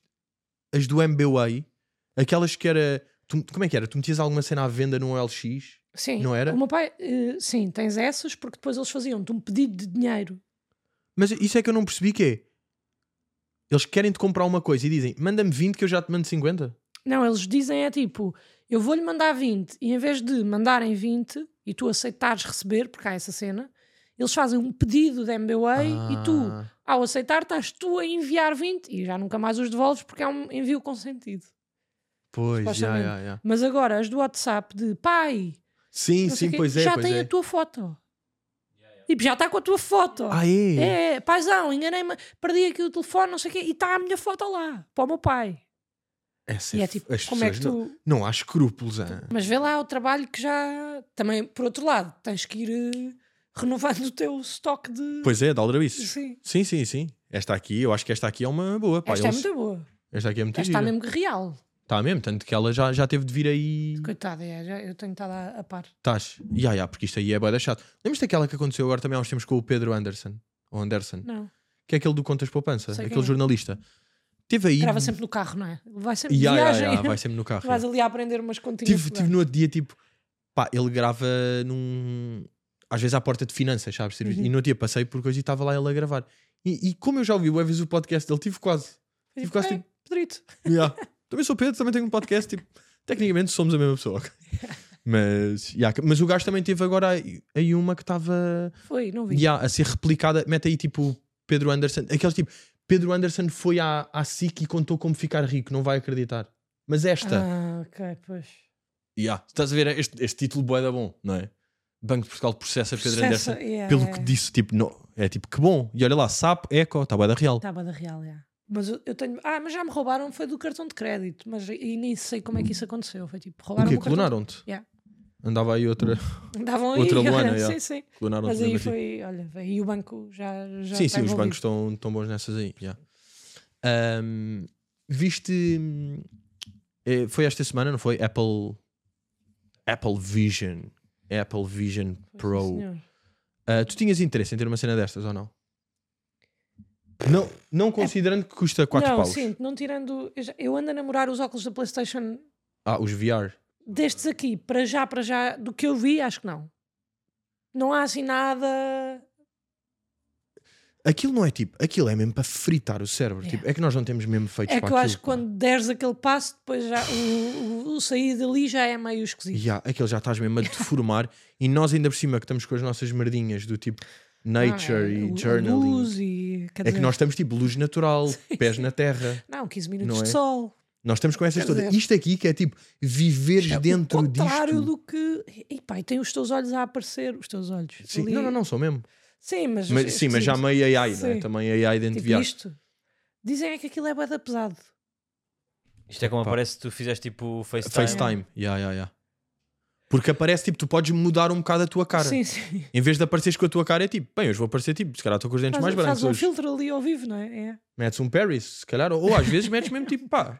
B: as do MBWay, aquelas que era. tu- como é que era? Tu metias alguma cena à venda no OLX?
A: Sim,
B: Não era?
A: o meu pai, eh, sim, tens essas, porque depois eles faziam-te um pedido de dinheiro.
B: Mas isso é que eu não percebi que é. Eles querem te comprar uma coisa e dizem: manda-me 20 que eu já te mando 50.
A: Não, eles dizem é tipo, eu vou-lhe mandar 20 e em vez de mandarem 20 e tu aceitares receber, porque há essa cena, eles fazem um pedido da MBA e tu,
B: Ah.
A: ao aceitar, estás tu a enviar 20 e já nunca mais os devolves porque é um envio consentido.
B: Pois, já,
A: Supostamente.
B: já, já.
A: Mas agora as do WhatsApp de pai, não
B: Sim,
A: sei
B: sim,
A: o quê,
B: pois é.
A: já
B: pois
A: tem
B: é.
A: a tua foto. Tipo, já está com a tua foto.
B: Ah, é?
A: É, paizão, enganei-me, perdi aqui o telefone, não sei o quê, e está a minha foto lá, para o meu pai.
B: Essa
A: E é
B: f-
A: tipo,
B: as
A: como é que
B: pessoas
A: tu.
B: Não, não há escrúpulos. hã?
A: Mas vê lá o trabalho que já. Também, por outro lado, tens que ir eh, renovando o teu estoque de.
B: Pois é, de aldrabices.
A: Sim.
B: Sim, sim, sim. Esta aqui, eu acho que esta aqui é uma boa. Pá,
A: Esta é
B: eles-
A: muito boa.
B: esta aqui é muito
A: Esta
B: gira.
A: está mesmo que real.
B: Tá mesmo, tanto que ela já, já teve de vir aí.
A: Coitada, é, já- eu tenho estado a, a par.
B: Estás. Ya, ya, porque isto aí é boa chato. Lembras daquela que aconteceu agora também há uns tempos com o Pedro Anderson? Ou Anderson?
A: Não.
B: Que é aquele do Contas Poupança,
A: Sei quem
B: aquele
A: é.
B: jornalista. Teve aí. um-
A: Grava sempre no carro, não é? Vai sempre.
B: Ya, ya,
A: viagem. <laughs>
B: ya, vai sempre no carro.
A: Vais
B: ya.
A: ali a aprender umas continhas.
B: Tive, tive no outro dia, tipo, pá, ele grava num. Às vezes à porta de finanças, sabes?
A: Uhum.
B: serviço. E no outro dia passei por coisa e estava lá ele a gravar. E, e como eu já ouvi uma vez o podcast dele, tive
A: <laughs>
B: quase.
A: Tipo,
B: Tive quase
A: é,
B: tipo.
A: Pedrito.
B: "Ya, Também sou Pedro, também tenho um podcast. Tipo, tecnicamente somos a mesma pessoa,
A: <laughs>
B: ok? Mas, ya, mas o gajo também teve agora aí- aí uma que estava
A: Foi, não vi.
B: ya, a ser replicada. Mete aí tipo Pedro Anderson. Aqueles tipo, Pedro Anderson foi à, à SIC e contou como ficar rico, não vai acreditar. Mas esta.
A: Ah, ok, pois.
B: Ya, Estás a ver este, este título bué da bom, não é? Banco de Portugal processa Pedro
A: Processa, é.
B: Anderson
A: yeah,
B: pelo
A: yeah,
B: que
A: yeah.
B: disse, tipo, não, é tipo que bom. E olha lá, SAP, Eco, está bué da real.
A: Estava da real, já. Mas eu, eu tenho. Ah, mas já me roubaram, foi do cartão de crédito. Mas e nem sei como é que isso aconteceu. Foi tipo,
B: o
A: roubaram
B: quê?
A: o cartão de-
B: Clonaram-te?
A: Yeah.
B: Andava aí outra.
A: <laughs> Davam aí,
B: Outra Luana,
A: <laughs> olha,
B: já.
A: sim, sim.
B: Clonaram-te
A: Mas
B: mesmo
A: aí
B: assim.
A: foi, olha, aí o banco já, já tá
B: Sim,
A: está
B: sim, os
A: envolvido.
B: bancos estão tão bons nessas aí. yeah. Ahm, viste. hum, eh, Foi esta semana, não foi? Apple. Apple Vision. Apple Vision Pro.
A: Sim, senhor.
B: Ah, tu tinhas interesse em ter uma cena destas ou não? Não, não considerando que custa 4
A: não,
B: paus.
A: sim, não tirando. Eu, já- eu ando a namorar os óculos da PlayStation
B: Ah, os VR.
A: destes aqui, para já, para já, do que eu vi, acho que não. Não há assim nada.
B: Aquilo não é tipo, aquilo é mesmo para fritar o cérebro.
A: Yeah.
B: Tipo, é que nós não temos mesmo feitos
A: É
B: para
A: que eu
B: aquilo,
A: acho que
B: pá.
A: quando deres aquele passo, depois já o, o, o sair dali já é meio esquisito.
B: Ya, aquilo já estás mesmo a deformar e nós ainda por cima que estamos com as nossas merdinhas do tipo nature
A: Ah,
B: e
A: lu-
B: journaling.
A: Luz e, quer
B: é que
A: dizer,
B: nós estamos tipo
A: <laughs>
B: luz natural, pés na terra.
A: Não, 15 minutos
B: Não
A: de
B: é?
A: sol.
B: Nós estamos com essas
A: Quer
B: todas.
A: dizer- é
B: Isto aqui que é tipo viveres dentro
A: o contrário
B: disto.
A: do que. E pá, e tem os teus olhos a aparecer, os teus olhos.
B: Sim,
A: ali.
B: Não, não, não, sou mesmo.
A: Sim, mas.
B: Mas, sim, mas já meio AI, não é?
A: Sim.
B: Também AI dentro de
A: Tipo
B: viagem.
A: isto. Dizem é que aquilo é bué pesado.
C: Isto é como
B: Pá.
C: aparece se tu fizeste tipo
A: é.
C: FaceTime.
B: FaceTime. Ya, ya, ya. Porque aparece tipo, tu podes mudar um bocado a tua cara.
A: Sim, sim.
B: Em vez de apareceres com a tua cara, é tipo, bem, hoje vou aparecer tipo, se calhar estou com os dentes
A: Faz,
B: mais brancos
A: faz um
B: hoje.
A: filtro ali ao vivo, não é? É.
B: Metes um Paris, se calhar, ou, ou às vezes metes mesmo tipo, pá.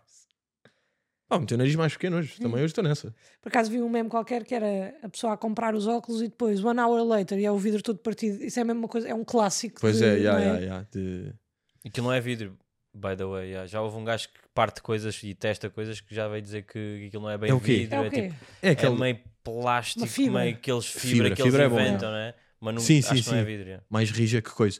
B: Pá, o teu nariz mais pequeno hoje. Também hoje estou nessa.
A: Por acaso vi um meme qualquer que era a pessoa a comprar os óculos e depois one hour later e é o vidro todo partido. Isso é a mesma coisa, é um clássico.
B: Pois
A: de-
B: é, ya,
A: não
B: ya, ya, de-
C: Aquilo não é vidro, by the way. yeah. Já houve um gajo que parte coisas e testa coisas que já veio dizer que aquilo não é bem
B: É o quê?
C: vidro.
A: É o quê?
C: tipo,
B: É
C: é
B: aquele
C: meio plástico,
A: Uma fibra.
C: meio aqueles
B: Fibra,
C: fibra, que
B: fibra é
C: eles
B: bom,
C: inventam, não é? Mas não,
B: Sim,
C: acho
B: sim,
C: que não é
B: sim.
C: vidro. yeah.
B: mais rija que coisa.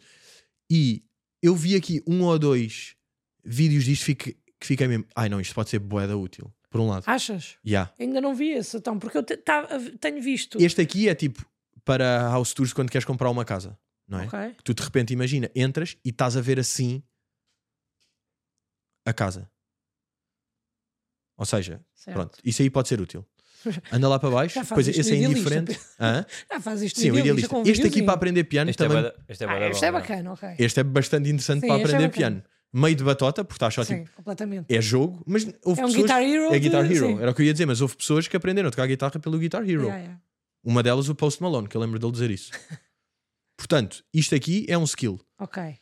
B: E eu vi aqui um ou dois vídeos disto fique- que fiquei mesmo. Ai não, isto pode ser boeda útil. Por um lado.
A: Achas?
B: Yeah.
A: Ainda não vi esse, então, porque eu te- tá- tenho visto.
B: Este aqui é tipo para house tours quando queres comprar uma casa, não é?
A: Ok.
B: Que tu de repente imagina, entras e estás a ver assim a casa. Ou seja,
A: Certo.
B: pronto, isso aí pode ser
A: <laughs>
B: útil. Anda lá para baixo,
A: É. Já faz
B: depois
A: isto
B: esse é
A: no idealista,
B: indiferente. <laughs> Hã?
A: Ah, faz isto
B: Sim, o
A: no
B: idealista.
A: com um
B: Este aqui
A: videozinho.
B: para aprender piano
C: Este é
B: também.
C: bué da- este é bué
A: Ah,
C: da
A: este é
C: bom, yeah.
A: bacana, ok.
B: Este é bastante interessante
A: Sim,
B: para
A: este é
B: aprender
A: bacana.
B: piano. Meio de batota, porque estás só tipo,
A: Sim, completamente.
B: é jogo, mas houve
A: É um
B: pessoas.
A: Guitar Hero
B: é Guitar
A: de-
B: Hero,
A: sim.
B: era o que eu ia dizer, mas houve pessoas que aprenderam a tocar guitarra pelo Guitar Hero.
A: Yeah, yeah.
B: Uma delas, o Post Malone, que eu lembro dele
A: <laughs>
B: dizer isso. Portanto, isto aqui é um skill.
A: Ok.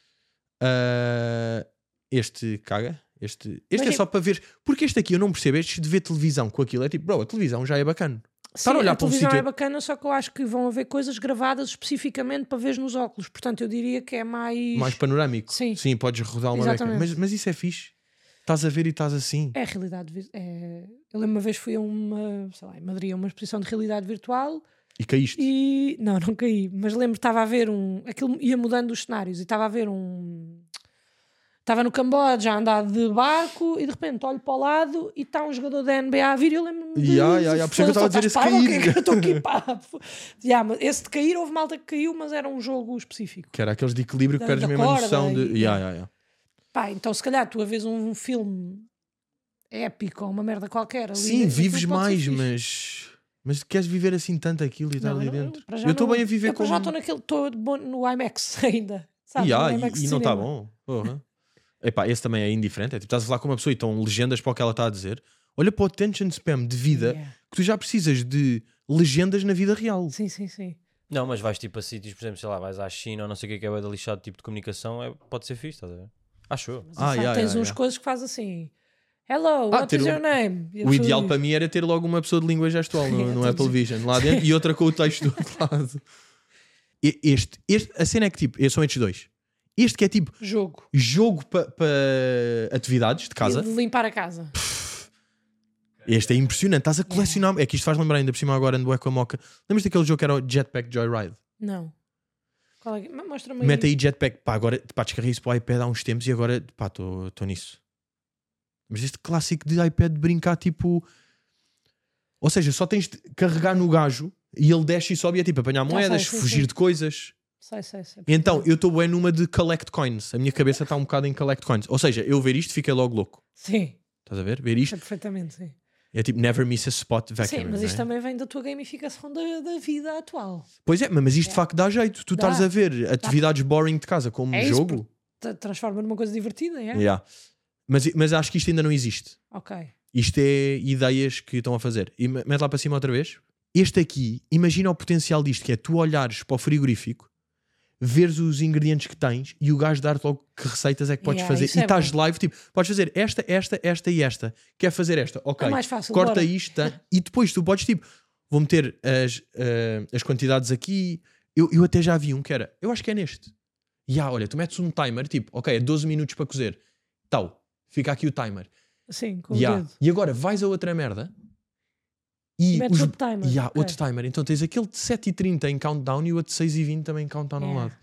B: Ah, este caga. Este, este é
A: Mas é-
B: só para ver. Porque este aqui eu não percebo. Este de ver televisão com aquilo é tipo, bro, a televisão já é bacana. Estar a
A: Sim,
B: olhar
A: a
B: para um
A: televisão
B: sítio.
A: é bacana, só que eu acho que vão haver coisas gravadas especificamente para ver nos óculos. Portanto, eu diria que é mais.
B: mais panorâmico.
A: Sim.
B: podes rodar uma beca.
A: Exatamente.
B: Mas, mas isso é fixe. Estás a ver e estás assim.
A: É a realidade. vi- É... Eu lembro uma vez fui a uma, sei lá, em Madrid, a uma exposição de realidade virtual
B: E caíste.
A: e. Não, <laughs> não caí, mas lembro que estava a ver um. Aquilo ia mudando os cenários e estava a ver um. Estava no Camboja a andar de barco e de repente olho para o lado e está um jogador da NBA a vir e eu lembro-me. de-
B: Ya, ya, ya, por isso é que eu estava a dizer
A: "Foda-se, estás
B: esse
A: parvo,
B: cair."
A: que- que eu estou
B: <laughs>
A: aqui, pá. Ya, mas esse de cair, houve malta que caiu, mas era um jogo específico.
B: Que era aqueles de equilíbrio que
A: Da-
B: perdes
A: da
B: mesmo a
A: corda
B: noção de.
A: e-
B: Ya, ya, ya.
A: Pá, então se calhar tu a vês um filme épico ou uma merda qualquer. Ali,
B: Sim,
A: aquilo
B: vives
A: pode ser
B: mais,
A: fixe.
B: mas. Mas queres viver assim tanto aquilo e está
A: Não,
B: ali
A: eu não- eu
B: dentro?
A: para já
B: Eu estou
A: não-
B: bem a viver
A: eu
B: com.
A: para já estou naquele, estou bom no IMAX <laughs> ainda. Sabes?
B: Ya,
A: no
B: e,
A: IMAX
B: e não está
A: cinema.
B: bom. Porra. Epá, esse também é indiferente. É tipo, estás a falar com uma pessoa e estão legendas para o que ela está a dizer. Olha para o attention spam de vida
A: Yeah.
B: que tu já precisas de legendas na vida real.
A: Sim, sim, sim.
C: Não, mas vais tipo a sítios, por exemplo, sei lá, vais à China ou não sei o que é que é bué da lixado tipo de comunicação, é, pode ser fixe, estás a ver? Acho eu.
A: Mas,
B: Ah,
A: sabe,
B: ya,
A: tens
B: ya,
A: uns
B: ya.
A: coisas que faz assim. Hello,
B: Ah,
A: what
B: ter
A: is
B: um-
A: your name? E a
B: O
A: pessoa
B: ideal
A: diz,
B: para mim era ter logo uma pessoa de
A: <laughs>
B: língua gestual no,
A: Yeah,
B: no
A: É, todos
B: Apple
A: os-
B: Vision lá dentro e outra com o texto do outro lado. E- Este, este, a cena é que tipo, estes são estes dois. Este que é tipo
A: Jogo.
B: jogo para atividades de casa.
A: De limpar a casa.
B: Este é impressionante. Estás a colecionar. É que isto faz lembrar ainda por cima agora ando bué com a moca. Lembras daquele jogo que era o Jetpack Joyride?
A: Não. Qual é que- Mas Mostra-me
B: Mete aí Jetpack. Pá, agora pá, descarreguei isso para o iPad há uns tempos e agora pá, estou nisso. Mas este clássico de iPad de brincar tipo. Ou seja, só tens de carregar no gajo e ele desce e sobe e é tipo apanhar moedas,
A: sei, sim,
B: fugir
A: sim.
B: de coisas.
A: Sei, sei, sei.
B: Então, eu estou bem numa de collect coins. A minha cabeça está um bocado em collect coins. Ou seja, eu ver isto fiquei logo louco.
A: Sim,
B: Estás a ver? Ver isto
A: sei perfeitamente, sim.
B: é tipo never miss a spot vacuum.
A: Sim, mas
B: não
A: isto
B: é?
A: também vem da tua gamificação da, da vida atual.
B: Pois é, mas isto de facto dá jeito. Tu
A: Dá.
B: estás a ver atividades boring de casa como
A: É
B: um
A: isso,
B: jogo.
A: Tra- Transforma numa coisa divertida, é?
B: Yeah. Mas, mas acho que isto ainda não existe.
A: Ok.
B: Isto é ideias que estão a fazer. E me- mete lá para cima outra vez. Este aqui, imagina o potencial disto, que é tu olhares para o frigorífico, veres os ingredientes que tens e o gajo dar-te logo que receitas é que podes
A: Yeah,
B: fazer.
A: isso
B: E
A: é
B: estás
A: bom.
B: live, tipo, podes fazer esta, esta, esta e esta. Quer fazer esta? Ok.
A: É mais fácil,
B: Corta
A: bora.
B: isto. tá? E depois tu podes, tipo, vou meter as, eh, as quantidades aqui. Eu, eu até já vi um que era, eu acho que é neste. E ah, olha, tu metes um timer, tipo, ok, é 12 minutos para cozer. Tal, fica aqui o timer.
A: Sim, com
B: Ya.
A: o dedo.
B: E agora vais a outra merda e
A: Metes outro timer.
B: Ya,
A: Ok.
B: outro timer. Então tens aquele de 7h30 em countdown e o outro de 6h20 também em countdown ao
A: Yeah.
B: lado.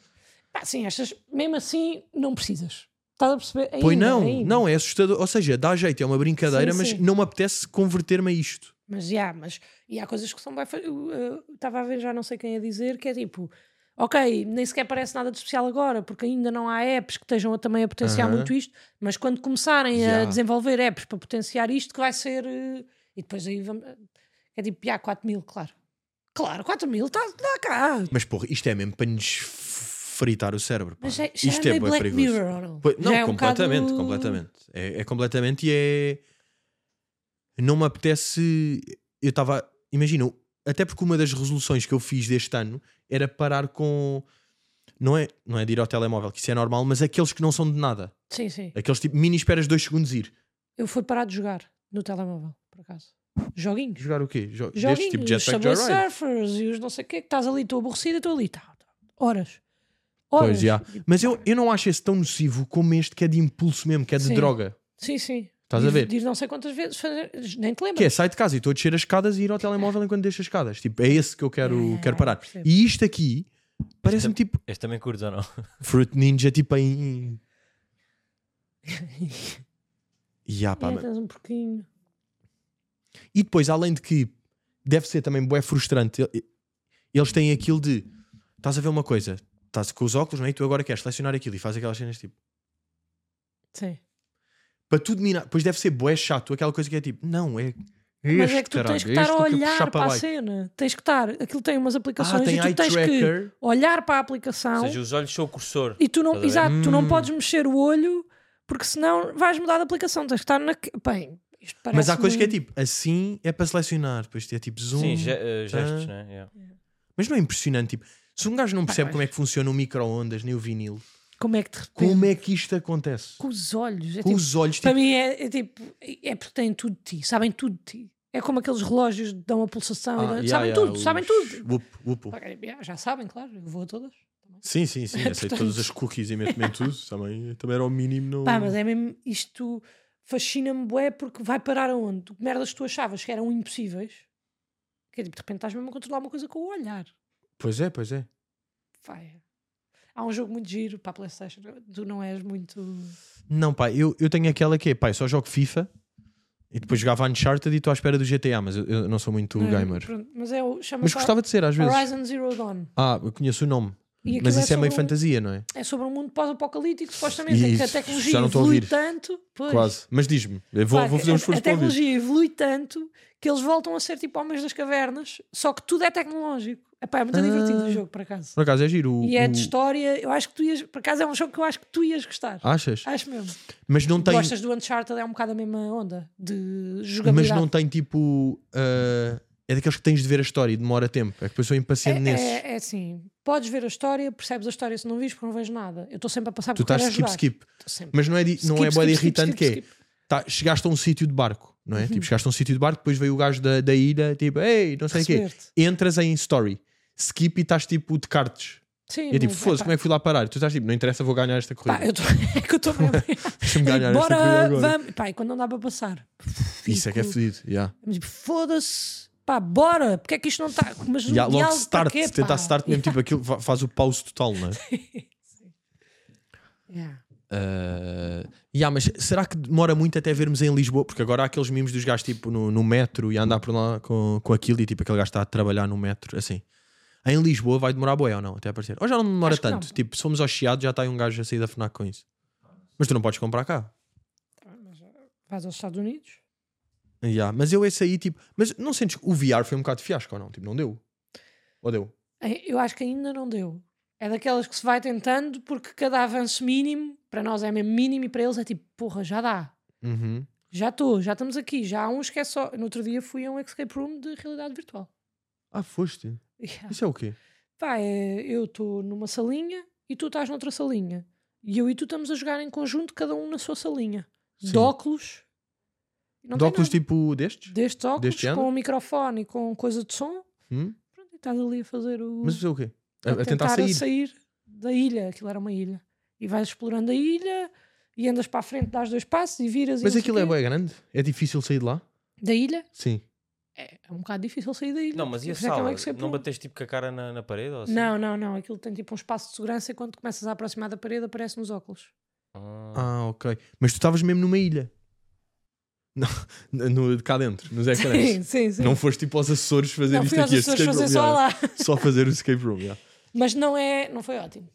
A: Pá, Pá, sim, estas, mesmo assim, não precisas. Estás a perceber? Ainda,
B: Pois não,
A: ainda.
B: não, é assustador. Ou seja, dá jeito, é uma brincadeira,
A: Sim,
B: mas
A: sim.
B: não me apetece converter-me a isto.
A: Mas já, mas e há coisas que são bem. fa- eu, eh, Estava a ver já não sei quem a dizer que é tipo, ok, nem sequer parece nada de especial agora, porque ainda não há apps que estejam a- também a potenciar
B: Aham.
A: muito isto, mas quando começarem
B: Já.
A: a desenvolver apps para potenciar isto, que vai ser. eh, E depois aí vamos. É tipo, já, 4 mil, claro. Claro, 4 mil, está tá cá.
B: Mas porra, isto é mesmo para nos fritar o cérebro. pá.
A: Mas já, já
B: isto
A: é
B: bué
A: meio Black Mirror, ou não?
B: Pois-
A: Já
B: não,
A: é um bocado-
B: completamente, completamente. É, é completamente e é. Não me apetece. Eu estava. Imagina, até porque uma das resoluções que eu fiz deste ano era parar com. Não é, não é de ir ao telemóvel, que isso é normal, mas aqueles que não são de nada.
A: Sim, sim.
B: Aqueles tipo mini esperas dois segundos ir.
A: Eu fui parar de jogar no telemóvel, por acaso. Joguinhos.
B: Jogar o quê? Jo
A: joguinhos,
B: destes tipo
A: os
B: Jetpack
A: Subway
B: Joyride.
A: Surfers e os não sei o quê, que estás ali, estou aborrecida, estou ali, tá, tá, horas. Horas.
B: Pois, já. Mas eu, eu não acho esse tão nocivo como este que é de impulso mesmo, que é de
A: Sim.
B: droga.
A: Sim, sim.
B: Estás a
A: Ir-
B: ver?
A: de ir não sei quantas vezes, fazer- nem te
B: Que é,
A: lembras.
B: sai de casa e estou a descer as escadas e ir ao telemóvel enquanto deixo as escadas. Tipo, é esse que eu quero,
A: Yeah, yeah,
B: quero
A: yeah,
B: parar.
A: percebo.
B: E isto aqui parece-me tipo
C: Este também curto ou não?
B: Fruit Ninja, tipo em.
A: <laughs>
B: Ya, pá,
A: É,
B: mano.
A: tens um porquinho.
B: E depois, além de que deve ser também bué frustrante, e- eles têm aquilo de estás a ver uma coisa, estás com os óculos, não é? E tu agora queres selecionar aquilo e faz aquelas cenas tipo.
A: Sim.
B: para tu dominar. Pois deve ser boé chato, aquela coisa que é tipo, não, é.
A: Mas
B: este,
A: é que tu tens
B: caralho,
A: que estar
B: este
A: a
B: eu quero
A: olhar
B: puxar
A: para, a
B: baixo.
A: cena. Tens que estar. Aquilo tem umas aplicações
B: Ah, tem
A: e tu
B: eye
A: tens que
B: tracker.
A: olhar para a
C: Ou
A: aplicação
C: seja, os olhos são o cursor.
A: e tu não,
C: Estás a ver?
A: exato, tu não
B: Hum.
A: podes mexer o olho porque senão vais mudar de aplicação. Tens que estar na. Bem, isto parece.
B: Mas há coisas que é tipo, assim é para selecionar, depois é tipo zoom.
C: Sim, ge- eh, gestos,
B: tá.
C: né? Yeah.
B: Mas não é impressionante, tipo, se um gajo não percebe
A: mas-
B: como é que funciona o micro-ondas nem o vinil,
A: Como é que de repente.
B: tipo, como é que isto acontece?
A: Com os olhos. É
B: Com
A: tipo,
B: os olhos,
A: Para
B: tipo,
A: mim é, é tipo, é porque têm tudo de ti, sabem tudo de ti. É como aqueles relógios que dão a pulsação, e
B: ah,
A: dão-
B: yeah,
A: sabem
B: yeah,
A: tudo, sabem
B: os-
A: tudo.
B: Wup, wup, wup.
A: Pá, é, yeah, Já sabem, claro, eu vou a todas.
B: Sim, sim,
A: <laughs>
B: sim, aceito todas as cookies e meto-me em tudo, <laughs> também, também era o mínimo. Não...
A: Pá, mas é mesmo, isto fascina-me, bué, porque vai parar aonde? Merdas que tu achavas que eram impossíveis, que é tipo, de repente estás mesmo a controlar uma coisa com o olhar.
B: Pois é, pois é.
A: Vai. Há um jogo muito giro para a Playstation, tu não és muito...
B: Um Não, pá, eu, eu tenho aquela que é, pá, eu só jogo FIFA e depois jogava Uncharted e estou à espera do GTA, mas eu, eu não sou muito
A: Não, é?
B: gamer.
A: pronto, Mas é o...
B: Mas
A: Chama-se
B: gostava de ser, às vezes.
A: Horizon Zero Dawn.
B: Ah, eu conheço o nome.
A: E aquilo
B: Mas isso é, meio
A: sobre um-
B: fantasia, não é?
A: É sobre um mundo pós-apocalíptico, supostamente, em que a
B: Isso,
A: tecnologia
B: já não estou a
A: evolui
B: ouvir.
A: tanto. Pois,
B: Quase. Mas diz-me, eu vou,
A: Pá,
B: vou fazer um esforço
A: A
B: para ouvir.
A: tecnologia evolui tanto que eles voltam a ser tipo homens das cavernas, só que tudo é tecnológico. Epá, é muito
B: Ah.
A: divertido o jogo, por acaso.
B: Por acaso é giro. O,
A: E é de
B: o-
A: história. Eu acho que tu ias. Por acaso é um jogo que eu acho que tu ias gostar.
B: Achas?
A: Acho mesmo.
B: Mas não Ah, tem,
A: Ah, Gostas do Uncharted, é um bocado a mesma onda de
B: mas
A: jogabilidade.
B: não tem tipo. ah, é daqueles que tens de ver a história e demora tempo. É que depois sou impaciente
A: é,
B: nesses.
A: é, é assim, podes ver a história, percebes a história se não viste, porque não vejo nada. Eu estou sempre a passar
B: tu
A: por
B: estás skip, skip. Mas não é, di- não
A: Skip,
B: é boa
A: skip, skip,
B: irritante
A: skip,
B: que é.
A: skip. Uhum.
B: tá, chegaste a um sítio de barco, não é? Tipo, chegaste a um sítio de barco, depois veio o gajo da, da ilha, tipo, ei, não sei o quê.
A: Receber-te.
B: Entras em story, skip e estás tipo de cartes.
A: Sim,
B: E é tipo,
A: mas,
B: foda-se,
A: epá,
B: como é que fui lá parar? E tu estás tipo, não interessa, vou ganhar esta corrida.
A: Pá, eu tô, <laughs> é que eu estou mesmo.
B: Hum. <laughs> Deixa-me ganhar esta corrida
A: Bora,
B: agora.
A: vamos. Pá, e quando não dá para passar?
B: Isso é que é fodido. Yeah.
A: Mas, tipo, Foda-se. Pá, bora. Porque é que isto não está. Mas
B: Yeah,
A: o
B: logo
A: diálogo tá
B: start,
A: quê, pá?
B: tentar start mesmo, tipo aquilo fa- faz o pause total, não é?
A: <laughs> Yeah.
B: Uh, yeah, mas será que demora muito até vermos em Lisboa? Porque agora há aqueles mimos dos gajos tipo no, no metro e a andar por lá com, com aquilo e tipo aquele gajo está a trabalhar no metro, assim. Em Lisboa vai demorar boé ou não? Até aparecer. Ou já não demora
A: Acho que
B: tanto.
A: não.
B: Tipo, se fomos ao Chiado já está aí um gajo a sair da FNAC com isso. Mas tu não podes comprar cá.
A: Vais aos Estados Unidos?
B: Yeah, mas eu esse aí tipo. Mas não sentes que o VR foi um bocado de fiasco ou não? Tipo, não deu? Ou deu?
A: Eh, Eu acho que ainda não deu. É daquelas que se vai tentando porque cada avanço mínimo, para nós é mesmo mínimo e para eles é tipo, porra, já dá.
B: Uhum.
A: Já estou, já estamos aqui. Já há uns que é só. No outro dia fui a um escape room de realidade virtual. <laughs>
B: Ah, foste.
A: Yeah.
B: Isso é o quê?
A: Pá, é, eu estou numa salinha e tu estás noutra salinha. E eu e tu estamos a jogar em conjunto, cada um na sua salinha.
B: Sim.
A: De óculos. Não
B: De
A: tem
B: óculos
A: nada.
B: tipo destes?
A: Destes óculos,
B: deste género?
A: com um microfone e com coisa de som.
B: Hum?
A: Pronto, e estás ali a fazer o.
B: Mas isso é o quê? A, a tentar, sair.
A: da ilha. Aquilo era uma ilha. E vais explorando a ilha e andas para a frente, dás dois passos e viras. e
B: Mas
A: não sei
B: aquilo é
A: quê.
B: bem grande? É difícil sair de lá?
A: Da ilha?
B: Sim.
A: é, é um bocado difícil sair da ilha.
C: Não, mas e a
A: Por isso é que eu
C: sala?
A: é que sei
C: Não
A: por-
C: bateste tipo com a cara na, na parede ou assim?
A: Não, não, não. Aquilo tem tipo um espaço de segurança e quando começas a aproximar da parede aparece nos óculos.
C: Ah.
B: Ah, ok. Mas tu estavas mesmo numa ilha. Não, no, de cá dentro, nos
A: <laughs>
B: ecrãs.
A: sim, sim.
B: Não foste tipo aos Açores fazer
A: Não,
B: isto
A: fui aos
B: aqui, este
A: Açores fazer
B: escape room,
A: só
B: yeah.
A: lá. <laughs>
B: Só fazer o escape room, yeah.
A: Mas não é, não foi ótimo.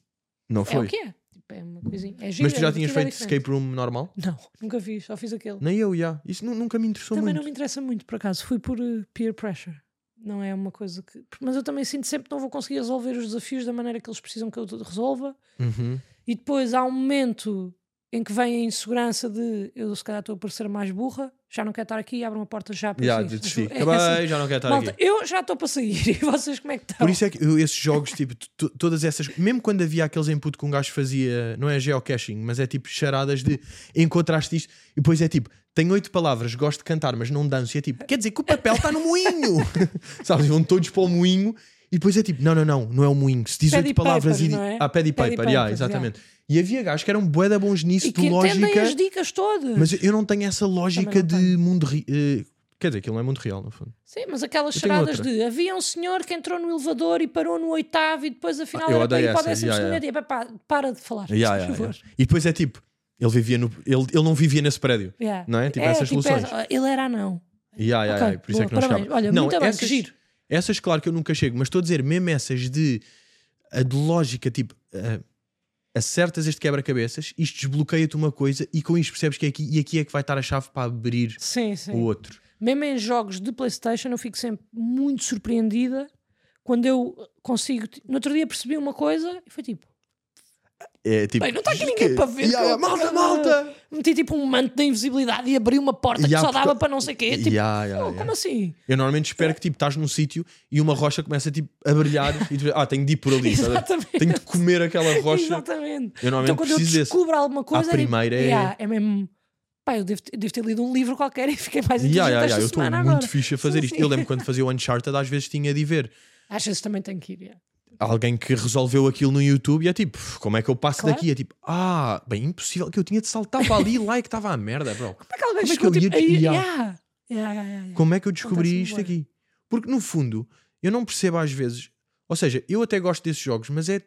B: Não
A: É o
B: foi.
A: que é. Tipo, é uma coisinha. É
B: Mas
A: giro,
B: tu
A: é
B: já
A: uma
B: tinhas
A: atividade
B: feito
A: diferente.
B: escape room normal?
A: Não, nunca fiz, só fiz aquele.
B: Nem eu, já. Isso nu- nunca me interessou
A: também não
B: muito.
A: me interessa muito, por acaso. Fui por eh, peer pressure. Não é uma coisa que. Mas eu também sinto sempre que não vou conseguir resolver os desafios da maneira que eles precisam que eu resolva.
B: Uhum.
A: E depois há um momento em que vem a insegurança de eu se calhar estou a parecer mais burra, já não quero estar aqui, abram a porta já para
B: Já,
A: sair.
B: desisti.
A: É
B: Acabei,
A: assim.
B: já não quero estar
A: Malta,
B: aqui.
A: eu já estou para sair. <laughs> E vocês como é que estão?
B: Por isso é que eu- esses jogos, tipo, tu- tu- todas essas. Mesmo quando havia aqueles input que um gajo fazia, não é geocaching, mas é tipo charadas de encontraste isto e depois é tipo, tenho oito palavras, gosto de cantar, mas não danço. E é tipo, quer dizer que o papel está no
A: <laughs>
B: moinho. Sabes? Vão todos para o moinho e depois é tipo, não, não, não, não é o moinho. Se diz
A: Pad
B: oito
A: e
B: palavras
A: papers,
B: e. di-
A: não é?
B: Ah, pad e
A: Pad e
B: paper, yeah,
A: papers,
B: exatamente. E havia gajos que eram bué da bons nisso
A: e
B: de
A: que entendem
B: lógica.
A: as dicas todas.
B: Mas eu não tenho essa lógica
A: Também não
B: de mundo. Ri... eh, quer dizer, aquilo não é mundo real, no fundo.
A: Sim, mas aquelas
B: Eu tenho
A: charadas
B: outra.
A: de havia um senhor que entrou no elevador e parou no oitavo e depois afinal
B: Ah, eu
A: era para
B: odeio
A: ir para o
B: essa,
A: décimo
B: yeah,
A: segundo e pá, pá, para de falar,
B: Yeah,
A: por
B: yeah,
A: favor.
B: yeah. E depois é tipo, ele vivia no. Ele, ele não vivia nesse prédio.
A: Yeah.
B: Não é? Tipo
A: É,
B: essas soluções.
A: essa- ele era anão.
B: Yeah, yeah,
A: Ok,
B: yeah, Por isso é
A: boa,
B: que não
A: parabéns.
B: chegava.
A: Olha,
B: não,
A: muito bem, que
B: essas,
A: giro.
B: essas, claro que eu nunca chego, mas estou a dizer, mesmo essas de. A de lógica, tipo. ah, acertas este quebra-cabeças, isto desbloqueia-te uma coisa e com isto percebes que é aqui e aqui é que vai estar a chave para abrir
A: Sim, sim.
B: o outro.
A: Mesmo em jogos de Playstation eu fico sempre muito surpreendida quando eu consigo... No outro dia percebi uma coisa e foi tipo...
B: É tipo.
A: Bem, não está aqui ninguém para ver.
B: Yeah, yeah,
A: que eu-
B: malta, malta!
A: Meti tipo um manto da invisibilidade e abri uma porta
B: Yeah,
A: que só
B: porque-
A: dava para não sei o quê. Tipo,
B: Yeah, yeah,
A: oh,
B: yeah.
A: como assim?
B: Eu normalmente espero que tipo, estás num sítio e uma rocha começa tipo, a brilhar <laughs> e tu ah, tenho de ir por ali, estás a
A: <laughs>
B: ver?
A: Exatamente.
B: tenho de comer aquela rocha.
A: Exatamente.
B: Eu normalmente
A: Então quando eu
B: preciso desse.
A: descubro alguma coisa. é tipo,
B: primeira é-
A: "Ya, é mesmo. Pá, eu devo, eu devo ter lido um livro qualquer e fiquei mais inteligente
B: Ya, ya, ya,
A: esta
B: eu estou muito
A: semana agora.
B: fixe a fazer
A: Sim,
B: isto.
A: sim.
B: Eu lembro quando fazia o Uncharted, às vezes tinha de ir ver
A: Às vezes também tenho que ir. ya. é
B: alguém que resolveu aquilo no YouTube e é tipo, como é que eu passo
A: Claro.
B: daqui? É tipo, ah, bem impossível que eu tinha de saltar para ali lá é que estava a merda, bro.
A: Como é que alguém
B: Mas
A: ficou
B: que eu
A: tipo.
B: ia-
A: "Ai, ya,
B: ya."
A: ya, ya, ya, ya."
B: Como é que eu descobri
A: Acontece-me
B: isto
A: bué.
B: aqui? Porque no fundo, eu não percebo às vezes, ou seja, eu até gosto desses jogos, mas é,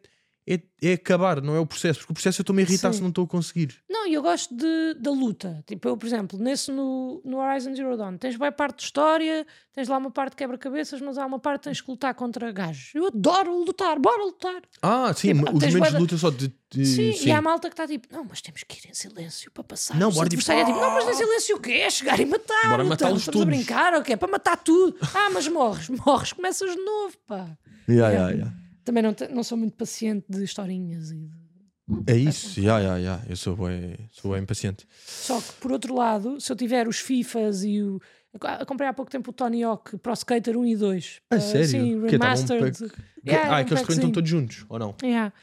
B: é, é acabar, não é o processo, porque o processo eu estou-me a irritar
A: Sim.
B: se não estou a conseguir.
A: Não, e eu gosto de, da luta. Tipo, eu, por exemplo, nesse no, no Horizon Zero Dawn, tens bem parte de história, tens lá uma parte de quebra-cabeças, mas há uma parte que tens que lutar contra gajos. Eu adoro lutar, bora lutar.
B: Ah, sim,
A: Tipo,
B: os
A: tens bué
B: momentos de
A: da-
B: luta só de. de-
A: Sim,
B: sim.
A: e há malta que está tipo, não, mas temos que ir em silêncio para passar.
B: Não,
A: Os
B: bora, tipo,
A: adversários é tipo, não, mas em silêncio o quê? É chegar e matar.
B: Bora
A: então,
B: matá-los
A: Estamos a
B: todos."
A: brincar, ou quê? Para matar tudo. Ah, mas morres, <laughs> morres, começas de novo, pá.
B: Ya, ya, ya.
A: Também não, te- não sou muito paciente de historinhas. E de-
B: É isso, já, já, já. Eu sou bem, sou bué impaciente.
A: Só que, por outro lado, se eu tiver os FIFAs e o. eu Comprei há pouco tempo o Tony Hawk Pro Skater 1 e 2.
B: A
A: Ah,
B: sério?
A: Sim,
B: Que estavam um
A: remastered.
B: pack-
A: Yeah,
B: ah,
A: era um
B: aqueles que estão
A: packzinho.
B: todos juntos, ou não?
A: Yeah.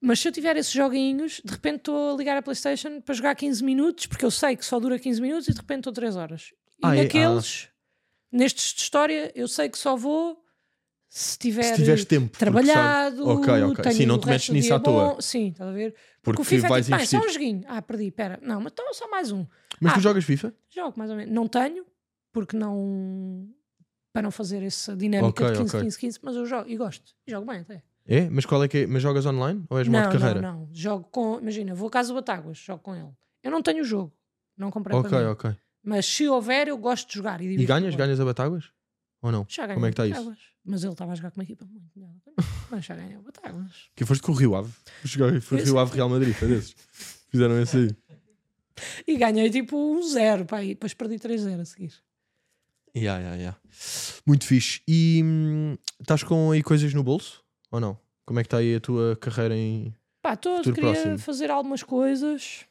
A: Mas se eu tiver esses joguinhos, de repente estou a ligar a PlayStation para jogar 15 minutos, porque eu sei que só dura 15 minutos e de repente estou 3 horas. E
B: Ah, é?
A: naqueles, nestes de história, eu sei que só vou se tiver
B: Se tiveres tempo, porque
A: trabalhado.
B: sabes- Ok, ok.
A: tenho
B: Sim, não
A: o
B: te metes
A: resto do
B: nisso
A: dia
B: à toa.
A: bom. Sim, estás a ver?
B: Porque
A: o FIFA é
B: vais
A: tipo, "Ah, é só um
B: investir."
A: joguinho. Ah, perdi, pera. Não, mas então só mais um.
B: Mas tu
A: Ah.
B: jogas FIFA?
A: Jogo, mais ou menos. Não tenho, porque não. Para não fazer essa dinâmica
B: Ok,
A: de 15,
B: ok.
A: 15, 15, mas eu jogo e gosto. E jogo bem até.
B: É? Mas qual é que é? Mas jogas online ou és
A: não,
B: modo carreira?
A: Não, não, jogo com. Imagina, vou à casa do Batáguas, jogo com ele. Eu não tenho o jogo, não comprei
B: Ok,
A: para mim.
B: ok.
A: Mas se houver, eu gosto de jogar. E,
B: E
A: divirto-me
B: ganhas?
A: bué.
B: Ganhas a Batáguas? Ou não?
A: Já ganhei
B: Como é que está
A: o
B: isso?
A: Batáguas. Mas ele estava a jogar com uma equipa muito melhor.
B: <laughs>
A: Mas já ganhei o Batáguas.
B: Que foste com o Rio Ave. Joguei- Foi
A: Eu
B: Rio Ave Real Madrid, foi desses. Fizeram esse aí.
A: E ganhei tipo um zero, pá, e depois perdi 3-0 a seguir.
B: Ya, ya, ya. Muito fixe. E hum, estás com aí coisas no bolso? Ou não? Como é que está aí a tua carreira em.
A: Pá, estou
B: Futuro
A: queria
B: próximo.
A: fazer algumas coisas.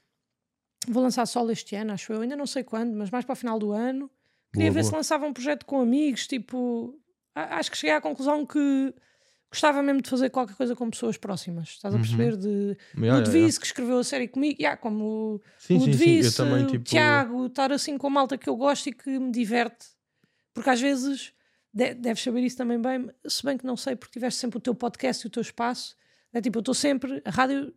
A: Vou lançar solo este ano, acho eu. Ainda não sei quando, mas mais para o final do ano. Queria
B: Boa,
A: ver
B: boa.
A: se lançava um projeto com amigos, tipo. a- Acho que cheguei à conclusão que gostava mesmo de fazer qualquer coisa com pessoas próximas. Estás a
B: Uhum.
A: perceber? De
B: Ya, ya, ya.
A: Ludwig, que escreveu a série comigo, yeah, como
B: Sim,
A: o
B: sim, sim. Eu
A: Device,
B: também,
A: o
B: tipo.
A: Tiago, estar assim com a malta que eu gosto e que me diverte. Porque às vezes, de- deves saber isso também bem, se bem que não sei, porque tiveste sempre o teu podcast e o teu espaço. É tipo, eu estou sempre. A rádio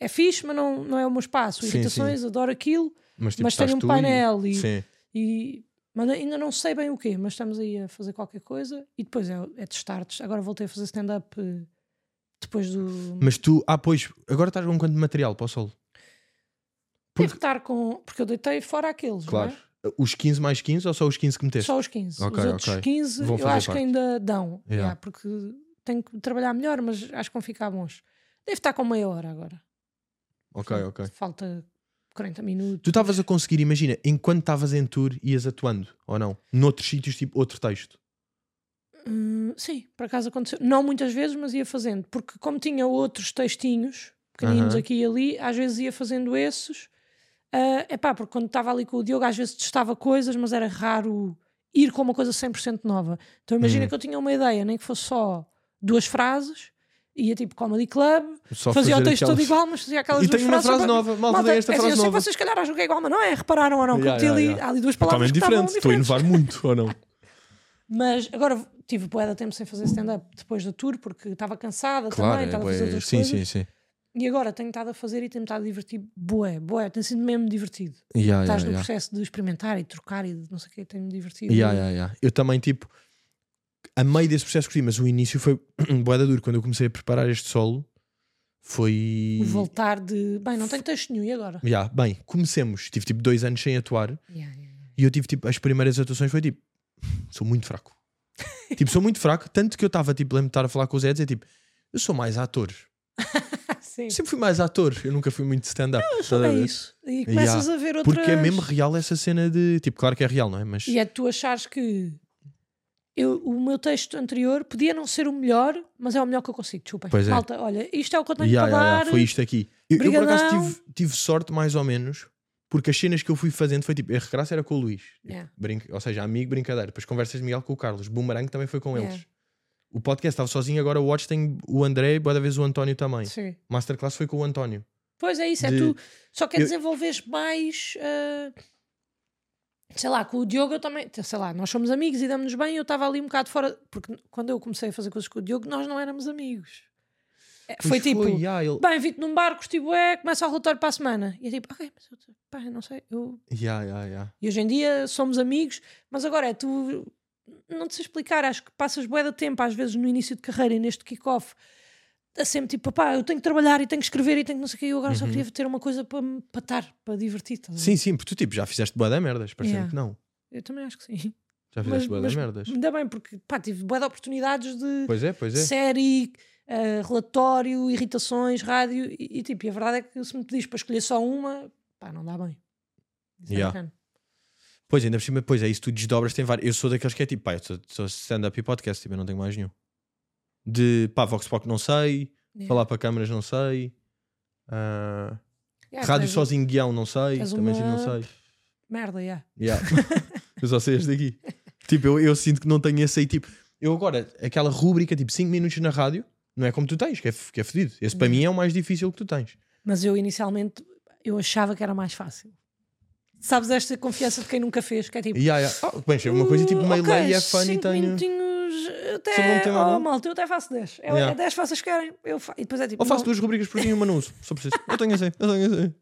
A: é fixe, mas não, não é o meu espaço.
B: Sim,
A: Irritações, adoro aquilo,
B: Mas, tipo,
A: mas
B: estás
A: tenho um
B: tu e-
A: painel e,
B: Sim.
A: e Mas ainda não sei bem o quê, mas estamos aí a fazer qualquer coisa e depois é, é testar. Agora voltei a fazer stand-up eh, depois do.
B: Mas tu, ah, pois, agora estás com quanto material para o solo?
A: Deve estar com. Porque eu deitei fora aqueles. não é?
B: Claro. Os 15 mais 15 ou só os 15 que meteste?
A: Só os 15.
B: Ok,
A: os outros
B: ok.
A: 15
B: Vão
A: eu
B: fazer
A: acho
B: parte.
A: que ainda dão.
B: Yeah.
A: yeah, porque tenho que trabalhar melhor, mas acho que vão ficar bons. Deve estar com meia hora agora.
B: Ok,
A: Portanto,
B: ok.
A: Falta 40 minutos.
B: Tu estavas a conseguir, imagina, enquanto estavas em tour, ias atuando, ou não? Noutros sítios, tipo outro texto.
A: Hum, sim, por acaso aconteceu. Não muitas vezes, mas ia fazendo. Porque como tinha outros textinhos, pequeninos
B: Aham.
A: aqui e ali, às vezes ia fazendo esses. é epá, porque quando estava ali com o Diogo, às vezes testava coisas, mas era raro ir com uma coisa 100% nova. Então imagina
B: Uhum.
A: que eu tinha uma ideia, nem que fosse só duas frases, ia tipo Comedy Club,
B: Só
A: fazia o
B: fazer
A: texto todo
B: aquelas-
A: igual, mas fazia aquelas
B: E
A: duas
B: tenho uma
A: frases. só
B: frase
A: para-
B: nova, malta,
A: Malta,
B: dei esta
A: é assim,
B: frase
A: eu sei que
B: nova.
A: vocês se calhar acham que é igual, mas não é, repararam ou não,
B: Yeah,
A: porque
B: yeah,
A: ali,
B: yeah.
A: há ali duas palavras
B: Totalmente
A: que estavam
B: diferente, estou a
A: diferentes.
B: inovar muito,
A: <laughs>
B: ou não?
A: Mas agora tive bué de tempo sem fazer stand-up depois da tour, porque estava cansada também, estava a fazer outras
B: é sim,
A: coisas.
B: sim, sim.
A: E agora tenho estado a fazer e tenho estado a divertir bué, bué, tem sido mesmo divertido.
B: Yeah,
A: Estás
B: Ah, yeah,
A: no
B: yeah.
A: processo de experimentar e trocar e de não sei o que, tenho-me divertido.
B: Yeah, yeah, yeah. Eu também, tipo, a meio desse processo curti, mas o início foi <clears throat> boeda duro. Quando eu comecei a preparar este solo, foi.
A: O voltar de, bem, não tenho texto nenhum e agora?
B: Yeah, bem, comecemos. Tive tipo dois anos sem atuar
A: Yeah, yeah, yeah.
B: e eu tive tipo, as primeiras atuações foi tipo, sou
A: <laughs>
B: muito fraco. tipo, sou muito fraco, tanto que eu estava tipo, lembro de estar a falar com o Zé e dizer tipo, eu sou mais ator.
A: <laughs> Sim.
B: Eu sempre fui mais ator, eu nunca fui muito stand-up. estás a
A: É
B: ver?
A: isso. E começas a ver outras...
B: Porque é mesmo real essa cena de. Tipo, claro que é real, não é? Mas.
A: E é tu achares que eu, o meu texto anterior podia não ser o melhor, mas é o melhor que eu consigo, desculpem.
B: Pois é.
A: Malta, olha, isto é o que eu tenho
B: Ya,
A: para
B: ya,
A: dar.
B: ya, foi isto aqui. Eu, eu, por acaso
A: Brigadão.
B: tive, tive sorte, mais ou menos, porque as cenas que eu fui fazendo foi tipo, a recraça era com o Luís,
A: Yeah.
B: Brinca- ou seja, amigo, brincadeira. Depois conversas de Miguel com o Carlos, Boomerang também foi com
A: Yeah.
B: eles. O podcast estava sozinho, agora o Watch tem o André e boa da vez o António também.
A: Sim.
B: Masterclass foi com o António.
A: Pois é isso, é
B: De-
A: tu só quer
B: Eu-
A: desenvolveres mais ah, sei lá, com o Diogo eu também, sei lá, nós somos amigos e damos-nos bem, eu estava ali um bocado fora, porque quando eu comecei a fazer coisas com o Diogo, nós não éramos amigos. É, Foi
B: Pois
A: tipo,
B: ya, ele-
A: bem, vi-te num bar, curti bué, começa o relatório para a semana. E é tipo, ok, mas eu, pá, eu não sei, eu
B: Ya, ya, ya.
A: E hoje em dia somos amigos, mas agora é tu. Não te sei explicar, acho que passas bué de tempo, às vezes no início de carreira e neste kick-off, a sempre tipo, papá, eu tenho que trabalhar e tenho que escrever e tenho que não sei o que, eu agora só queria ter uma coisa para me- para estar, para divertir. estás a ver?
B: Uhum. Sim, sim, porque tu tipo, já fizeste boa da merdas, parecendo
A: Ya.
B: que não.
A: Eu também acho que sim.
B: Já fizeste boa da merdas.
A: Ainda bem, porque pá, tive bué de oportunidades de
B: Pois é, pois é.
A: série, eh, relatório, irritações, rádio e, e, tipo, e a verdade é que se me pedis para escolher só uma, pá, não dá bem. Isso é
B: Yeah.
A: bacana.
B: Pois, ainda por cima, pois é isso, tu desdobras, tem vários. Eu sou daqueles que é tipo, pá, eu sou, sou stand-up e podcast, tipo, eu não tenho mais nenhum. De pá, Vox Pop não sei,
A: Yeah.
B: falar para câmaras não sei, ah,
A: Yeah,
B: rádio
A: É, tens- um-
B: sozinho guião não sei,
A: tens
B: também assim
A: uma-
B: não sei.
A: Merda, yeah.
B: Yeah. <laughs> eu só sei este daqui. Tipo, eu, eu sinto que não tenho esse aí, tipo, eu agora, aquela rúbrica, tipo, 5 minutos na rádio, não é como tu tens, que é, f- que é fedido. Esse
A: Uhum.
B: para mim é o mais difícil que tu tens.
A: Mas eu inicialmente eu achava que era mais fácil. Sabes esta confiança de quem nunca fez, que é tipo.
B: E yeah, yeah. Ah, bem, é uma coisa tipo
A: "Uh,
B: meio
A: ok,
B: lei é fã e
A: cinco
B: tenho.
A: minutinhos
B: Só não
A: até.
B: tem nada.
A: Oh, malta, eu até faço 10. Eu,
B: Yeah.
A: É 10 vocês querem. Eu fa... E depois é tipo.
B: Ou faço
A: não.
B: duas rubricas por dia e uma não uso. Só preciso. Eu tenho assim, eu tenho assim.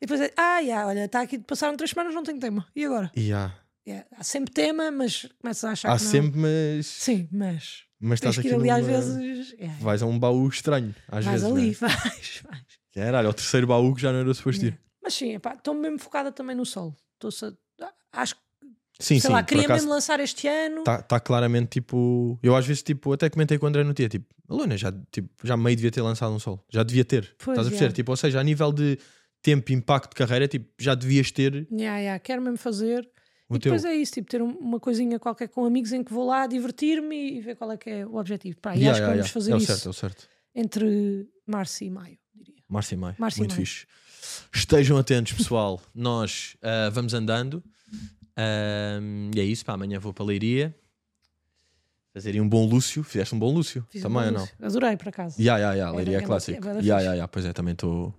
A: E depois é. Ah, yeah, olha, está aqui, passaram 3 semanas, não tenho tema. E agora?
B: E há.
A: Yeah, Há sempre tema, mas começas a achar
B: Há
A: que. não.
B: sempre, mas,
A: Sim, mas.
B: mas
A: Tens
B: estás
A: que
B: aqui
A: ir ali às
B: numa-
A: vezes. Yeah.
B: Vais a um baú estranho, às
A: Vais
B: vezes.
A: ali,
B: Né?
A: <laughs> vais, vais.
B: Caralho, o terceiro baú que já não era suposto ir.
A: Yeah. Mas sim, estou mesmo focada também no sol. Estou só- Acho que, sei
B: Sim, sim,
A: lá,
B: por
A: queria
B: acaso Tá
A: mesmo lançar este ano.
B: está claramente tipo. Eu às vezes tipo, até comentei com o André no dia, tipo, Luna, já, tipo, já meio devia ter lançado um solo. Já devia ter.
A: Pois,
B: Estás a perceber?
A: é.
B: Tipo, ou seja, a nível de tempo, impacto de carreira, tipo, já devias ter
A: Yeah, yeah, quero mesmo fazer.
B: O
A: e depois
B: teu.
A: é isso, tipo, ter um- uma coisinha qualquer com amigos em que vou lá divertir-me e ver qual é que é o objetivo. Pá, e
B: Yeah,
A: acho que
B: yeah,
A: vamos
B: yeah.
A: fazer
B: é o
A: isso
B: certo, é o certo.
A: entre março e maio, diria.
B: Março e maio.
A: Março e
B: Muito
A: maio.
B: fixe. Estejam atentos, pessoal. Nós ah, vamos andando. Ah, e é isso. Pá, amanhã vou para a Leiria. Fazer aí um bom Lúcio. Fizeste um bom Lúcio
A: Fiz um
B: também ou não?
A: anúncio. Adorei, por acaso.
B: Ya, ya, ya. Leiria é
A: grande-
B: clássico.
A: é bué da
B: Ya,
A: fixe.
B: ya, ya. Pois é, também estou.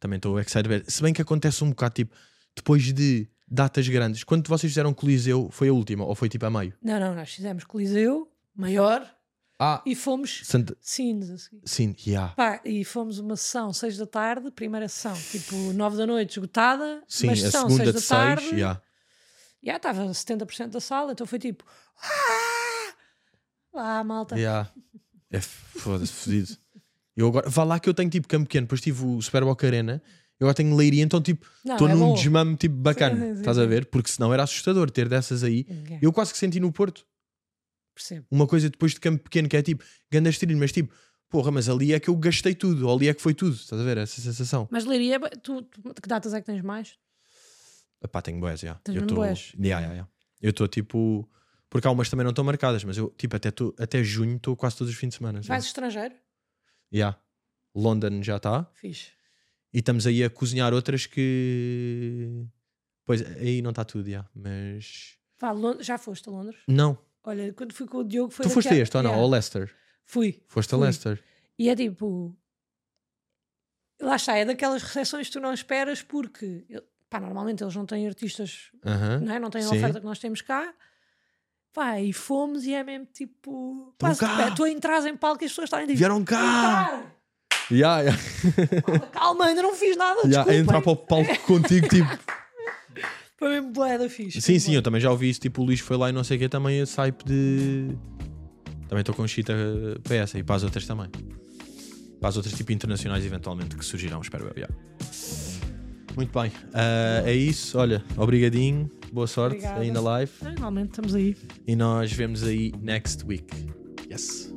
B: Também estou excited. a ver. Se bem que acontece um bocado, tipo, depois de datas grandes, quando vocês fizeram Coliseu, foi a última ou foi tipo a meio?
A: Não, não, nós fizemos Coliseu, maior,
B: Ah,
A: e fomos
B: Santa-
A: Sines, a seguir.
B: sim, ya.
A: Pá, e fomos uma sessão, 6 da tarde, primeira sessão, tipo 9 da noite, esgotada,
B: Sim,
A: mas
B: a
A: sessão
B: segunda
A: 6
B: de
A: da
B: seis.
A: tarde,
B: ya.
A: E yeah, estava 70% da sala, então foi tipo. "Ah!" Lá, malta.
B: Yeah. É f- foda-se, fodido. Eu agora, vá lá que eu tenho tipo campo pequeno, depois tive o Super Boca Arena, eu agora tenho leiria, então tipo,
A: Não,
B: estou
A: é
B: num
A: bom.
B: desmame tipo bacana,
A: Sim, sim,
B: estás a ver? Porque senão era assustador ter dessas aí.
A: Yeah,
B: Eu quase que senti no Porto
A: Percebo.
B: uma coisa depois de campo pequeno que é tipo, gandas trilho, mas tipo, porra, mas ali é que eu gastei tudo, ou ali é que foi tudo, estás a ver? Essa sensação.
A: Mas Leiria, é tu, tu, que datas é que tens mais?
B: Epá, tenho boés, já.
A: Tens
B: Eu
A: mesmo
B: estou.
A: bués?
B: Yeah, yeah, yeah. Eu estou tipo. Porque há umas também não estão marcadas, mas eu, tipo, até, tô- até junho estou quase todos os fins de semana. já.
A: Vais estrangeiro?
B: Yeah. London já está.
A: Fixe.
B: E estamos aí a cozinhar outras que. Pois, aí não está tudo, já. Mas.
A: Vá, Lon- já foste a Londres?
B: Não.
A: Olha, quando fui com o Diogo foi
B: tu foste a
A: daquela-
B: este ou não?
A: é Yeah.
B: Ou Leicester?
A: Fui.
B: Foste a
A: Fui.
B: Leicester.
A: E é tipo. Lá está, é daquelas recepções que tu não esperas porque. eu- Pá, normalmente eles não têm artistas,
B: Aham.
A: não, é? não têm a
B: Sim.
A: oferta que nós temos cá. Pá, e fomos e é mesmo tipo.
B: Tão
A: quase de
B: cá.
A: pé. Tu entras em palco e as pessoas estarem tipo.
B: Vieram cá!
A: "Entrar!
B: Yeah, yeah.
A: Calma, ainda não fiz nada.
B: Yeah, a entrar
A: desculpa.
B: para o palco contigo, tipo.
A: Foi mesmo bué da fixe.
B: Sim,
A: foi
B: sim,
A: bué.
B: eu também já ouvi isso. Tipo, o Luís foi lá e não sei o que também esse hype de. Também estou com um chita para essa e para as outras também. Para as outras, tipo, internacionais, eventualmente, que surgirão, espero eu. yeah. Muito bem, ah, é isso. Olha, obrigadinho, boa sorte
A: Obrigada.
B: ainda live.
A: Ah, Realmente estamos aí.
B: E nós vemos aí next week. Yes.